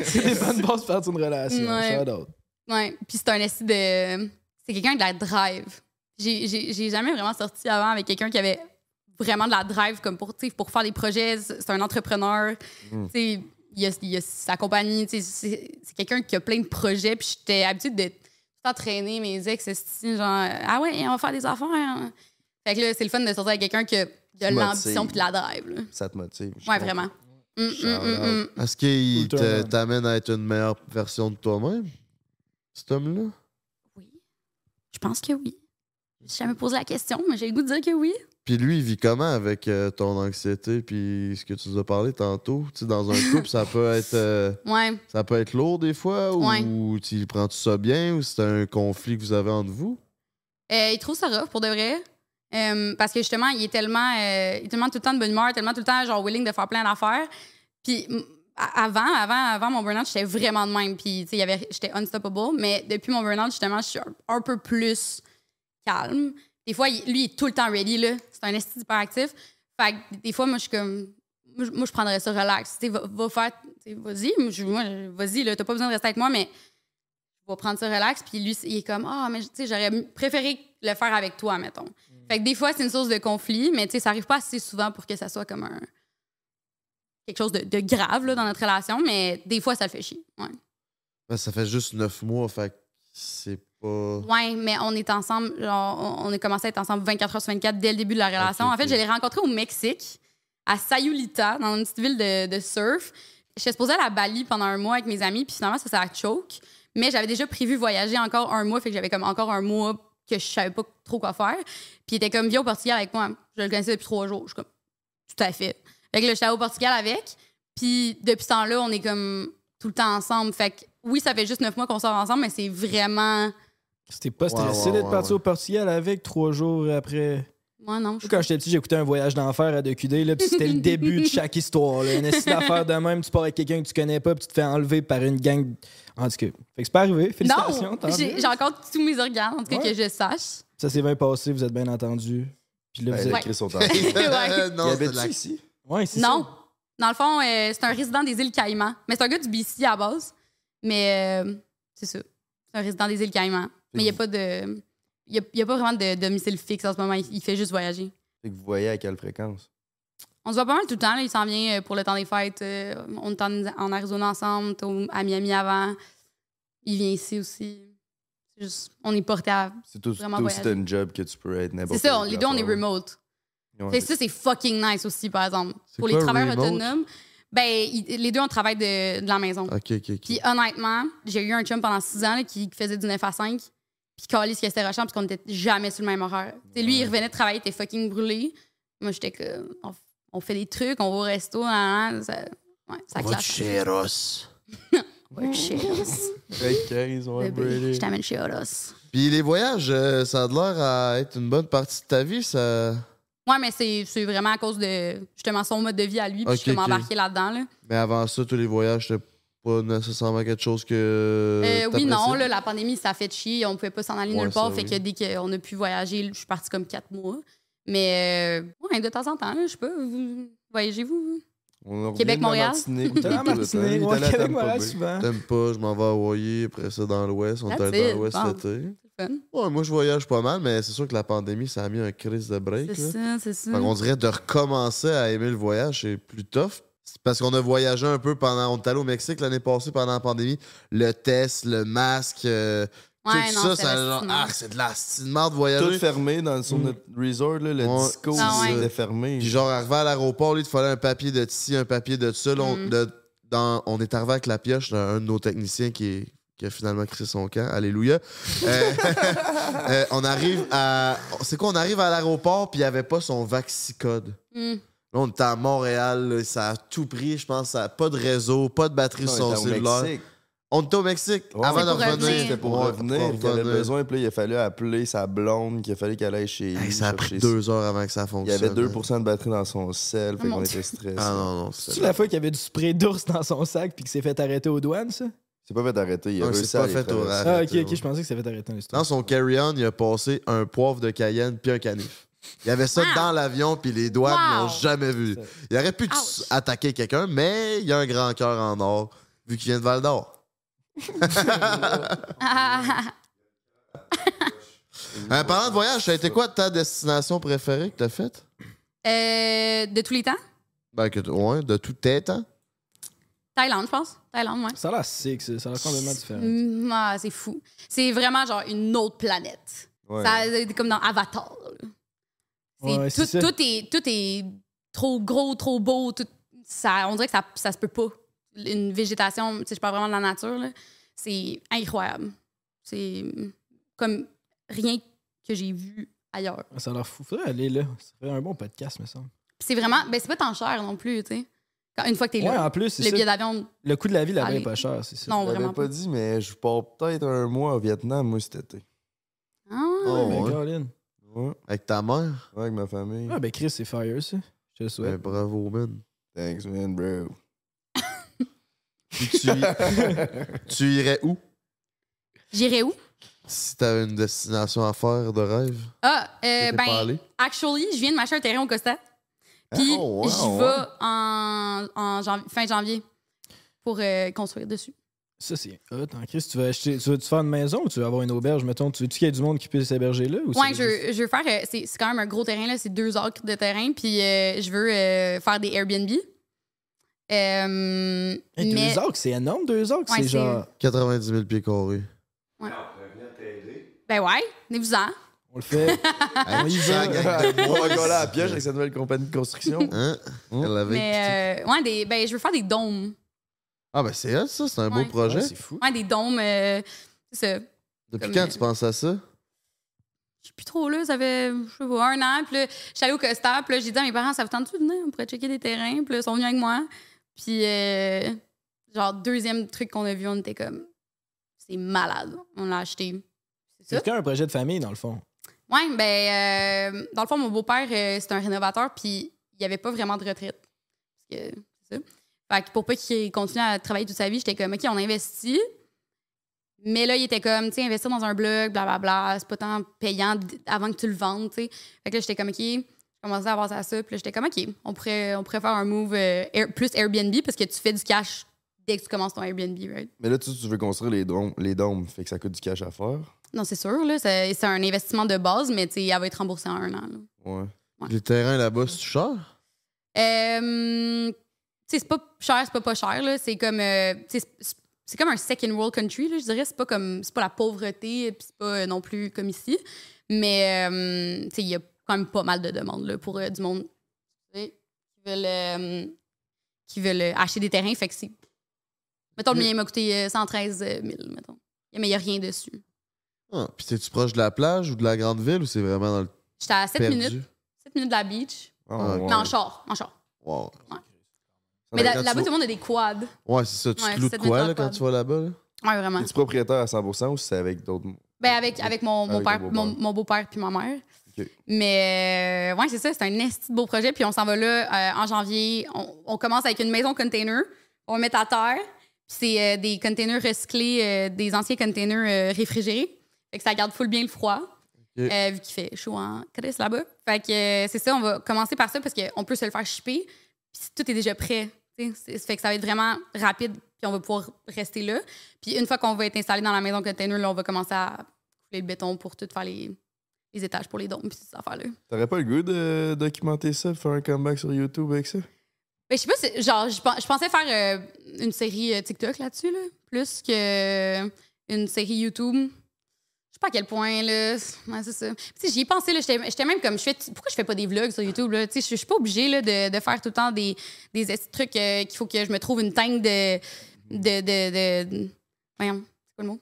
Speaker 4: C'est des bonnes bases pour faire une relation.
Speaker 2: Ouais.
Speaker 4: Shout-out.
Speaker 2: Ouais, puis c'est un essai de. C'est quelqu'un de la drive. J'ai- J'ai j'ai jamais vraiment sorti avant avec quelqu'un qui avait vraiment de la drive comme pour, tu sais, pour faire des projets. C'est un entrepreneur.
Speaker 6: Mm.
Speaker 2: Tu sais, il a, il a sa compagnie. tu sais, C'est c'est quelqu'un qui a plein de projets. Puis j'étais habituée de tout le temps traîner mes ex, esti, genre, ah ouais, on va faire des affaires. hein. Fait que là, c'est le fun de sortir avec quelqu'un qui a de
Speaker 3: Motive.
Speaker 2: l'ambition puis de la drive. là.
Speaker 3: Ça te motive. je
Speaker 2: Ouais,
Speaker 3: comprends.
Speaker 2: vraiment. Mm, mm, mm, mm.
Speaker 1: Est-ce qu'il
Speaker 3: Tout le
Speaker 1: te-
Speaker 3: temps.
Speaker 1: t'amène à être une meilleure version de toi-même? Cet homme-là?
Speaker 2: Je pense que oui. J'ai jamais posé la question, mais j'ai le goût de dire que oui.
Speaker 1: Puis lui, il vit comment avec euh, ton anxiété puis ce que tu nous as parlé tantôt? Tu sais, dans un couple, ça peut être euh,
Speaker 2: Ouais.
Speaker 1: ça peut être lourd des fois ou tu prends-tu ça bien ou c'est un conflit que vous avez entre vous?
Speaker 2: Euh, il trouve ça rough, pour de vrai. Euh, parce que justement, il est, tellement, euh, il est tellement tout le temps de bonne humeur, tellement tout le temps genre willing de faire plein d'affaires. Puis m- a- avant, avant, avant mon burn-out, j'étais vraiment de même. Puis tu sais, il y avait- j'étais unstoppable. Mais depuis mon burn-out, justement, je suis un, un peu plus calme. Des fois, il- lui, il est tout le temps ready. là. C'est un esti hyperactif. Fait que des fois, moi, je suis comme. Moi, je- moi, je prendrais ça relax. Tu sais, va, va faire. tu sais, Vas-y, moi, je- moi, je- vas-y, là, t'as pas besoin de rester avec moi, mais je vais prendre ça relax. Puis lui, il est comme, ah, mais tu sais, j'aurais m- préféré le faire avec toi, mettons. Fait que des fois, c'est une source de conflit, mais tu sais, ça arrive pas assez souvent pour que ça soit comme un. quelque chose de, de grave, là, dans notre relation, mais des fois, ça le fait chier. Ouais.
Speaker 1: Ben, ça fait juste neuf mois, fait que c'est pas. [LAUGHS]
Speaker 2: [LAUGHS] Ouais, mais on est ensemble, genre, on on a commencé à être ensemble 24 heures sur 24 dès le début de la relation.
Speaker 1: Ok,
Speaker 2: En fait,
Speaker 1: ok.
Speaker 2: je l'ai rencontré au Mexique, à Sayulita, dans une petite ville de, de surf. J'étais supposée aller à Bali pendant un mois avec mes amis, puis finalement, ça, ça choke. Mais j'avais déjà prévu voyager encore un mois, fait que j'avais comme encore un mois que je savais pas trop quoi faire. Puis il était comme, viens au Portugal avec moi. Je le connaissais depuis trois jours. Je suis comme, tout à fait. Fait que là, j'étais allée au Portugal avec. Puis depuis ce temps-là, on est comme tout le temps ensemble. Fait que oui, ça fait juste neuf mois qu'on sort ensemble, mais c'est vraiment.
Speaker 4: C'était pas stressé
Speaker 2: ouais,
Speaker 4: d'être
Speaker 2: ouais,
Speaker 4: parti
Speaker 2: ouais.
Speaker 4: au Portugal avec trois jours après.
Speaker 2: Moi, non. je-
Speaker 4: Moi, quand j'étais petit, j'écoutais un voyage d'enfer à DQD, là, puis
Speaker 2: [LAUGHS]
Speaker 4: c'était le début de chaque histoire. Là. Une astuce d'affaires de même, tu pars avec quelqu'un que tu connais pas, puis tu te fais enlever par une gang. En tout cas, fait que c'est pas arrivé. Félicitations,
Speaker 2: Non,
Speaker 4: tant
Speaker 2: j'ai
Speaker 4: mieux.
Speaker 2: j'ai encore tous mes organes, en tout cas, que je sache.
Speaker 4: Ça s'est bien passé, vous êtes bien entendu. Puis là,
Speaker 3: Ouais,
Speaker 4: vous
Speaker 2: ouais.
Speaker 4: êtes
Speaker 2: Ouais.
Speaker 3: Non,
Speaker 4: habite
Speaker 3: c'est de la-
Speaker 4: ici? Ouais, c'est
Speaker 2: Non. Dans le fond, euh, c'est un résident des îles Caïmans. Mais c'est un gars du BC à la base. Mais euh, c'est ça. C'est un résident des îles Caïmans. Mais il n'y a pas de. Il n'y a, pas vraiment de domicile fixe en ce moment. Il, il fait juste voyager.
Speaker 3: Fait que vous voyez à quelle fréquence.
Speaker 2: On se voit pas mal tout le temps. là. Il s'en vient euh, pour le temps des fêtes. Euh, on est en, en Arizona ensemble, on était au- à Miami avant. Il vient ici aussi. C'est juste, on est porté à
Speaker 3: C'est tout,
Speaker 2: vraiment
Speaker 3: tout aussi
Speaker 2: voyager.
Speaker 3: t'as une job que tu peux être n'importe
Speaker 2: C'est ça,
Speaker 3: quelle
Speaker 2: on- les deux, on est
Speaker 3: plateforme.
Speaker 2: remote.
Speaker 3: Ouais.
Speaker 2: Fait que ça, c'est fucking nice aussi, par exemple.
Speaker 1: C'est
Speaker 2: Pour
Speaker 1: quoi,
Speaker 2: les travailleurs
Speaker 1: remote?
Speaker 2: autonomes, ben, il- les deux, on travaille de, de la maison.
Speaker 1: Ok, ok, ok.
Speaker 2: Puis honnêtement, j'ai eu un chum pendant six ans là, qui qui faisait du 9 à 5. Puis calé ce qui était rushant parce qu'on n'était jamais sur le même horaire. Tu sais, lui, il revenait de travailler, il était fucking brûlé. Moi, j'étais comme, on, on fait des trucs, on va au resto, nan, nan, ça, ouais, ça
Speaker 1: Va
Speaker 2: clash.
Speaker 1: chez Eros.
Speaker 2: Ouais, chez Eros.
Speaker 3: Fait
Speaker 2: [LAUGHS]
Speaker 3: 15, ouais,
Speaker 2: Bébé,
Speaker 3: Brady.
Speaker 2: Je t'amène chez Eros.
Speaker 1: Puis les voyages, euh, ça a de l'air à être une bonne partie de ta vie, ça.
Speaker 2: Ouais, mais c'est c'est vraiment à cause de justement son mode de vie à lui. Puis
Speaker 1: Ok,
Speaker 2: je suis comme
Speaker 1: ok.
Speaker 2: embarquée là-dedans. Là.
Speaker 1: Mais avant ça, tous les voyages, c'était pas nécessairement quelque chose que.
Speaker 2: Euh, oui,
Speaker 1: t'apprécies?
Speaker 2: non, là, la pandémie, ça a fait chier. On pouvait pas s'en aller
Speaker 1: Ouais,
Speaker 2: nulle part.
Speaker 1: ça,
Speaker 2: fait
Speaker 1: oui.
Speaker 2: que dès qu'on a pu voyager, je suis partie comme quatre mois. Mais euh, ouais, de temps en temps, là, je sais pas, vous- voyagez-vous.
Speaker 3: On revient
Speaker 2: Québec,
Speaker 3: de la
Speaker 2: Montréal.
Speaker 3: Martinique,
Speaker 4: On est allé à
Speaker 3: tout, tout, tout.
Speaker 4: Martinique,
Speaker 3: On est
Speaker 4: ouais,
Speaker 3: allé à
Speaker 4: Québec,
Speaker 3: Tampa
Speaker 4: Montréal,
Speaker 3: Bay.
Speaker 4: souvent.
Speaker 1: T'aimes pas, je m'en vais à Hawaii, après ça dans l'Ouest. On est
Speaker 2: That's
Speaker 1: allé
Speaker 2: it,
Speaker 1: dans l'Ouest
Speaker 2: bon.
Speaker 1: l'été.
Speaker 2: C'est fun.
Speaker 1: Ouais, moi je voyage pas mal, mais c'est sûr que la pandémie, ça a mis un crise de break.
Speaker 2: C'est
Speaker 1: là.
Speaker 2: ça, c'est ça.
Speaker 1: Fait qu'on dirait de recommencer à aimer le voyage, c'est plus tough. C'est parce qu'on a voyagé un peu pendant. On est allé au Mexique l'année passée pendant la pandémie. Le test, le masque, euh,
Speaker 2: Ouais,
Speaker 1: tout
Speaker 2: non,
Speaker 1: ça,
Speaker 2: c'est
Speaker 1: ça
Speaker 2: la
Speaker 1: genre,
Speaker 2: petite merde.
Speaker 1: ah, c'est de la petite merde de voyager.
Speaker 3: Tout fermé dans, sur
Speaker 1: Mm.
Speaker 3: notre resort, là, le
Speaker 1: Ouais,
Speaker 3: disco,
Speaker 1: c'est
Speaker 2: Ah ouais.
Speaker 1: ça.
Speaker 3: c'était fermé.
Speaker 1: Puis genre, arrivé à l'aéroport, lui, il te fallait un papier de ci, un papier de ça. Là, on,
Speaker 2: Mm.
Speaker 1: de- dans- on est arrivé avec la pioche d'un un de nos techniciens qui est qui a finalement crissé son camp. Alléluia. Euh, [LAUGHS] euh, on arrive à. C'est quoi? On arrive à l'aéroport, puis il n'y avait pas son vaccicode.
Speaker 2: Hmm.
Speaker 1: Là, on était à Montréal, là, ça a tout pris, je pense. Ça a pas de réseau, pas de batterie
Speaker 3: Non,
Speaker 1: sur son
Speaker 3: il était au
Speaker 1: cellulaire.
Speaker 3: Mexique.
Speaker 1: On était au Mexique
Speaker 3: Ouais,
Speaker 1: avant de
Speaker 2: pour revenir.
Speaker 1: revenir.
Speaker 3: C'était pour
Speaker 1: Ouais,
Speaker 3: revenir.
Speaker 1: pour
Speaker 3: qu'il avait
Speaker 1: revenir.
Speaker 3: besoin. Puis là, il a fallu appeler sa blonde, qu'il a fallu qu'elle aille chez lui.
Speaker 1: ça a
Speaker 3: chercher
Speaker 1: pris
Speaker 3: ça.
Speaker 1: deux heures avant que ça
Speaker 3: Il y
Speaker 1: fonctionne. hein.
Speaker 3: avait 2% de batterie dans son sel, fait
Speaker 2: mon
Speaker 3: qu'on
Speaker 2: Dieu.
Speaker 3: était stressé.
Speaker 1: Ah non, non,
Speaker 4: C'est
Speaker 1: c'était-
Speaker 4: la fois qu'il y avait du spray d'ours dans son sac puis qu'il s'est fait arrêter aux douanes, ça?
Speaker 3: C'est pas fait arrêter, il a
Speaker 1: Ouais,
Speaker 3: réussi
Speaker 1: c'est
Speaker 3: à
Speaker 1: pas
Speaker 3: les
Speaker 1: fait au
Speaker 3: traverser.
Speaker 4: Ah, ok,
Speaker 1: Arrêter,
Speaker 4: ok,
Speaker 1: ouais.
Speaker 4: je pensais que ça avait arrêté dans l'histoire.
Speaker 1: Dans son carry-on, il a passé un poivre de Cayenne puis un canif. Il y avait ça
Speaker 2: Wow.
Speaker 1: dans l'avion, puis les douanes
Speaker 2: Wow.
Speaker 1: l'ont jamais vu. Il aurait pu t-
Speaker 2: Ouch.
Speaker 1: attaquer quelqu'un, mais il a un grand cœur en or, vu qu'il vient de Val d'Or.
Speaker 2: [LAUGHS] Ah, ah, ah.
Speaker 1: Euh, parlant de voyage, ça a été quoi ta destination préférée que t'as faite?
Speaker 2: Euh, de tous les temps?
Speaker 1: Ben, que t- ouais, de tout tête, hein?
Speaker 2: Thaïlande, je pense. Thaïlande, ouais.
Speaker 4: Ça a l'air sick, ça. Ça a l'air complètement différent.
Speaker 2: Mm, ah, c'est fou. C'est vraiment genre une autre planète.
Speaker 3: Ouais.
Speaker 2: Ça, c'est comme dans Avatar. là. C'est
Speaker 4: Ouais,
Speaker 2: tout,
Speaker 4: c'est ça.
Speaker 2: tout est, tout est trop gros, trop beau. tout- ça, on dirait que ça, ça se peut pas. Une végétation, tu sais, je parle vraiment de la nature, là, c'est incroyable. C'est comme rien que j'ai vu ailleurs.
Speaker 4: Ah, Ça a l'air fou. Faudrait aller là. Ça ferait un bon podcast, me semble.
Speaker 2: Puis c'est vraiment, ben c'est pas tant cher non plus, tu sais. Quand- Une fois que t'es
Speaker 4: Ouais,
Speaker 2: là,
Speaker 4: en plus, c'est
Speaker 2: le billet
Speaker 4: ça.
Speaker 2: d'avion,
Speaker 4: Le coût de la vie là-bas
Speaker 2: Allez.
Speaker 4: est pas cher, c'est ça.
Speaker 2: non,
Speaker 3: Je l'avais
Speaker 2: vraiment
Speaker 3: pas
Speaker 2: pas.
Speaker 3: dit, mais je pars peut-être un mois au Vietnam, moi, cet été.
Speaker 2: Ah,
Speaker 1: Oh,
Speaker 4: Mais
Speaker 1: ouais.
Speaker 4: Caroline.
Speaker 3: Ouais,
Speaker 1: Avec ta mère?
Speaker 3: Ouais, avec ma famille.
Speaker 4: Ah, ben Chris, c'est fire, ça. Je te le
Speaker 1: Ben,
Speaker 4: souhaite.
Speaker 1: bravo, man.
Speaker 3: Thanks, man, bro.
Speaker 1: Puis tu, tu irais où?
Speaker 2: J'irais où?
Speaker 1: Si t'avais une destination à faire de rêve?
Speaker 2: Ah, euh,
Speaker 1: T'étais pas
Speaker 2: ben,
Speaker 1: allé?
Speaker 2: Actually, je viens de m'acheter un terrain au Costa. Puis,
Speaker 3: Oh, wow,
Speaker 2: j'y
Speaker 3: ouais.
Speaker 2: vais en, en janv- fin janvier pour euh, construire dessus.
Speaker 4: Ça, c'est hot. hein. Chris, tu vas acheter. Tu veux-tu faire une maison ou tu veux avoir une auberge, mettons? Tu veux-tu qu'il y ait du monde qui puisse s'héberger là? Ou
Speaker 2: Ouais,
Speaker 4: c'est
Speaker 2: je,
Speaker 4: juste-
Speaker 2: veux- je veux faire. euh, C'est c'est quand même un gros terrain, là. C'est deux acres de terrain. Puis, euh, je veux euh, faire des Airbnb. Euh,
Speaker 4: Hey,
Speaker 2: mais-
Speaker 4: Deux orques, c'est énorme, deux orques.
Speaker 2: Ouais,
Speaker 4: c'est
Speaker 2: c'est-
Speaker 4: genre.
Speaker 1: 90 000 pieds carrés.
Speaker 2: Ben ouais, venez-vous-en.
Speaker 4: On le fait.
Speaker 1: [LAUGHS] Hey, tu
Speaker 2: Ah,
Speaker 1: sens, gang
Speaker 3: [LAUGHS]
Speaker 1: de
Speaker 3: On va
Speaker 1: boys.
Speaker 3: coller à
Speaker 1: [LAUGHS]
Speaker 3: la pioche avec sa nouvelle compagnie
Speaker 2: [LAUGHS]
Speaker 3: de construction.
Speaker 1: Hein? Elle l'avait quitté.
Speaker 2: Mais, euh, ouais, des, ben, je veux faire des dômes.
Speaker 1: Ah, ben c'est hot, ça, c'est un
Speaker 2: Ouais.
Speaker 1: beau projet.
Speaker 4: Ouais, c'est fou.
Speaker 2: Ouais, des dômes. euh, c'est ça.
Speaker 1: Depuis
Speaker 2: Comme,
Speaker 1: quand
Speaker 2: euh,
Speaker 1: tu penses à ça?
Speaker 2: Je suis plus trop là, ça fait, je sais pas, un an. Puis là, je suis allée au Costa, puis là, j'ai dit à mes parents, ça vous tente-tu de venir? On pourrait checker des terrains. Puis là, ils sont venus avec moi. Puis, euh, genre, deuxième truc qu'on a vu, on était comme, c'est malade. On l'a acheté. C'est ça?
Speaker 4: C'est quand un projet de famille, dans le fond.
Speaker 2: Ouais, ben, euh, dans le fond, mon beau-père, euh, c'est un rénovateur, puis il n'y avait pas vraiment de retraite. Parce que, c'est ça. Fait que pour pas qu'il continue à travailler toute sa vie, j'étais comme, OK, on investit. Mais là, il était comme, tu sais, investir dans un blog, blablabla, c'est pas tant payant d- avant que tu le vendes, tu sais. Fait que là, j'étais comme, OK, je commençais à penser à ça, puis là, j'étais comme, OK, on pourrait, on pourrait faire un move euh, Air- plus Airbnb parce que tu fais du cash dès que tu commences ton Airbnb, right?
Speaker 3: Mais là, tu, tu veux construire les dômes, les dômes, fait que ça coûte du cash à faire.
Speaker 2: Non, c'est sûr, là, c'est c'est un investissement de base, mais tu sais, elle va être remboursée en un an, là.
Speaker 3: Ouais.
Speaker 2: Ouais.
Speaker 1: Les terrains là-bas, c'est cher?
Speaker 2: Euh, tu sais, c'est pas cher, c'est pas pas cher. là. C'est comme, euh, tu sais, c'est- c'est comme un second world country, là, je dirais. C'est pas comme, c'est pas la pauvreté, puis c'est pas euh, non plus comme ici. Mais euh, tu sais, il y a quand même pas mal de demandes là, pour euh, du monde tu sais, qui veulent, euh, qui veulent euh, acheter des terrains. Fait que c'est- mettons le mien il m'a coûté euh, 113 000, mettons. Mais il n'y a rien dessus.
Speaker 1: Ah, Puis t'es-tu proche de la plage ou de la grande ville ou c'est vraiment dans le
Speaker 2: J'étais à 7
Speaker 1: perdu?
Speaker 2: minutes, 7 minutes de la beach.
Speaker 3: Ah, ouais.
Speaker 2: Non, en char, en char.
Speaker 1: Wow.
Speaker 2: Mais
Speaker 1: mais
Speaker 2: là-
Speaker 1: quand tu
Speaker 2: là-bas,
Speaker 1: vas-
Speaker 2: tout le monde a des quads.
Speaker 1: Ouais, c'est ça. Tu
Speaker 2: Ouais,
Speaker 1: te loues de
Speaker 2: c'est
Speaker 1: quoi
Speaker 2: des
Speaker 1: là, quand
Speaker 2: quads.
Speaker 1: tu vas là-bas? là?
Speaker 2: Ouais, vraiment.
Speaker 3: Es-tu propriétaire à 100% ou c'est avec d'autres.
Speaker 2: Ben avec, avec mon, mon
Speaker 3: Avec
Speaker 2: père,
Speaker 3: ton
Speaker 2: mon,
Speaker 3: beau-père.
Speaker 2: mon beau-père puis ma mère.
Speaker 3: Ok.
Speaker 2: Mais euh, ouais, c'est ça, c'est un esti de beau projet. Puis on s'en va là euh, en janvier. On, on commence avec une maison container. On va mettre à terre. Puis c'est euh, des containers recyclés, euh, des anciens containers euh, réfrigérés. Fait que ça garde full bien le froid. euh, vu qu'il fait chaud en Chris là-bas. Fait que euh, c'est ça, on va commencer par ça parce qu'on peut se le faire shipper. Puis tout est déjà prêt. tu sais. C'est- Ça fait que ça va être vraiment rapide. Puis on va pouvoir rester là. Puis une fois qu'on va être installé dans la maison container, là, on va commencer à couler le béton pour tout faire les, les étages pour les dômes puis ces affaires-là.
Speaker 3: T'aurais pas le goût de documenter ça, de faire un comeback sur YouTube avec ça?
Speaker 2: Mais Ben, je sais pas, si- genre, je pen- je pensais faire euh, une série euh, TikTok là-dessus, là, plus que euh, une série YouTube. Je sais pas à quel point, là. Ouais, c'est ça. Puis, Tu sais, j'y ai pensé, là. J'étais j'étais même comme, je fais, pourquoi je fais pas des vlogs sur YouTube, là? Tu sais, je je suis pas obligée, là, de, de faire tout le temps des, des petits trucs euh, qu'il faut que je me trouve une tank de. de. de. de. de- voyons, quoi le mot?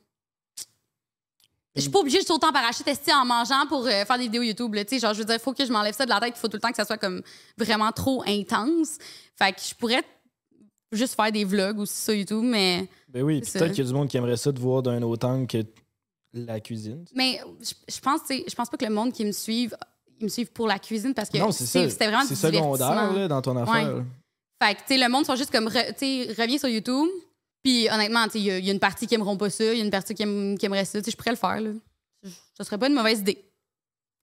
Speaker 2: Je suis pas obligée de sauter en parachute esti, en mangeant pour euh, faire des vidéos YouTube. là, tu sais, genre, je veux dire, faut que je m'enlève ça de la tête. Il faut tout le temps que ça soit comme vraiment trop intense. Fait que je pourrais juste faire des vlogs aussi sur YouTube, mais...
Speaker 4: Ben oui, puis
Speaker 2: C'est
Speaker 4: peut-être
Speaker 2: ça.
Speaker 4: qu'il y a du monde qui aimerait ça de voir d'un autre angle que la cuisine.
Speaker 2: Mais je, je pense, tu sais, je pense pas que le monde qui me suive, ils me suivent pour la cuisine parce que
Speaker 4: Non, c'est ça.
Speaker 2: c'était vraiment
Speaker 4: C'est
Speaker 2: du
Speaker 4: secondaire
Speaker 2: divertissement.
Speaker 4: là, dans ton affaire.
Speaker 2: Ouais.
Speaker 4: là.
Speaker 2: Fait que, tu sais, le monde sont juste comme, re- tu sais, reviens sur YouTube. Puis honnêtement, tu sais, il y, a- il y a une partie qui aimeront pas ça, il y a une partie qui, aime- qui aimerait ça. Tu sais, je pourrais le faire, là. Ça serait pas une mauvaise idée.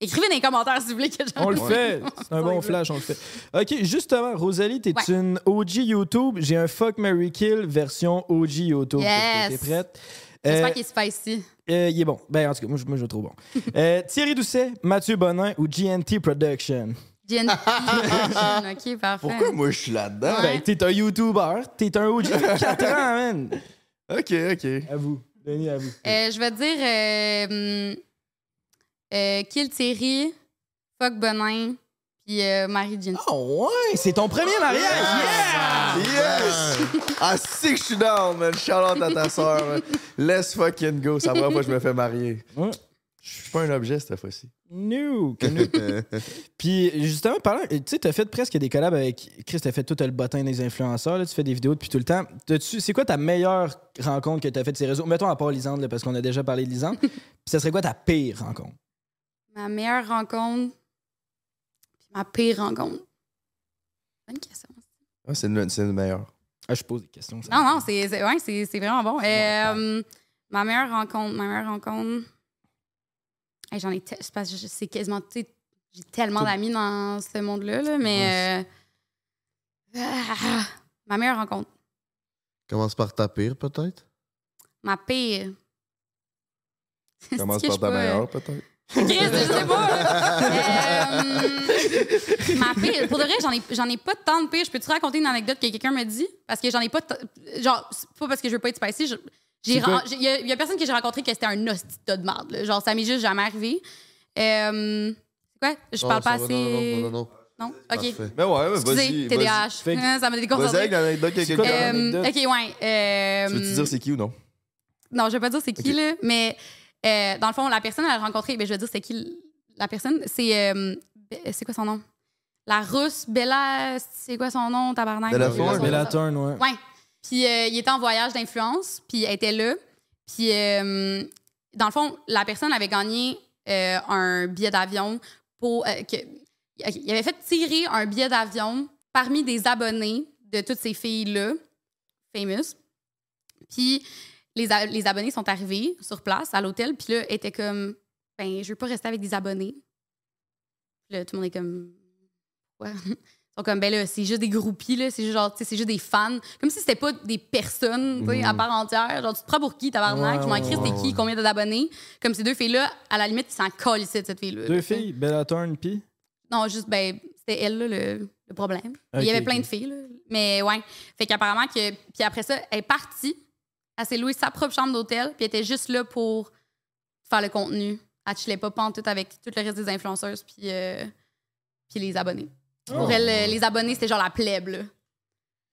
Speaker 2: Écrivez dans les commentaires, s'il vous plaît, que j'en
Speaker 4: [LAUGHS] On le fait. C'est un bon flash, on le fait. OK, justement, Rosalie, t'es
Speaker 2: Ouais.
Speaker 4: une OG YouTube. J'ai un Fuck Mary Kill version OG YouTube.
Speaker 2: Yes.
Speaker 4: T'es prête?
Speaker 2: J'espère
Speaker 4: Euh,
Speaker 2: qu'il se fait ici.
Speaker 4: euh, il est bon. Ben, en tout cas, moi, je- moi, je le
Speaker 2: [LAUGHS]
Speaker 4: trouve bon. Euh, Thierry Doucet, Mathieu Bonin ou GNT Production?
Speaker 2: [LAUGHS] OK, parfait.
Speaker 3: Pourquoi moi je suis là-dedans?
Speaker 4: Ben, t'es un YouTuber, t'es un [LAUGHS] OG de 4 ans, man.
Speaker 3: OK, OK.
Speaker 4: À vous. Denis, à vous.
Speaker 2: Euh, je vais dire euh, hum, euh, Kill Thierry, Fuck Bonin, puis euh, Marie Jean.
Speaker 4: Oh ouais, c'est ton premier Ah, mariage!
Speaker 3: Yes! Ah, si que je suis down, man. Shout out à ta soeur, man. Let's fucking go. C'est la première fois que je me fais marier.
Speaker 4: Ouais.
Speaker 3: Je suis pas un objet cette fois-ci.
Speaker 4: New, que new.
Speaker 3: [LAUGHS]
Speaker 4: Puis justement, parlant, tu sais, t'as fait presque des collabs avec Chris, t'as fait tout le bottin des influenceurs, là, tu fais des vidéos depuis tout le temps. T'as-tu- C'est quoi ta meilleure rencontre que t'as faite de ces réseaux? Mettons à part Lisande, là, parce qu'on a déjà parlé
Speaker 2: [LAUGHS]
Speaker 4: de Lisande. Puis ça serait quoi ta pire rencontre?
Speaker 2: Ma meilleure rencontre, puis ma pire rencontre. Bonne question.
Speaker 3: Ah, c'est le, c'est
Speaker 2: [LAUGHS]
Speaker 3: le meilleur.
Speaker 4: Ah, je pose des questions.
Speaker 2: Non, non, c'est c'est- ouais, c'est- c'est vraiment bon. Euh, hum, ma meilleure rencontre, ma meilleure rencontre. Hey, J'en ai te- c'est parce que je- c'est quasiment. tu sais, J'ai tellement
Speaker 6: Tout-
Speaker 2: d'amis dans ce monde-là, là, mais. euh, ah, ma meilleure rencontre.
Speaker 1: Commence par ta pire, peut-être.
Speaker 2: Ma pire. [LAUGHS]
Speaker 3: Commence
Speaker 2: que
Speaker 3: par
Speaker 2: je
Speaker 3: ta
Speaker 2: peux, euh,
Speaker 3: meilleure, peut-être.
Speaker 2: Chris, je sais pas. Euh, ma pire. Pour de vrai, j'en ai, j'en ai pas tant de pire. Je peux-tu raconter une anecdote que quelqu'un me dit? Parce que j'en ai pas. tant- Genre, c'est pas parce que je veux pas être spicy. je- j'ai
Speaker 6: C'est quoi?
Speaker 2: ren- j'ai- Il y, a- il y a personne que j'ai rencontré que c'était un hostie de merde. là. Genre, ça m'est juste jamais arrivé. Euh, C'est quoi? Je
Speaker 1: Non,
Speaker 2: parle pas
Speaker 1: ça va,
Speaker 2: assez.
Speaker 1: non, non, non, non,
Speaker 2: Non? OK.
Speaker 1: Parfait.
Speaker 3: Ben ouais, ouais,
Speaker 2: Excusez,
Speaker 3: vas-y.
Speaker 2: TDAH.
Speaker 3: vas-y. Fait que-
Speaker 2: Hein, Ça m'a déconcentré.
Speaker 3: Vas-y avec l'anecdote que
Speaker 2: Euh,
Speaker 3: quelqu'un a anecdote.
Speaker 2: OK, ouais. Euh,
Speaker 3: Tu veux-tu dire c'est qui ou non?
Speaker 2: non, je vais pas dire c'est qui, là, mais euh, dans le fond, la personne, elle a rencontré, ben, je vais dire c'est qui l- la personne. C'est. euh, Be- c'est quoi son nom? La russe, Bella. C'est quoi son nom, tabarnak?
Speaker 4: Bella
Speaker 2: C'est quoi
Speaker 4: Thorne.
Speaker 2: son
Speaker 4: Bella
Speaker 2: nom?
Speaker 4: Thorne, ouais.
Speaker 2: Ouais. Puis euh, il était en voyage d'influence, puis elle était là. Puis euh, dans le fond, la personne avait gagné euh, un billet d'avion pour. euh, que- il avait fait tirer un billet d'avion parmi des abonnés de toutes ces filles-là, famous. Puis les, a- les abonnés sont arrivés sur place à l'hôtel, puis là, elle était comme, ben, je veux pas rester avec des abonnés. Puis là, tout le monde est comme, ouais. Ils sont comme, ben là, c'est juste des groupies, là, c'est juste genre, tu sais, c'est juste des fans. Comme si c'était pas des personnes, tu sais, à
Speaker 6: Mhm.
Speaker 2: part entière. Genre, tu te prends pour qui, tabarnak?
Speaker 4: Ouais,
Speaker 2: je m'en
Speaker 4: ouais,
Speaker 2: crie,
Speaker 4: ouais,
Speaker 2: c'était
Speaker 4: ouais.
Speaker 2: qui, combien d'abonnés? Comme ces deux filles-là, à la limite, ils s'en collent ici de cette fille-là.
Speaker 4: Deux
Speaker 2: là, tu sais.
Speaker 4: filles, Bella Thorne, puis.
Speaker 2: Non, juste, ben, c'était elle, là, le, le problème.
Speaker 4: Ok,
Speaker 2: Il y avait
Speaker 4: ok.
Speaker 2: plein de filles, là. Mais ouais. Fait qu'apparemment que. Puis après ça, elle est partie. Elle s'est louée sa propre chambre d'hôtel, puis elle était juste là pour faire le contenu. Elle chillait pas pantoute avec tout le reste des influenceuses, puis, euh, puis les abonnés. Pour
Speaker 6: Oh.
Speaker 2: elle, euh, les abonnés, c'était genre la plèbe, là.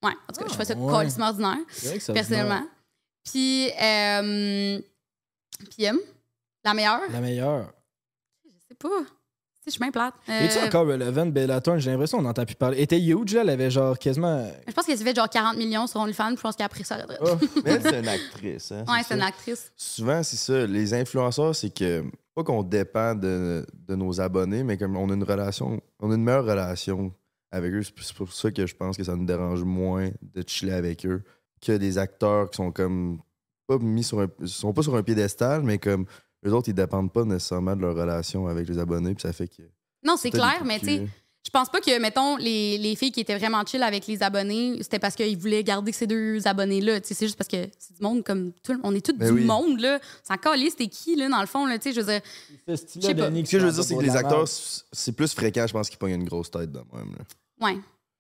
Speaker 2: Ouais, en tout cas, je fais ça
Speaker 4: Ah,
Speaker 6: ouais.
Speaker 2: complètement ordinaire,
Speaker 6: C'est vrai que c'est
Speaker 2: personnellement.
Speaker 6: ordinaire.
Speaker 2: Puis, euh, PM, la meilleure,
Speaker 4: La meilleure.
Speaker 2: c'est pas. C'est chemin plate.
Speaker 4: Es-tu
Speaker 2: Euh,
Speaker 4: encore relevant, Bella Thorne? J'ai l'impression qu'on n'entend plus parler. Elle était huge, là, elle avait genre quasiment. euh,
Speaker 2: Je pense qu'elle s'est fait genre 40 millions sur OnlyFans. puis Je pense qu'elle a pris sa retraite.
Speaker 3: Mais elle, Oh, c'est une actrice. Hein,
Speaker 2: ouais,
Speaker 3: ça?
Speaker 2: c'est une actrice.
Speaker 3: Souvent, c'est ça. Les influenceurs, c'est que. Pas qu'on dépend de, de nos abonnés, mais comme on a une relation. On a une meilleure relation avec eux. C'est pour- C'est pour ça que je pense que ça nous dérange moins de chiller avec eux que des acteurs qui sont comme. Pas mis sur un, sont pas sur un piédestal, mais comme. Eux autres, ils dépendent pas nécessairement de leur relation avec les abonnés, puis ça fait que.
Speaker 2: Non, c'est
Speaker 3: T'as des
Speaker 2: clair,
Speaker 3: coups
Speaker 2: mais
Speaker 3: de
Speaker 2: tu
Speaker 3: cul.
Speaker 2: sais, je pense pas que, mettons, les, les filles qui étaient vraiment chill avec les abonnés, c'était parce qu'ils voulaient garder ces deux abonnés-là. Tu sais, C'est juste parce que c'est du monde comme tout le On est tous
Speaker 3: Ben
Speaker 2: du
Speaker 3: oui.
Speaker 2: monde, là. Ça calait, c'était qui, là, dans le fond, là, tu sais, je veux dire.
Speaker 4: style
Speaker 2: Je sais pas.
Speaker 4: Denis,
Speaker 3: Ce que je veux dire, c'est que les
Speaker 4: La marque.
Speaker 3: acteurs, c'est c'est plus fréquent, je pense, qu'ils pognent une grosse tête de même. là.
Speaker 2: Ouais.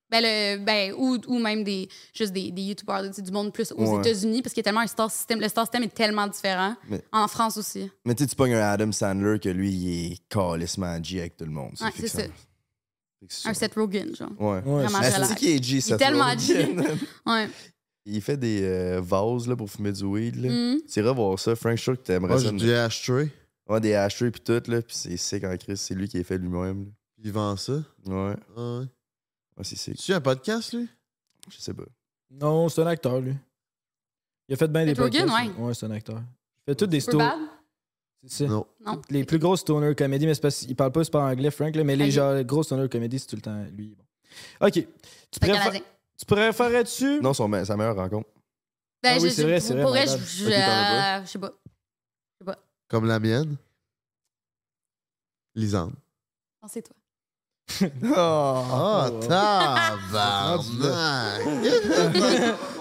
Speaker 2: Ben, le, ben ou, ou même des, juste des, des YouTubers, là, tu sais, du monde plus aux
Speaker 3: Ouais.
Speaker 2: États-Unis, parce qu'il y a tellement un star system. Le star system est tellement différent.
Speaker 3: Mais-
Speaker 2: En France aussi.
Speaker 3: Mais tu sais, tu pognes un Adam Sandler que lui, il est calissement G avec tout le monde.
Speaker 2: Ouais,
Speaker 3: Fait
Speaker 2: c'est
Speaker 3: que
Speaker 2: ça.
Speaker 3: fait que
Speaker 2: Un Seth Rogen, genre.
Speaker 3: Ouais.
Speaker 2: Vraiment,
Speaker 3: Ah,
Speaker 2: je
Speaker 3: c'est
Speaker 2: relaxe.
Speaker 3: qui est G,
Speaker 2: Il est
Speaker 3: Seth
Speaker 2: tellement
Speaker 3: Rogen?
Speaker 2: G. ouais.
Speaker 3: [LAUGHS] Il fait des euh, vases là, pour fumer du weed. Là.
Speaker 2: Mm.
Speaker 3: Tu iras voir ça. Frank, je suis sûr que t'aimerais
Speaker 1: Ah,
Speaker 3: ça.
Speaker 1: j'ai
Speaker 3: mais-
Speaker 1: du ashtray.
Speaker 3: Ouais, des ashtrays puis tout, là. Puis c'est sick en Christ. C'est lui qui les fait lui-même. là.
Speaker 1: Il vend ça.
Speaker 3: Ouais.
Speaker 1: Ah ouais.
Speaker 3: Ouais, c'est sick.
Speaker 1: Tu as un podcast, lui?
Speaker 3: Je sais pas.
Speaker 4: Non, c'est un acteur, lui. Il a fait bien des
Speaker 2: Seth Rogen,
Speaker 4: podcasts, lui. Ouais, c'est un acteur. Il fait toutes des
Speaker 2: Super
Speaker 4: stories.
Speaker 2: bad?
Speaker 4: C'est ça.
Speaker 1: Non.
Speaker 2: Non.
Speaker 4: Les plus grosses stoner comédies, mais c'est parce qu'il parle pas super anglais, Frank, là, mais les
Speaker 2: Ok.
Speaker 4: genre, grosses stoner comédies, c'est tout le temps lui. Bon. OK. Tu,
Speaker 2: C'est un
Speaker 4: préfères-
Speaker 2: Canadien.
Speaker 4: tu préférerais-tu.
Speaker 3: Non, son, me- sa
Speaker 1: [LAUGHS]
Speaker 3: meilleure rencontre.
Speaker 2: Ben,
Speaker 4: Ah oui,
Speaker 2: je-
Speaker 4: c'est vrai,
Speaker 2: je-
Speaker 4: c'est vrai,
Speaker 2: Pour vrai,
Speaker 4: my
Speaker 2: je
Speaker 4: bad.
Speaker 2: je-
Speaker 4: Ok, t'en as
Speaker 2: euh, je sais pas. Je sais pas.
Speaker 1: Comme la mienne. Lisande.
Speaker 2: Non, c'est toi.
Speaker 1: Ah,
Speaker 4: ouais.
Speaker 1: tabarnak!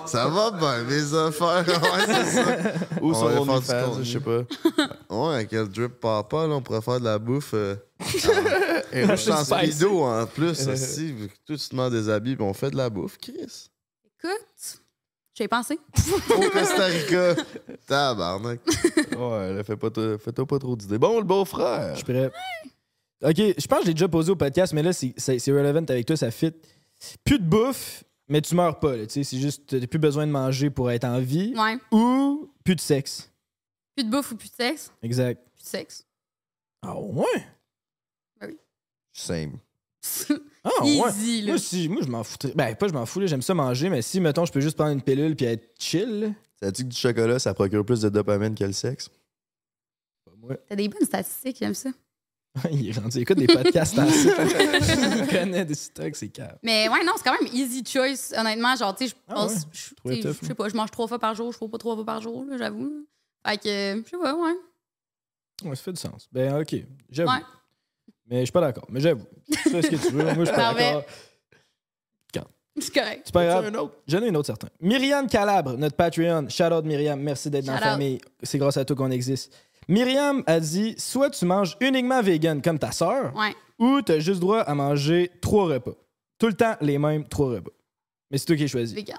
Speaker 1: ça va bien, mes affaires. Ouais, c'est ça.
Speaker 3: Ou
Speaker 1: On
Speaker 3: son
Speaker 1: va faire du
Speaker 3: OnlyFans,
Speaker 1: contenu.
Speaker 3: je sais pas.
Speaker 1: Ouais, avec le drip papa, là, on pourrait faire de la bouffe. Euh, en- en- en
Speaker 4: Spicy.
Speaker 1: speedo, en plus, aussi. vu que Tout se met des habits, puis on fait de la bouffe, Chris.
Speaker 2: Écoute, j'ai pensé.
Speaker 1: Au Costa Rica. Tabarnak.
Speaker 3: Ouais, là, fais pas t- fais-toi pas trop d'idées. Bon, le beau-frère.
Speaker 4: Je suis prêt. OK, je pense que je l'ai déjà posé au podcast, mais là, c'est- c'est c'est relevant avec toi, ça fit. Plus de bouffe, mais tu meurs pas. là, tu sais, C'est juste, t'as plus besoin de manger pour être en vie.
Speaker 2: Ouais.
Speaker 4: Ou plus de sexe.
Speaker 2: Plus de bouffe ou plus de sexe?
Speaker 4: Exact.
Speaker 2: Plus de sexe.
Speaker 4: Ah ouais?
Speaker 3: Same.
Speaker 4: Ah
Speaker 2: Easy,
Speaker 4: ouais?
Speaker 2: là.
Speaker 4: Moi, si, moi, je m'en foutrais. Ben, pas je m'en fous, là, j'aime ça manger, mais si, mettons, je peux juste prendre une pilule puis être chill. là.
Speaker 3: Sais-tu que du chocolat, ça procure plus de dopamine que le sexe?
Speaker 2: T'as des bonnes statistiques, j'aime ça.
Speaker 4: [LAUGHS] Il est rendu, écoute des podcasts
Speaker 2: [LAUGHS]
Speaker 4: en ça. Il connaît des stocks, c'est calme.
Speaker 2: Mais ouais, non, c'est quand même easy choice, honnêtement. Genre, tu sais, je
Speaker 4: Ah
Speaker 2: pense.
Speaker 4: ouais?
Speaker 2: je-
Speaker 4: Trouvé
Speaker 2: tu sais,
Speaker 4: tough, hein.
Speaker 2: je sais pas, je mange trois fois par jour, je fais pas trois fois par jour, là, j'avoue. Fait que, euh, je sais pas, ouais.
Speaker 4: Ouais, ça fait du sens. Ben, ok, j'avoue.
Speaker 2: Ouais. [LAUGHS]
Speaker 4: Mais je suis pas d'accord, mais j'avoue. Tu fais ce que tu veux, moi, je suis pas
Speaker 2: Parfait.
Speaker 4: d'accord.
Speaker 2: C'est correct.
Speaker 4: C'est pas grave. J'en ai une autre, certain. Myriam Calabre, notre Patreon. Shout out Myriam, merci d'être dans la
Speaker 2: Shout out.
Speaker 4: famille. C'est grâce à toi qu'on existe. Myriam a dit soit tu manges uniquement vegan comme ta sœur,
Speaker 2: Ouais.
Speaker 4: ou tu as juste droit à manger trois repas. Tout le temps les mêmes trois repas. Mais c'est toi qui choisis.
Speaker 2: Vegan.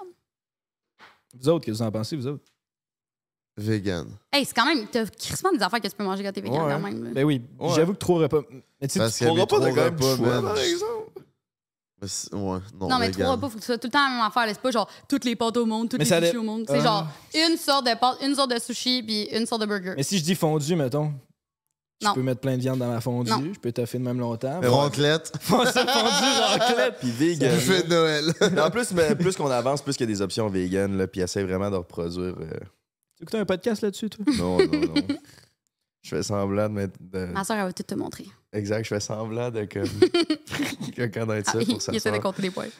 Speaker 4: Vous autres, qu'est-ce que vous en pensez, vous autres?
Speaker 1: Vegan.
Speaker 2: Hey, c'est quand même. T'as crissement des affaires que tu peux manger quand t'es vegan,
Speaker 3: Ouais.
Speaker 2: quand même. là.
Speaker 4: Ben oui,
Speaker 3: Ouais.
Speaker 4: j'avoue que trois repas. Mais tu sais,
Speaker 1: Parce
Speaker 4: tu
Speaker 1: qu'il y avait
Speaker 4: pourras pas
Speaker 1: trois
Speaker 4: de
Speaker 1: repas,
Speaker 4: même choix.
Speaker 1: man.
Speaker 3: Par exemple.
Speaker 1: Mais c'est- Ouais, non,
Speaker 2: Non, mais
Speaker 1: vegan.
Speaker 2: trois repas, faut que tu sois tout le temps la même affaire. là. C'est pas genre toutes les pâtes au monde, toutes
Speaker 4: Mais
Speaker 2: les
Speaker 4: ça
Speaker 2: sushis
Speaker 4: dé-
Speaker 2: au monde. C'est
Speaker 4: Ah.
Speaker 2: genre une sorte de pâte, une sorte de sushi, puis une sorte de burger.
Speaker 4: Mais si je dis fondu, mettons, je
Speaker 2: Non.
Speaker 4: peux mettre plein de viande dans ma fondue,
Speaker 2: Non.
Speaker 4: je peux taffer de même longtemps.
Speaker 1: Raclette,
Speaker 4: Fondu, [LAUGHS] raclette.
Speaker 3: Puis vegan.
Speaker 1: buffet de Noël.
Speaker 3: Mais en plus, mais plus qu'on avance, plus qu'il y a des options vegan, là, puis essaie vraiment de reproduire. euh,
Speaker 4: Tu écoutes un podcast là-dessus, toi?
Speaker 3: Non, non, non. Je fais semblant de, mettre- de-
Speaker 2: Ma soeur, elle va tout te montrer.
Speaker 3: Exact, je fais semblant de comme.
Speaker 2: [LAUGHS]
Speaker 3: de connaître ça
Speaker 2: Ah,
Speaker 3: pour ça.
Speaker 2: il essaie de compter les poils.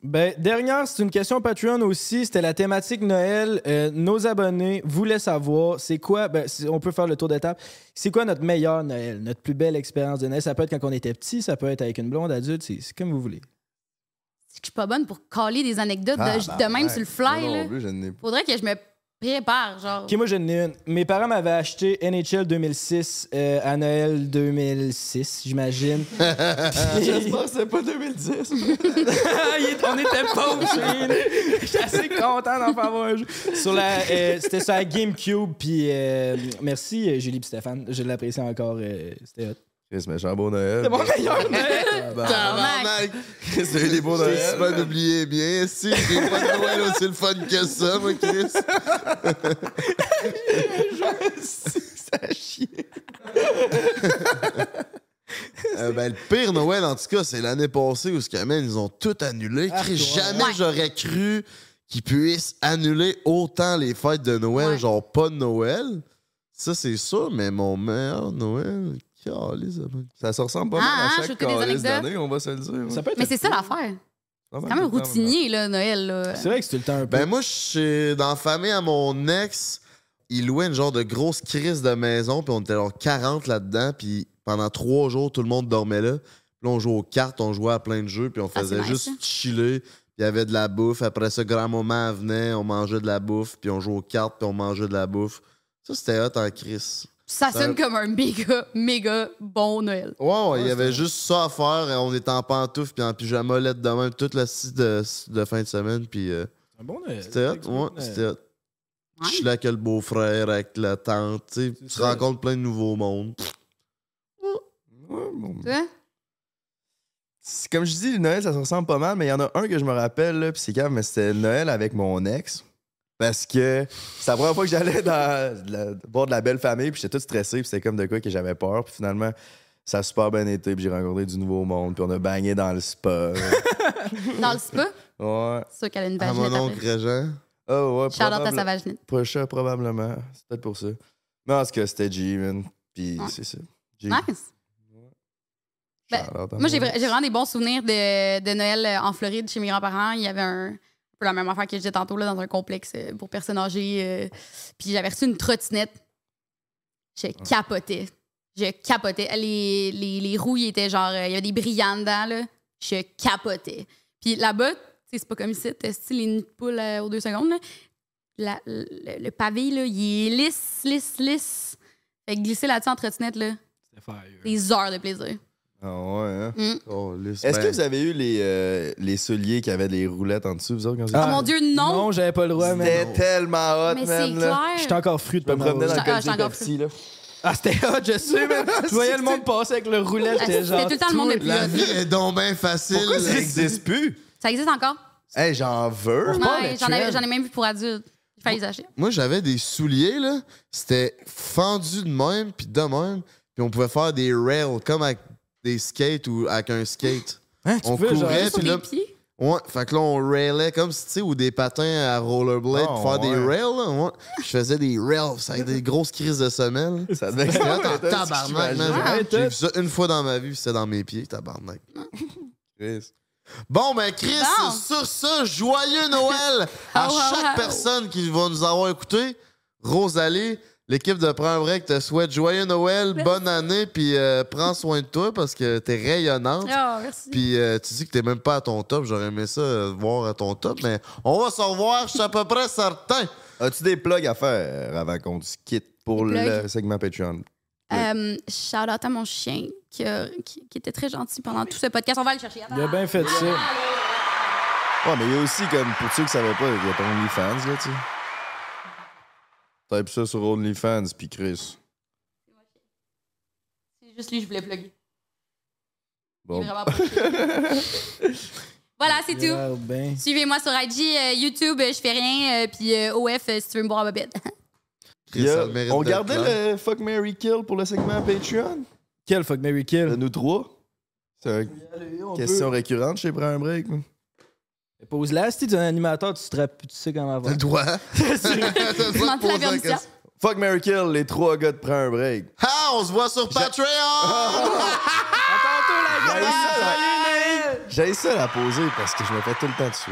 Speaker 4: Ben, dernière, c'est une question Patreon aussi. C'était la thématique Noël. Euh, nos abonnés voulaient savoir c'est quoi, ben, si- on peut faire le tour d'étape. C'est quoi notre meilleur Noël, notre plus belle expérience de Noël? Ça peut être quand on était petit, ça peut être avec une blonde adulte, c'est c'est comme vous voulez.
Speaker 2: C'est que je suis pas bonne pour caler des anecdotes
Speaker 3: Ah,
Speaker 2: de,
Speaker 3: bah,
Speaker 2: de même
Speaker 3: ouais.
Speaker 2: sur le fly.
Speaker 3: Non,
Speaker 2: là.
Speaker 3: non plus, je n'ai pas.
Speaker 2: Faudrait que je me prépare, genre.
Speaker 4: Ok, moi j'en ai une. Mes parents m'avaient acheté NHL 2006 euh, à Noël 2006, j'imagine. J'espère
Speaker 3: c'est pas 2010.
Speaker 4: Ah, [LAUGHS] il est- on était pauvres, Shane. J'étais assez content d'en faire avoir un jeu. Sur la, euh, c'était sur la GameCube, puis euh, merci euh, Julie et Stéphane, je l'apprécie encore. euh, c'était hot.
Speaker 3: Chris, mais jambon Noël.
Speaker 4: C'est mon meilleur Noël.
Speaker 3: Ah, bah,
Speaker 2: Tabarnak.
Speaker 1: Mike,
Speaker 3: Chris, t'as eu des bons
Speaker 1: j'ai
Speaker 3: Noël.
Speaker 1: souvent oublié bien. Si, j'ai pas de Noël aussi le fun que ça, moi, Chris.
Speaker 4: Ça chie.
Speaker 1: Euh, ben, le pire Noël, en tout cas, c'est l'année passée où ce que, man, ils ont tout annulé.
Speaker 4: Ah,
Speaker 1: Chris,
Speaker 4: toi.
Speaker 1: jamais
Speaker 2: Ouais.
Speaker 1: j'aurais cru qu'ils puissent annuler autant les fêtes de Noël,
Speaker 2: Ouais.
Speaker 1: genre pas de Noël. Ça, c'est sûr, mais mon meilleur Noël, calé, ça va.
Speaker 3: Ça se ressemble pas
Speaker 2: Ah,
Speaker 3: mal
Speaker 2: ah,
Speaker 3: à
Speaker 2: j'ai
Speaker 3: chaque
Speaker 2: fait des
Speaker 3: calice
Speaker 2: anecdotes.
Speaker 3: d'année, on va se le dire.
Speaker 4: Ça peut être
Speaker 2: Mais c'est ça l'affaire. C'est quand même routinier, là, Noël. Là.
Speaker 4: C'est vrai que c'est tout le temps un peu.
Speaker 1: Ben moi, je suis dans la famille à mon ex. Il louait une genre de grosse crise de maison, puis on était genre 40 là-dedans, puis pendant trois jours, tout le monde dormait là. Puis là, on jouait aux cartes, on jouait à plein de jeux, puis on
Speaker 2: Ah,
Speaker 1: faisait
Speaker 2: c'est nice,
Speaker 1: juste
Speaker 2: ça.
Speaker 1: chiller. Puis il y avait de la bouffe. Après ça, grand-maman elle venait, on mangeait de la bouffe, puis on jouait aux cartes, puis on mangeait de la bouffe. Ça, c'était hot en crise.
Speaker 2: Ça sonne comme un méga, méga bon Noël.
Speaker 1: Ouais, ouais, il y avait juste ça à faire. et on était en pantoufles, puis en pyjama lettre de même, toute la scie de, de fin de semaine, puis... euh,
Speaker 4: C'est un bon Noël.
Speaker 1: C'était hot,
Speaker 4: un
Speaker 1: ouais,
Speaker 4: bon euh, Noël.
Speaker 1: c'était hot.
Speaker 2: Ouais.
Speaker 1: Je suis là avec le beau-frère, avec la tante, tu sais,
Speaker 4: C'est
Speaker 1: tu
Speaker 4: ça.
Speaker 1: rencontres plein de nouveaux mondes.
Speaker 2: Toi?
Speaker 3: c'est- comme je dis, le Noël, ça se ressemble pas mal, mais il y en a un que je me rappelle, là, puis c'est quand mais c'était le Noël avec mon ex. Parce que c'est la première fois que j'allais dans, de la- voir de la belle famille, puis j'étais tout stressé, puis c'était comme de quoi que j'avais peur. Puis finalement, ça a super bien été, puis j'ai rencontré du nouveau monde, puis on a bagné dans
Speaker 2: [LAUGHS]
Speaker 3: le spa.
Speaker 2: Dans le spa,
Speaker 3: ouais.
Speaker 2: c'est sûr qu'elle a une
Speaker 1: Ah,
Speaker 2: vaginette. après.
Speaker 3: Régent. Ah
Speaker 2: Shout-out à
Speaker 3: ouais,
Speaker 2: sa
Speaker 3: probable-
Speaker 2: vaginette.
Speaker 3: Prochain, probablement. C'est peut-être pour ça. Mais en tout cas, c'était G, man. Puis
Speaker 2: Ouais.
Speaker 3: c'est ça. G.
Speaker 2: Nice. Ben,
Speaker 3: Shout-out à
Speaker 2: moi, j'ai
Speaker 3: mon
Speaker 2: vra-
Speaker 3: ex.
Speaker 2: j'ai vraiment des bons souvenirs de, de Noël euh, en Floride chez mes grands-parents. Il y avait un, un peu la même affaire que je disais tantôt là, dans un complexe euh, pour personnes âgées. euh, puis j'avais reçu une trottinette. Je capotais. Je capotais. Les, les, les roues, ils étaient genre. euh, il y avait des brillants dedans. Là. Je capotais. Puis là-bas, tu sais, c'est pas comme ici, t'as style les nids de poule euh, aux deux secondes. là. La- le, le pavé, là, il est lisse, lisse, lisse. Fait que glisser là-dessus en trottinette, là, des heures de plaisir.
Speaker 3: Ah ouais, hein?
Speaker 2: Mm.
Speaker 3: Est-ce que vous avez eu les, euh, les souliers qui avaient des roulettes en dessous, vous autres, quand vous
Speaker 2: Ah,
Speaker 3: étiez-
Speaker 2: mon Dieu, non!
Speaker 4: Non, j'avais pas le droit, mais.
Speaker 3: C'était tellement hot,
Speaker 2: Mais c'est
Speaker 3: man. là.
Speaker 2: clair.
Speaker 4: J'étais encore fru de
Speaker 3: Je me
Speaker 4: pas
Speaker 3: promenais dans
Speaker 4: m'avoir-
Speaker 3: le
Speaker 2: Ah, j'étais
Speaker 3: Colisée
Speaker 2: encore
Speaker 3: Pepsi, là.
Speaker 4: Ah, c'était hot, je sais,
Speaker 2: [LAUGHS]
Speaker 4: mais je voyais le monde passer avec le roulet,
Speaker 2: Ah,
Speaker 4: j'étais
Speaker 2: c'était
Speaker 4: genre.
Speaker 2: tout le temps le monde le plus
Speaker 1: La
Speaker 2: hot.
Speaker 1: vie est donc bien facile.
Speaker 3: Pourquoi ça n'existe plus?
Speaker 2: Ça existe encore?
Speaker 3: Hey, j'en veux.
Speaker 2: Non,
Speaker 4: parle
Speaker 2: j'en avais-
Speaker 4: actuel.
Speaker 2: j'en ai même vu pour adultes. J'ai failli les acheter.
Speaker 1: Moi, j'avais des souliers, là. C'était fendu de même, puis de même. Puis on pouvait faire des rails, comme avec des skates ou avec un skate.
Speaker 4: Hein, tu
Speaker 1: on
Speaker 4: pouvais, genre,
Speaker 1: courait,
Speaker 4: aller
Speaker 2: Sur
Speaker 1: puis
Speaker 2: les
Speaker 1: là...
Speaker 2: pieds?
Speaker 1: Ouais, fait que là, on railait comme si, tu sais, ou des patins à rollerblade
Speaker 3: Ah,
Speaker 1: pour faire des
Speaker 3: ouais.
Speaker 1: rails, là. Ouais. Je faisais des rails, ça avait des grosses crises de semelles.
Speaker 3: Ça devait
Speaker 1: C'était
Speaker 3: être
Speaker 1: hot en tabarnak, man.
Speaker 4: Ouais,
Speaker 1: J'ai
Speaker 4: t'as-
Speaker 1: vu ça une fois dans ma vie, puis c'était dans mes pieds, tabarnak.
Speaker 3: Chris.
Speaker 1: Bon, ben, Chris,
Speaker 2: Bon. Oh,
Speaker 1: sur ce, joyeux Noël à
Speaker 2: [LAUGHS] How, how,
Speaker 1: chaque
Speaker 2: how.
Speaker 1: personne qui va nous avoir écouté. Rosalie, l'équipe de Prends un Break te souhaite joyeux Noël,
Speaker 2: Merci.
Speaker 1: bonne année, puis euh, prends soin de toi parce que t'es rayonnante.
Speaker 2: Ah, merci.
Speaker 1: Puis euh, tu dis que t'es même pas à ton top. J'aurais aimé ça euh, voir à ton top, mais on va se revoir, je suis à peu près certain.
Speaker 3: As-tu des plugs à faire avant qu'on se quitte pour
Speaker 2: Des plugs?
Speaker 3: le segment Patreon?
Speaker 2: Euh, shout out à mon chien qui, a- qui- qui était très gentil pendant tout ce podcast. On va le chercher.
Speaker 4: Il a bien fait ça.
Speaker 3: Ouais, mais il y a aussi, comme pour ceux qui savaient pas, il y a ton OnlyFans, là, tu sais. Type ça sur OnlyFans, puis Chris.
Speaker 2: C'est juste lui que je voulais plugger. Il est
Speaker 3: Bon.
Speaker 2: vraiment pas chier.
Speaker 4: [LAUGHS]
Speaker 2: Voilà, c'est tout.
Speaker 4: Ah, ben.
Speaker 2: Suivez-moi sur IG, euh, YouTube, euh, je fais rien, euh, puis euh, OF euh, si tu veux me boire à bobette.
Speaker 1: Chris,
Speaker 3: Y'a-
Speaker 1: ça le mérite
Speaker 3: on
Speaker 1: d'être
Speaker 3: gardait
Speaker 1: clair.
Speaker 3: le Fuck Mary Kill pour le segment Patreon?
Speaker 4: Kill, fuck Mary
Speaker 3: De
Speaker 4: Kill.
Speaker 3: nous trois? C'est une question récurrente chez Prends un Break. man.
Speaker 4: Pose-la, si t'es un animateur, tu, te rappelles- tu sais comment
Speaker 1: T'as [LAUGHS]
Speaker 3: [LAUGHS]
Speaker 4: avoir.
Speaker 1: le doigt. T'as le
Speaker 2: [LAUGHS]
Speaker 1: droit
Speaker 2: Je m'en
Speaker 1: de
Speaker 2: fous la
Speaker 1: poser la
Speaker 2: permission.
Speaker 1: question.
Speaker 3: Fuck Mary Kill, les trois gars de Prends un Break.
Speaker 1: Ah, on se voit sur Patreon!
Speaker 3: J'ai ça, la... ça la poser parce que je me fais tout le temps dessus.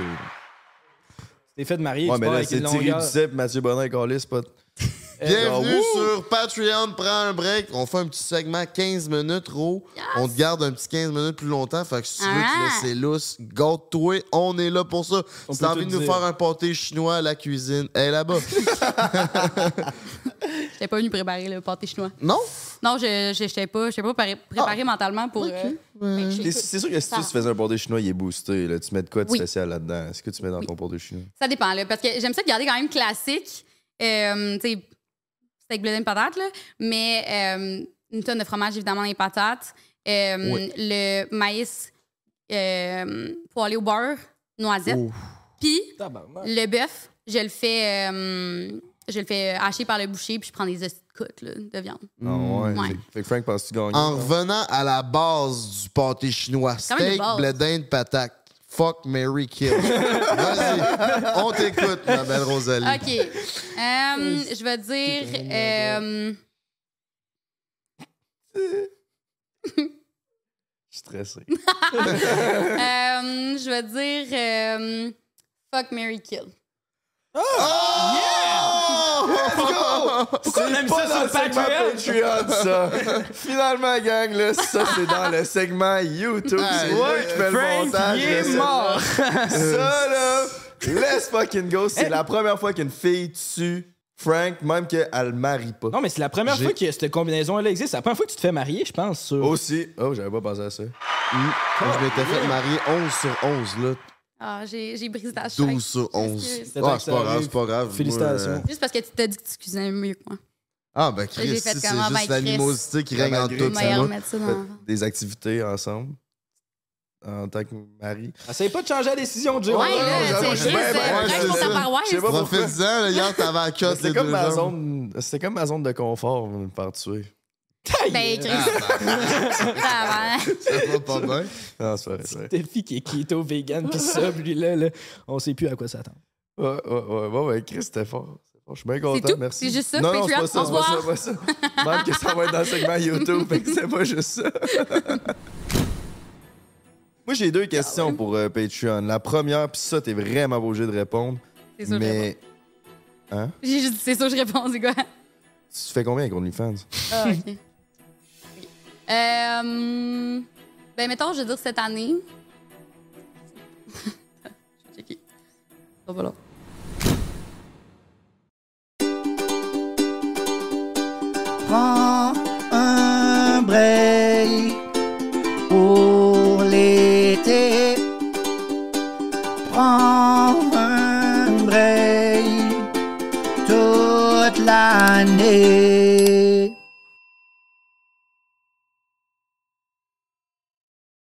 Speaker 4: T'es fait de marier,
Speaker 3: Ouais,
Speaker 4: tu
Speaker 3: mais
Speaker 4: pars
Speaker 3: là,
Speaker 4: avec
Speaker 3: c'est
Speaker 4: une
Speaker 3: Thierry
Speaker 4: longueur.
Speaker 3: Duceppe, Mathieu Bonin et Carlis, pas.
Speaker 2: Eh,
Speaker 1: Bienvenue
Speaker 3: Ah, wouh!
Speaker 1: sur Patreon, prends un break. On fait un petit segment 15 minutes, Ro. On te garde un petit 15 minutes plus longtemps. Fait que si tu veux
Speaker 2: Ah.
Speaker 1: te laisser lousse, garde-toi. On est là pour ça.
Speaker 4: On
Speaker 1: si
Speaker 4: peut
Speaker 1: t'as envie
Speaker 4: tout
Speaker 1: de nous
Speaker 4: dire.
Speaker 1: faire un pâté chinois à la cuisine, elle est
Speaker 2: [LAUGHS]
Speaker 1: là-bas.
Speaker 2: J'étais pas venu préparer le pâté chinois.
Speaker 1: non?
Speaker 2: Non, je je- j'étais pas, j'étais pas paré- préparé mentalement pour. euh, fait que
Speaker 3: C'est
Speaker 2: j'ai-
Speaker 3: c'est sûr que si
Speaker 2: Ça
Speaker 3: tu
Speaker 2: va.
Speaker 3: te faisais un pâté chinois, il est boosté. Là. Tu mets de quoi de
Speaker 2: Oui.
Speaker 3: spécial là-dedans? Est-ce que tu mets dans
Speaker 2: Oui.
Speaker 3: ton pâté chinois?
Speaker 2: Ça dépend, là, parce que j'aime ça de garder quand même classique. Euh, tu sais, steak blé de patate, là, mais euh, une tonne de fromage, évidemment, dans les patates. Euh,
Speaker 1: Oui.
Speaker 2: Le maïs euh, poêlé au beurre, noisette.
Speaker 1: Ouf.
Speaker 2: Puis
Speaker 4: Tabarnak.
Speaker 2: le bœuf, je le fais euh, je le fais hacher par le boucher, puis je prends des hosties de côtes, là, de viande.
Speaker 3: Non, Mm, Ah ouais.
Speaker 2: Ouais.
Speaker 3: Fait que Frank, penses-tu gagner?
Speaker 1: En revenant à la base du pâté chinois,
Speaker 2: Quand même
Speaker 1: steak,
Speaker 2: de base.
Speaker 1: blé d'Inde, patate. Fuck, Mary
Speaker 2: [LAUGHS]
Speaker 1: kill. Vas-y, on t'écoute, ma belle Rosalie.
Speaker 2: OK. Euh, je vais dire. euh,
Speaker 3: Je suis [LAUGHS] stressé.
Speaker 2: euh, je vais dire. euh, fuck, Mary Kill.
Speaker 1: Oh,
Speaker 2: [LAUGHS]
Speaker 4: Pourquoi on aime ça sur Patreon?
Speaker 3: Patreon, ça! [LAUGHS] Finalement, gang, là, ça, c'est dans le segment YouTube. C'est
Speaker 1: Ouais,
Speaker 3: moi qui fais le montage.
Speaker 4: il
Speaker 3: de
Speaker 4: est
Speaker 3: ce-
Speaker 4: mort!
Speaker 3: Ça, là, let's fucking go. C'est la première fois qu'une fille tue Frank, même qu'elle le marie pas.
Speaker 4: Non, mais c'est la première
Speaker 1: J'ai-
Speaker 4: fois que cette combinaison-là existe. C'est la première fois que tu te fais marier, je pense. Sur...
Speaker 3: Aussi. Oh, j'avais pas pensé à ça.
Speaker 1: Moi, je m'étais fait marier 11 sur 11, là.
Speaker 2: Ah, j'ai j'ai brisé ta chaise.
Speaker 1: 12 sur 11.
Speaker 2: Excuse.
Speaker 1: Ah,
Speaker 4: Attends que
Speaker 1: c'est
Speaker 4: ça
Speaker 1: pas grave,
Speaker 4: arrive.
Speaker 1: c'est pas grave.
Speaker 4: Félicitations.
Speaker 1: Moi, euh,
Speaker 2: Juste parce que tu t'as dit que tu cuisinais mieux que moi.
Speaker 1: Ah, ben
Speaker 2: Là,
Speaker 1: Chris,
Speaker 2: j'ai
Speaker 1: si,
Speaker 2: fait
Speaker 1: c'est
Speaker 2: comment, ben,
Speaker 1: juste
Speaker 2: Chris.
Speaker 1: l'animosité qui
Speaker 3: Ben,
Speaker 1: règne en
Speaker 3: ben,
Speaker 1: tout.
Speaker 3: Chris.
Speaker 2: Mais
Speaker 1: ça.
Speaker 2: remettre ça dans.
Speaker 3: Des activités ensemble. en tant que mari.
Speaker 4: Essaye Ah, pas de changer la décision, Joe.
Speaker 3: Ouais, là,
Speaker 4: j'avoue,
Speaker 3: c'est
Speaker 4: je sais
Speaker 3: Chris,
Speaker 4: bien,
Speaker 3: euh,
Speaker 4: ben,
Speaker 3: prêche
Speaker 4: je
Speaker 3: ton
Speaker 4: sais.
Speaker 3: paroisse.
Speaker 4: Je sais pas pourquoi.
Speaker 1: Profite-en, là, hier, t'avais [LAUGHS] la cote
Speaker 3: C'était
Speaker 1: les
Speaker 3: comme
Speaker 1: deux
Speaker 3: ma
Speaker 1: jambes.
Speaker 3: zone. C'était comme ma zone de confort de me faire tuer.
Speaker 2: Ben, Chris.
Speaker 3: [LAUGHS]
Speaker 2: Ah, ouais.
Speaker 1: Ça va pas bien.
Speaker 3: Non, c'est vrai, c'est vrai.
Speaker 4: Steffi qui est keto, vegan, pis sub, lui-là, là, on sait plus à quoi s'attendre.
Speaker 3: Ouais, ouais, ouais, ouais, ouais, Chris, c'était fort. C'est fort. Je suis bien content,
Speaker 4: tout?
Speaker 3: merci.
Speaker 4: C'est juste ça,
Speaker 3: non, non,
Speaker 4: Patreon?
Speaker 3: c'est pas ça,
Speaker 4: Au
Speaker 3: c'est pas ça,
Speaker 4: revoir.
Speaker 3: c'est pas ça. Même que ça va être dans le segment YouTube, fait que c'est pas juste ça. [LAUGHS] Moi, j'ai deux questions pour euh, Patreon. La première, puis ça, t'es vraiment pas obligé de répondre.
Speaker 2: C'est sûr que je
Speaker 3: Mais. Hein?
Speaker 2: J'ai juste dit, c'est ça que je réponds, c'est quoi?
Speaker 3: Tu fais combien avec OnlyFans?
Speaker 2: Ah, ok. Ok. Euh, ben, mettons, je vais dire cette année. [LAUGHS] J'ai checké. Ça va là.
Speaker 10: prends un break pour l'été. Prends un break toute l'année.